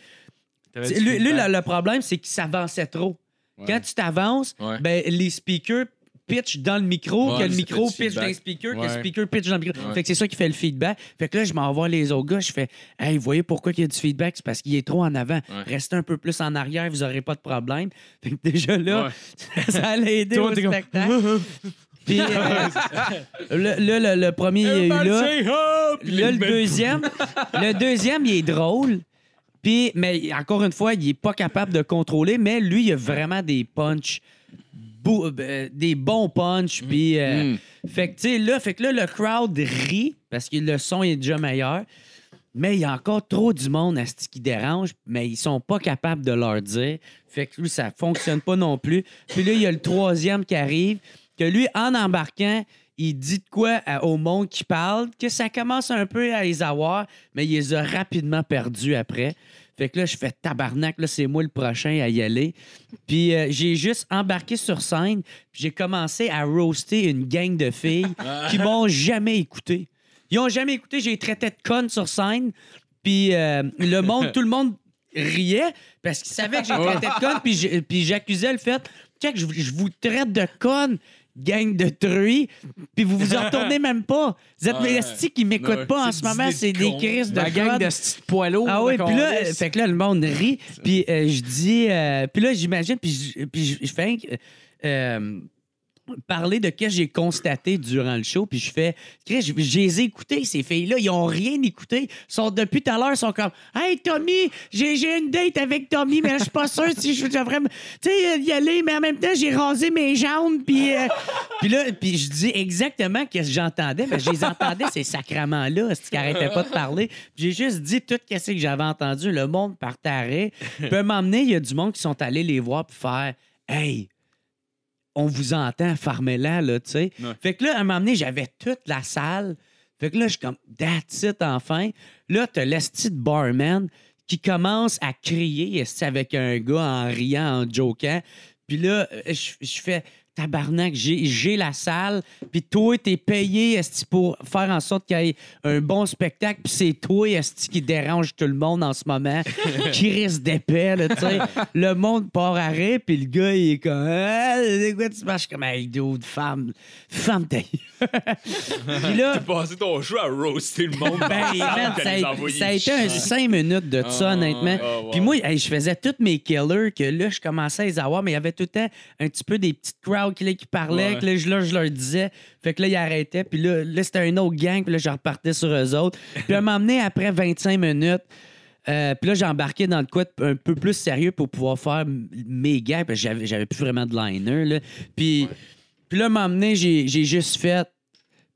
S4: T'avais du
S5: T'sais, Lui, lui,
S4: feedback.
S5: le, le problème, c'est qu'il s'avançait trop. Quand tu t'avances,
S2: Ouais.
S5: ben, les speakers pitchent dans le micro,
S2: Ouais,
S5: que le
S2: ça
S5: micro
S2: fait du
S5: pitch dans le
S2: feedback.
S5: speaker, que
S4: Ouais.
S5: le speaker pitch dans le micro.
S2: Ouais.
S5: Fait que c'est ça qui fait le feedback. Fait que là, je m'envoie les autres gars, je fais Hey, vous voyez pourquoi il y a du feedback? C'est parce qu'il est trop en avant.
S2: Ouais.
S5: Restez un peu plus en arrière, vous n'aurez pas de problème. Fait que déjà là, *laughs* ça allait aider
S4: Toi,
S5: au
S4: t'es comme-
S5: spectacle. Puis
S2: *laughs*
S5: euh, le, le- le- le premier, il est eu là. Là, le deuxième, le deuxième, il est drôle. Puis, mais encore une fois, il est pas capable de contrôler, mais lui, il a vraiment des punchs. bou- euh, des bons punchs. Puis, euh, fait que, tu sais, là, fait que là, le crowd rit parce que le son est déjà meilleur. Mais il y a encore trop du monde à ce qui dérange, mais ils sont pas capables de leur dire. Fait que lui, ça fonctionne pas non plus. Puis là, il y a le troisième qui arrive, que lui, en embarquant, il dit de quoi à- au monde qui parle, que ça commence un peu à les avoir, mais il les a rapidement perdus après. Fait que là, je fais tabarnak, là, c'est moi le prochain à y aller. Puis euh, j'ai juste embarqué sur scène, puis j'ai commencé à roaster une gang de filles
S2: *laughs*
S5: qui m'ont jamais écouté. Ils ont jamais écouté, j'ai traité de conne sur scène, puis euh, le monde, tout le monde riait parce qu'ils savaient que j'ai traité de conne, puis j'ai- puis j'accusais le fait, check, je, vous- je vous traite de conne, gang de truies, puis vous vous
S2: *laughs*
S5: en retournez même pas. Vous êtes
S2: Ouais.
S5: les hosties qui m'écoutent
S2: Ouais.
S5: pas en
S2: C'est
S5: ce moment,
S2: des
S5: c'est des
S2: cons.
S5: crises de
S4: La gang
S5: connes.
S4: de petits poilots.
S5: Ah oui, puis là, euh, fait que là, le monde rit. Puis euh, je dis, euh, puis là, j'imagine, puis je- puis je je fais euh, parler de ce que j'ai constaté durant le show. Puis je fais, Chris, je, je les ai écoutés, ces filles-là. Ils ont rien écouté. Ils Sont, depuis tout à l'heure, ils sont comme, Hey, Tommy, j'ai j'ai une date avec Tommy, mais là, je suis pas *laughs* sûr si je devrais me- tu sais, y aller, mais en même temps, j'ai rasé mes jambes. Puis euh, puis là, puis je dis exactement ce que j'entendais. Mais je les entendais, ces sacrements-là, ce qui arrêtait pas de parler. Puis J'ai juste dit tout ce que j'avais entendu. Le monde par arrêt. Puis à un moment donné, il y a du monde qui sont allés les voir puis faire Hey, on vous entend, farmez-la, là, tu sais. Fait que là, à un moment donné, j'avais toute la salle. Fait que là, je suis comme, that's it, enfin. Là, t'as l'esti de barman qui commence à crier esti, avec un gars en riant, en jokant. Puis là, euh, je, je fais, tabarnak, j'ai j'ai la salle. Puis toi, t'es payé esti, pour faire en sorte qu'il y ait un bon spectacle. Puis c'est toi, esti, qui dérange tout le monde en ce
S13: *laughs*
S5: moment, qui risque d'épais, là, tu sais. Le monde part à rire, puis le gars, il est comme, ah, c'est quoi, tu marches comme, hey, dude, femme, femme ta gueule.
S13: *laughs*
S5: Puis là,
S13: passé ton jeu à roaster le monde.
S5: ben, man, ça,
S13: les
S5: a,
S13: envoyer
S5: ça a été un 5 minutes de ça, honnêtement.
S13: ah, wow.
S5: Puis moi, hey, je faisais toutes mes killers que là, je commençais à les avoir, mais il y avait tout le temps un petit peu des petites crowds qui, là, qui parlaient, que là, je, là, je leur disais. Fait que là, ils arrêtaient. Puis là, là c'était un autre gang, puis là, je repartais sur eux autres. Puis à m'emmener après 25 minutes. euh, puis là, j'ai embarqué dans le quoi de- un peu plus sérieux pour pouvoir faire m- mes gags, parce que j'avais, j'avais plus vraiment de liner. Là. Puis, puis là, m'emmener, j'ai, j'ai juste fait.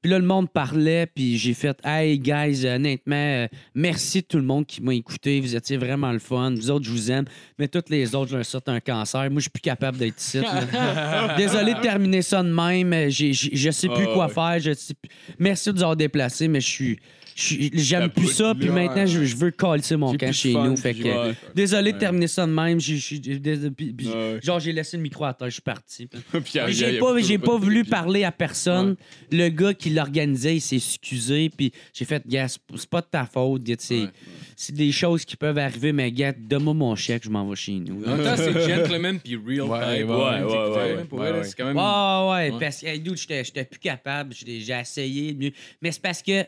S5: Puis là, le monde parlait, puis j'ai fait Hey, guys, honnêtement, euh, merci tout le monde qui m'a écouté. Vous étiez vraiment le fun. Vous autres, je vous aime. Mais toutes les autres, j'ai un certain cancer. Moi, je suis plus capable d'être ici. là. Désolé de terminer ça de même. J'ai- j'ai- je sais plus
S13: Ah,
S5: quoi
S13: ouais.
S5: faire. Je sais plus- Merci de vous avoir déplacé, mais je suis. je suis- J'aime
S13: La
S5: plus
S13: boule,
S5: ça, puis
S11: là,
S5: maintenant
S11: ouais.
S5: je, je veux coller mon
S11: J'ai plus
S5: camp
S11: de
S5: chez
S11: fun,
S5: nous. Fait
S11: puis
S5: que,
S11: j'ai-
S13: Ouais.
S5: Désolé de terminer ça de même. J'ai- j'ai- j'ai- dés- puis- puis-
S13: Ouais.
S5: Genre, j'ai laissé le micro à terre, je suis parti.
S8: Ah,
S13: Puis il y a- il y a- il
S5: J'ai
S13: y a
S5: pas,
S13: toujours
S5: j'ai pas
S13: de
S5: voulu
S13: thérapie.
S5: parler à personne. Le gars qui qui l'organisait, il s'est excusé, puis j'ai fait, gars, c'est c'est pas de ta faute. gars, C'est c'est des choses qui peuvent arriver, mais gars, donne-moi mon chèque, je m'en vais chez nous.
S2: En même temps, c'est *laughs* gentleman puis real
S4: Ouais,
S2: time.
S4: ouais,
S2: hein,
S8: ouais,
S2: tu sais,
S8: ouais,
S2: fait,
S8: ouais.
S2: pour vrai, là, C'est quand même.
S5: Ouais, ouais,
S2: Ouais.
S5: parce que, hey, dude, j'étais j'étais plus capable, j'ai j'ai essayé mieux. Mais c'est parce que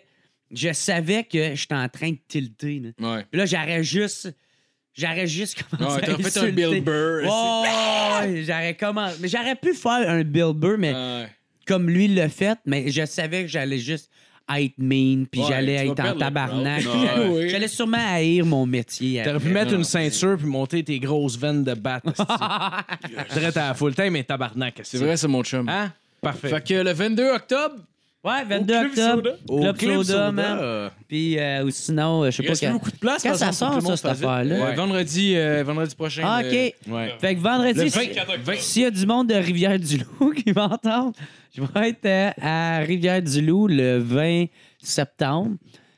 S5: je savais que j'étais en train de tilter. Là, *laughs*
S2: Ouais.
S5: Puis là j'aurais juste. J'aurais juste commencé
S2: Ouais,
S5: à
S2: t'as fait un
S5: insulter.
S2: Bill Burr.
S5: Ouais, ouais, j'aurais commencé. Mais j'aurais pu faire un Bill Burr, mais
S2: Ouais.
S5: comme lui l'a fait, mais je savais que j'allais juste être mean, puis
S2: Ouais, tu
S5: j'allais
S2: vas
S5: être
S2: perdre
S5: en
S2: le
S5: tabarnak.
S2: crowd. Ouais.
S5: J'allais- J'allais sûrement haïr mon métier.
S4: T'aurais pu
S5: après.
S4: mettre une ceinture puis monter tes grosses veines de
S5: *laughs*
S4: batte. esti. Je dirais t'as la full time, mais tabarnak. esti.
S2: C'est vrai, c'est mon chum.
S5: Ah,
S4: Hein? Parfait.
S2: Fait que le 22 octobre,
S5: Ouais, 22 octobre. Club Soda, man. Puis, euh, ou sinon, euh, je sais
S2: il
S5: pas
S2: reste plus
S5: quand.
S2: beaucoup de place.
S5: Quand
S2: par
S5: ça
S2: exemple, pour que tout le
S5: sort, ça,
S2: monde
S5: cette
S2: fasse vite.
S5: affaire-là?
S2: Euh, Vendredi, euh, vendredi prochain.
S5: Ah,
S2: euh,
S5: OK. Fait que vendredi, si- s'il y a du monde de Rivière-du-Loup *laughs* qui m'entend, je vais être euh, à Rivière-du-Loup le 20 septembre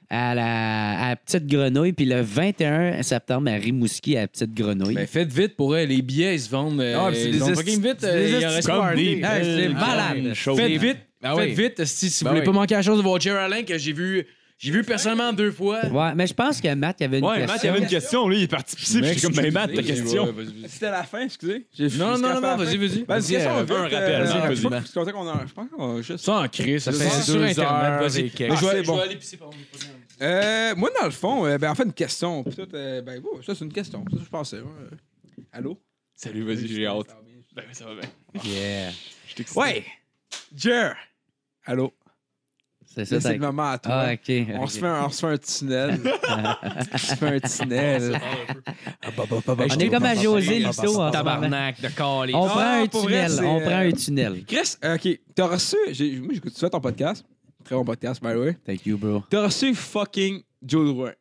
S5: à la, à Petite Grenouille, puis le 21 septembre à Rimouski à Petite Grenouille.
S2: Ben, faites vite pour elle. Les billets, ils se vendent. euh,
S4: Ah, puis c'est
S2: ils
S4: des
S2: sont
S4: esti-
S2: fucking vite.
S4: des
S2: euh, il en
S4: esti
S2: reste
S4: comme
S2: pas.
S4: des
S5: Hey, Ah, c'est
S4: belles
S5: malade.
S4: games.
S2: Faites vite.
S4: Ah
S2: Faites
S4: oui.
S2: vite. Si, si vous
S4: Ben
S2: voulez
S4: oui.
S2: pas manquer la chose de voir Jerry Allen, que j'ai vu, j'ai vu personnellement deux fois.
S5: Ouais, mais je pense que Matt, il y avait une
S8: Ouais,
S5: question.
S8: Matt, il y avait une question, là, il est participé, puis j'étais comme, ben Matt, ta question.
S3: C'était la fin, excusez.
S2: Non, non, non, non, vas-y, vas-y.
S3: Ben, une question
S4: euh,
S3: vite,
S8: un rappel,
S3: euh,
S8: vas-y,
S3: je
S8: vas-y.
S3: pense que- je pense qu'on a- je pense qu'on a juste.
S2: Ça en crise. Ça
S4: fait
S2: c'est
S4: deux
S2: sur Internet.
S4: heures et
S2: Vas-y.
S4: quelques.
S2: Mais
S3: Ah,
S2: je
S3: c'est
S2: vais- je
S3: bon.
S2: vais aller pisser par mon
S3: Euh, moi, dans le fond, euh, ben, en fait, une question. Puis tout, euh, ben, bon, ça, c'est une question. Ça, je pensais. ouais. Allô?
S8: Salut, vas-y, j'ai hâte.
S5: Yeah.
S3: Ouais! Jer! Allô?
S5: C'est ça,
S3: Là, C'est
S5: ça.
S3: le moment à toi.
S5: Ah, OK.
S3: On
S5: ok.
S3: se fait un- on se fait un tunnel. On se fait un tunnel.
S5: On est comme à José Lito hein, en ce moment.
S4: Tabarnak de calice.
S5: On
S3: Ah,
S5: prend un
S3: pour vrai,
S5: tunnel.
S3: c'est,
S5: On prend
S3: euh,
S5: un tunnel.
S3: Chris, euh, OK, t'as reçu... j'ai- Moi, j'écoute souvent ton podcast. Très bon podcast, by the way.
S5: Thank you, bro.
S3: T'as reçu fucking Joe Drouin.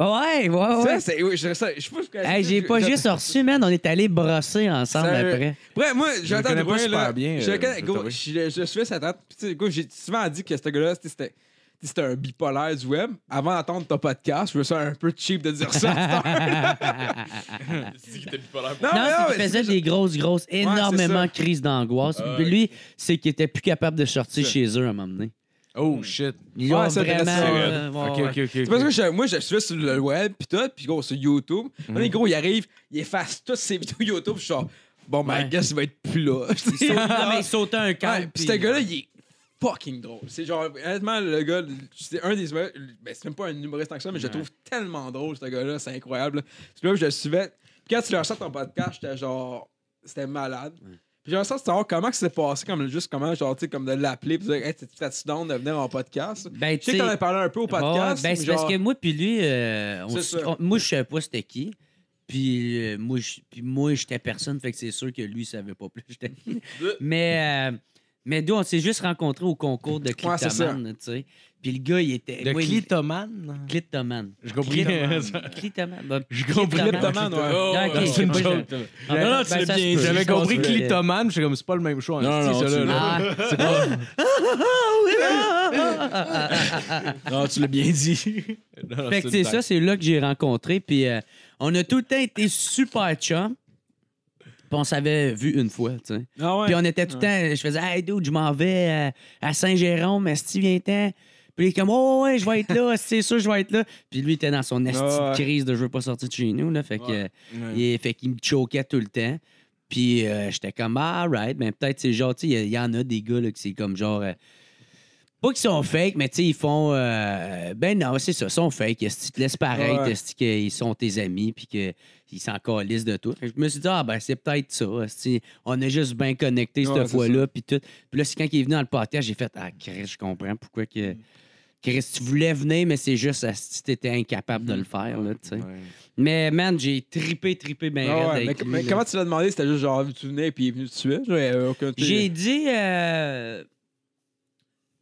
S5: Ouais, ouais, Ah ouais.
S3: Ça, c'est... oui, Je ça- je sais pas... si-
S5: Hey, j'ai pas
S3: je-
S5: juste reçu, man. On est allé brosser ensemble
S3: Sérieux?
S5: après.
S3: Ouais, moi, j'entends
S4: connais
S3: Drouin,
S4: pas super
S3: là.
S4: bien,
S3: Je le
S4: euh,
S3: connais-
S4: je
S3: gros,
S4: t'avoue.
S3: je le- je le suivais sa tête. Puis, tu sais, gros, j'ai souvent dit que ce gars-là, c'était- c'était... C'était un bipolaire du web. Avant d'entendre ton podcast, je me sens un peu cheap de dire
S5: *laughs*
S3: ça. non,
S5: Non,
S3: mais
S5: Ah, c'est qu'il
S3: mais
S5: faisait des grosses, grosses, énormément
S3: ça.
S5: de crises d'angoisse. Puis lui, c'est qu'il était plus capable de sortir chez eux à un moment donné.
S4: Oh shit.
S5: Ils
S3: Ouais,
S5: ont
S3: ça,
S5: vraiment.
S3: c'est vrai.
S5: euh, ouais,
S4: Ok,
S5: ouais.
S4: ok,
S3: C'est parce
S4: ok.
S3: que je- moi, je suis sur le web, pis tout, pis gros, sur YouTube. Là, les gros, il arrive, il efface toutes ses vidéos YouTube, je suis genre, bon, ben,
S5: Ouais.
S3: I guess, il va être plus là. *laughs*
S5: Il saute- non, mais il sautait un câble.
S3: Ouais, pis ce gars-là, il est fucking drôle. C'est genre, honnêtement, le gars, c'est un des humoristes, ben, c'est même pas un humoriste tant que ça, mais je le trouve tellement drôle, ce gars-là, c'est incroyable. C'est là que je le suivais. Pis quand tu leur sors ton podcast, j'étais genre, c'était malade. Puis j'aimerais ça savoir comment que c'est passé, comme juste comment, genre, tu sais, comme de l'appeler, pis de dire, hey, t'es-tu down de venir en podcast?
S5: Ben,
S3: Je sais que t'en as parlé un peu au podcast.
S5: Ouais, ben,
S3: mais
S5: c'est
S3: genre-
S5: parce que moi, puis lui, euh, on
S3: C'est
S5: s-
S3: ça.
S5: on- moi, je savais pas c'était qui. Puis euh, moi, je- puis moi, j'étais personne, fait que c'est sûr que lui, il savait pas plus j'étais qui.
S3: *laughs*
S5: mais, euh, mais d'où on s'est juste rencontrés au concours de
S3: Ouais, c'est ça.
S5: Clitoman, tu sais. Puis le gars, il était.
S4: De
S5: moi, il-
S4: clitomane.
S5: Clitoman.
S4: Je compris. *laughs*
S5: Clitoman. Ben,
S4: J'ai compris.
S5: Clitoman.
S3: Clitoman, ouais.
S5: Ah, ok,
S4: c'est une
S5: pas-
S4: joke.
S5: je-
S4: Non,
S5: Ben,
S4: non,
S5: ça se peut.
S4: J'avais
S5: Je pense
S4: compris
S5: que-
S4: clitomane, je suis comme c'est pas le même choix. hein,
S2: Non, non,
S4: *laughs* c'est
S2: tu-
S5: Ah,
S4: *laughs*
S2: Non, tu l'as bien dit.
S5: Fait que c'est ça, c'est là que j'ai rencontré. Puis euh, on a tout le temps été super chum. Puis on s'avait vu une fois, tu sais.
S3: Ah ouais.
S5: Puis on était tout le temps, je faisais, hey dude, je m'en vais euh, à Saint-Jérôme, Esti, viens-t'en. Puis il est comme, oh ouais, je vais être
S3: *laughs*
S5: là, c'est sûr, je vais être là. Puis lui, il était dans son Esti
S3: Ouais.
S5: de crise de je veux pas sortir de chez nous, là. Fait que, euh, il, fait qu'il me choquait tout le temps. Puis euh, j'étais comme, ah, right, mais peut-être, c'est genre, tu sais, il y, en a des gars, là, que c'est comme genre. euh, pas qu'ils sont fake, mais tu sais, ils font. euh, ben non, c'est ça, ils sont fake. Est-ce qu'ils te laissent paraître,
S3: Ouais.
S5: est-ce qu'ils sont tes amis, puis qu'ils s'en calissent de tout. Fait que Je me suis dit, ah, ben c'est peut-être ça. est-ce que On est juste bien connectés
S3: Ouais,
S5: cette
S3: c'est
S5: fois-là, puis tout. Puis là, c'est quand il est venu dans le podcast, j'ai fait, ah, Chris, je comprends pourquoi
S3: Mm.
S5: que. Chris, tu voulais venir, mais c'est juste si t'étais incapable
S3: Mm.
S5: de le faire, là, tu sais. Mais man, j'ai tripé, tripé, ben
S3: Ah
S5: raide
S3: ouais, mais,
S5: avec lui,
S3: mais
S5: là.
S3: comment tu l'as demandé? C'était juste genre, tu venais puis il est venu te tuer? Genre, il y avait aucun-
S5: J'ai dit. euh,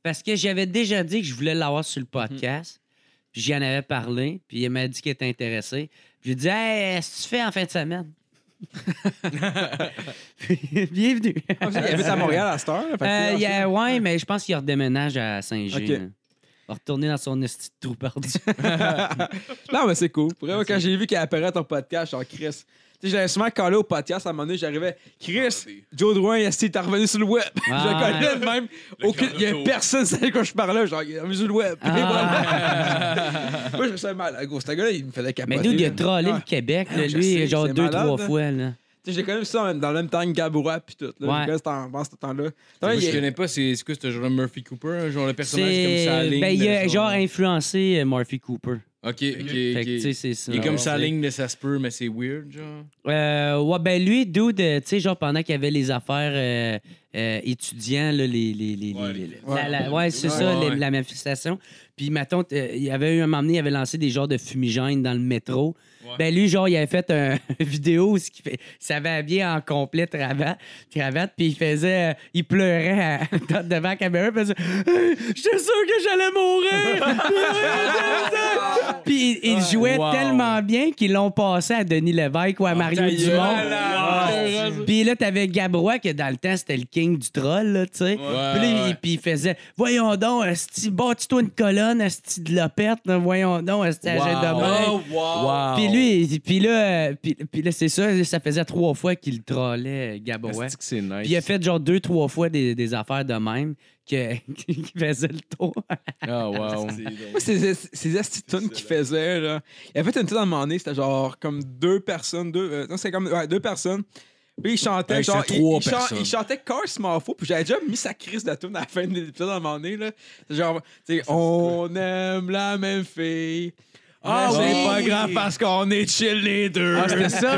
S5: parce que j'avais déjà dit que je voulais l'avoir sur le
S2: Mhm.
S5: podcast. Puis j'y en avais parlé. Puis il m'a dit qu'il était intéressé. Puis j'ai dit, hey, qu'est-ce que tu fais en fin de semaine? *laughs* Bienvenue.
S3: Ah, Il habite à Montréal à cette heure. là, fait que,
S5: Euh,
S3: tu
S5: il
S3: sais,
S5: y a- ouais, mais je pense qu'il redéménage à Saint-Gilles.
S3: Ok.
S5: là. Va retourner dans son esti de
S3: *laughs*
S5: trou perdu.
S3: Non, mais c'est cool. Pour vrai, moi, quand j'ai vu qu'il apparaît à ton podcast, genre, Chris, Tu sais, j'avais souvent collé au podcast. À un moment donné, j'arrivais. Chris, Joe Drouin, est-ce qu'il est revenu sur le web? *laughs* je
S5: Ah.
S3: le connais de même. Aucune- Il y a personne qui savait de quoi je parlais. Genre, il est revenu sur le web. Et voilà.
S5: Ah.
S3: *laughs* Moi, je me sentais mal. hein, Gros, ce gars-là, il me faisait capoter.
S5: Mais nous, il a
S3: là.
S5: trollé
S3: Ouais.
S5: le Québec, là,
S3: Ah, je
S5: lui,
S3: sais,
S5: genre
S3: c'est
S5: deux,
S3: malade, hein.
S5: trois
S3: là.
S5: fois. Là.
S3: Tu sais, J'ai quand même ça en- dans le même temps que Gabourap puis tout.
S5: Ouais.
S3: Là. Je pendant ce temps-là.
S2: Moi,
S3: Ouais,
S2: je
S3: il-
S2: connais pas, c'est c'est quoi ce genre Murphy Cooper, genre le personnage comme
S5: C'est.
S2: ça à la ligne.
S5: Ben, il a
S2: de-
S5: genre influencé euh, Murphy Cooper.
S2: Ok, ok,
S5: Fait que, tu sais,
S2: ok.
S5: c'est ça.
S2: Il est comme ça à la
S5: Ouais.
S2: ligne de ça se peut, mais c'est weird, genre.
S5: Euh, ouais, ben lui, dude, euh, tu sais, genre pendant qu'il y avait les affaires euh, euh, étudiants, là, les, les, les,
S14: Ouais,
S5: les-
S14: les-
S5: la- la-
S2: ouais.
S5: ouais, c'est
S2: Ouais,
S5: ça,
S2: ouais,
S5: les-
S2: ouais.
S5: la manifestation. Puis, mettons, euh, il avait eu un moment donné, il avait lancé des genres de fumigènes dans le métro.
S14: Ouais.
S5: Ben lui, genre, il avait fait un- *laughs* une vidéo où ce qu'il fait- il s'avait habillé en complet cravate, cravate puis il faisait, euh, il pleurait à- *laughs* dans- devant la caméra, puis il faisait Euh, J'étais sûr que j'allais mourir! puis il, il jouait tellement bien qu'ils l'ont passé à Denis Lévesque ou à Mario Dumont.
S2: hein.
S5: Ouais. Puis là, t'avais Gabrois, que dans le temps, c'était le king du troll, là, tu sais. Puis là, il-
S2: ouais.
S5: puis il faisait Voyons donc, esti, bâtis-toi une colonne, esti de lopette, là, voyons donc, esti, agis de même.
S2: Oh, wow!
S5: Puis lui, il- puis là, euh, puis, puis là c'est ça, ça faisait trois fois qu'il trollait euh, Gaboret.
S4: Asti que Ah, C'est nice.
S5: Puis il a fait genre deux, trois fois des, des affaires de même que- *laughs* qu'il faisait le tour.
S4: Ah, wow.
S3: Moi, ces, ces astitunes qu'il faisait, là. Il avait fait une tune à un moment donné, c'était genre comme deux personnes, deux. euh, non, c'était comme ouais, deux personnes. Puis il chantait,
S2: Ouais,
S3: genre.
S2: c'était
S3: Il,
S2: trois
S3: il chan-
S2: personnes.
S3: il chantait Curse Morpho, puis j'avais déjà mis sa crise de la tune à la fin de l'épisode à un moment donné, là. C'est genre, tu sais, on aime la même fille. Ah,
S4: Ah
S3: c'est
S4: oui!
S3: pas grave parce qu'on est chill les deux. Ah, *laughs* c'était ça.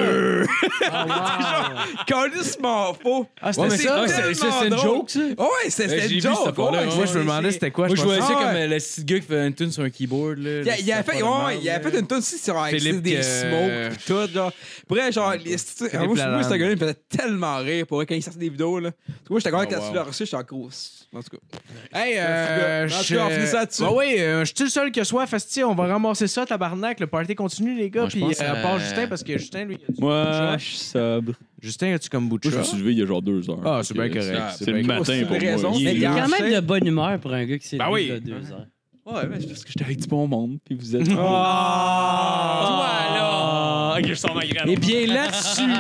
S3: Curse Morpho.
S4: Ah,
S2: Ouais,
S4: c'était
S2: mais
S4: ça?
S2: ça, c'est ça, c'est une
S3: tellement
S2: joke, ça?
S3: Oh, ouais, c'est-
S2: Ben,
S3: c'était
S2: j'ai
S3: une
S2: vu
S3: joke.
S2: cette affaire-là,
S3: ouais.
S2: ouais.
S4: Moi, je me demandais c'était quoi.
S2: Moi, je
S4: pensais-
S2: voyais ça
S3: Ah,
S2: comme
S3: ouais.
S2: euh, le petit gars qui fait une tune sur un keyboard, là.
S3: Il a, il a fait, ouais, il a fait une tonne aussi sur un-
S4: Philippe,
S3: c'est des
S4: euh,
S3: smokes pis tout, genre. Pour vrai, genre, les stu-
S4: Philippe
S3: moi, je
S4: Lalande.
S3: moi, ce gars-là, il me faisait tellement rire pour vrai, quand il sortait des vidéos, là. Parce que moi, j'étais
S2: Ah,
S3: content
S4: Oh,
S3: quand
S4: wow.
S3: tu l'as reçu, j'étais en grosse. En tout cas.
S4: Hey, euh,
S3: En tout cas,
S4: je-
S3: on finit ça dessus.
S4: Ouais, ouais, euh, je suis le seul que soit fasti. On va ramasser ça, tabarnak. Le party continue, les gars.
S2: Moi, je
S4: Puis,
S2: pense,
S4: euh, à part
S2: euh,
S4: Justin, parce que Justin, lui. il a du
S8: Moi,
S4: kombucha.
S8: je suis sobre.
S4: Justin, as-tu kombucha?
S8: Moi, je me suis levé il y a genre deux heures.
S4: Ah, c'est bien
S8: Fait que
S4: correct.
S8: C'est le
S4: bien
S3: correct.
S8: matin pour
S3: Aussi, raison.
S8: moi. Il
S5: Mais
S8: est
S5: il est quand
S3: Blanchette.
S5: même de bonne humeur pour un gars qui s'est
S4: Ben
S5: levé
S4: oui.
S5: de deux heures.
S8: Ouais, mais c'est parce que j'étais avec du bon monde, puis vous êtes.
S4: Ah!
S14: Ah, que je sens ma graine.
S2: Et bien là-dessus,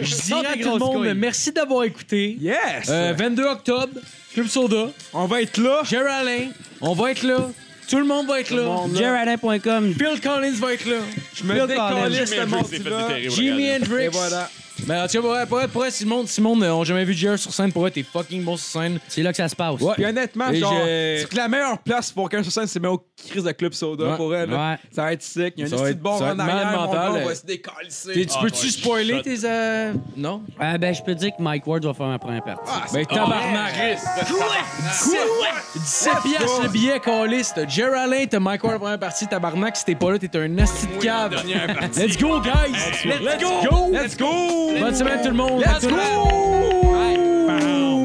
S2: je dirais à tout le
S5: grosse
S2: monde
S5: couille.
S2: merci d'avoir écouté.
S3: Yes!
S2: Euh, 22 octobre, Club Soda.
S3: on va être là.
S2: Jerry Alain, on va être là. Tout le monde va être là.
S5: Jerradin.com.
S2: Bill Collins va être là.
S3: Je me décalisse de mon petit gars.
S2: Jimi Hendrix.
S3: Et voilà.
S2: Mais en tout cas, pour vrai, pour vrai, pour vrai, si le monde, si le monde n'a jamais vu Jerry sur scène, pour vrai, t'es fucking bon sur scène.
S5: C'est là que ça se passe.
S3: Puis honnêtement,
S2: Et
S3: genre,
S2: j'ai-
S3: c'est que la meilleure place pour qu'un sur scène, c'est même au crise de Club Soda
S2: Ouais.
S3: pour elle. là.
S5: Ouais.
S3: Ça va être sick. Il y a
S2: Ça va
S3: une petite
S2: être-
S3: bombe
S2: ça va
S3: en
S2: être
S3: arrière.
S2: malade
S3: mon
S2: mental,
S3: gars, on
S2: euh.
S3: va se décalisser.
S2: T'es- tu peux-tu spoiler tes. euh, Non?
S5: Ah, ben, je peux dire que Mike Ward va faire ma première partie.
S2: Ben, tabarnak. Quoi? 17 piastres le billet, calliste. T'as Jerry Alain, t'as Mike Ward, première partie, tabarnak. Si t'es pas là, t'es un nasty de cave. Let's go, guys! Let's go!
S3: Let's go!
S2: Bonne semaine, tout le monde. À tout
S3: Let's
S2: le-
S3: go!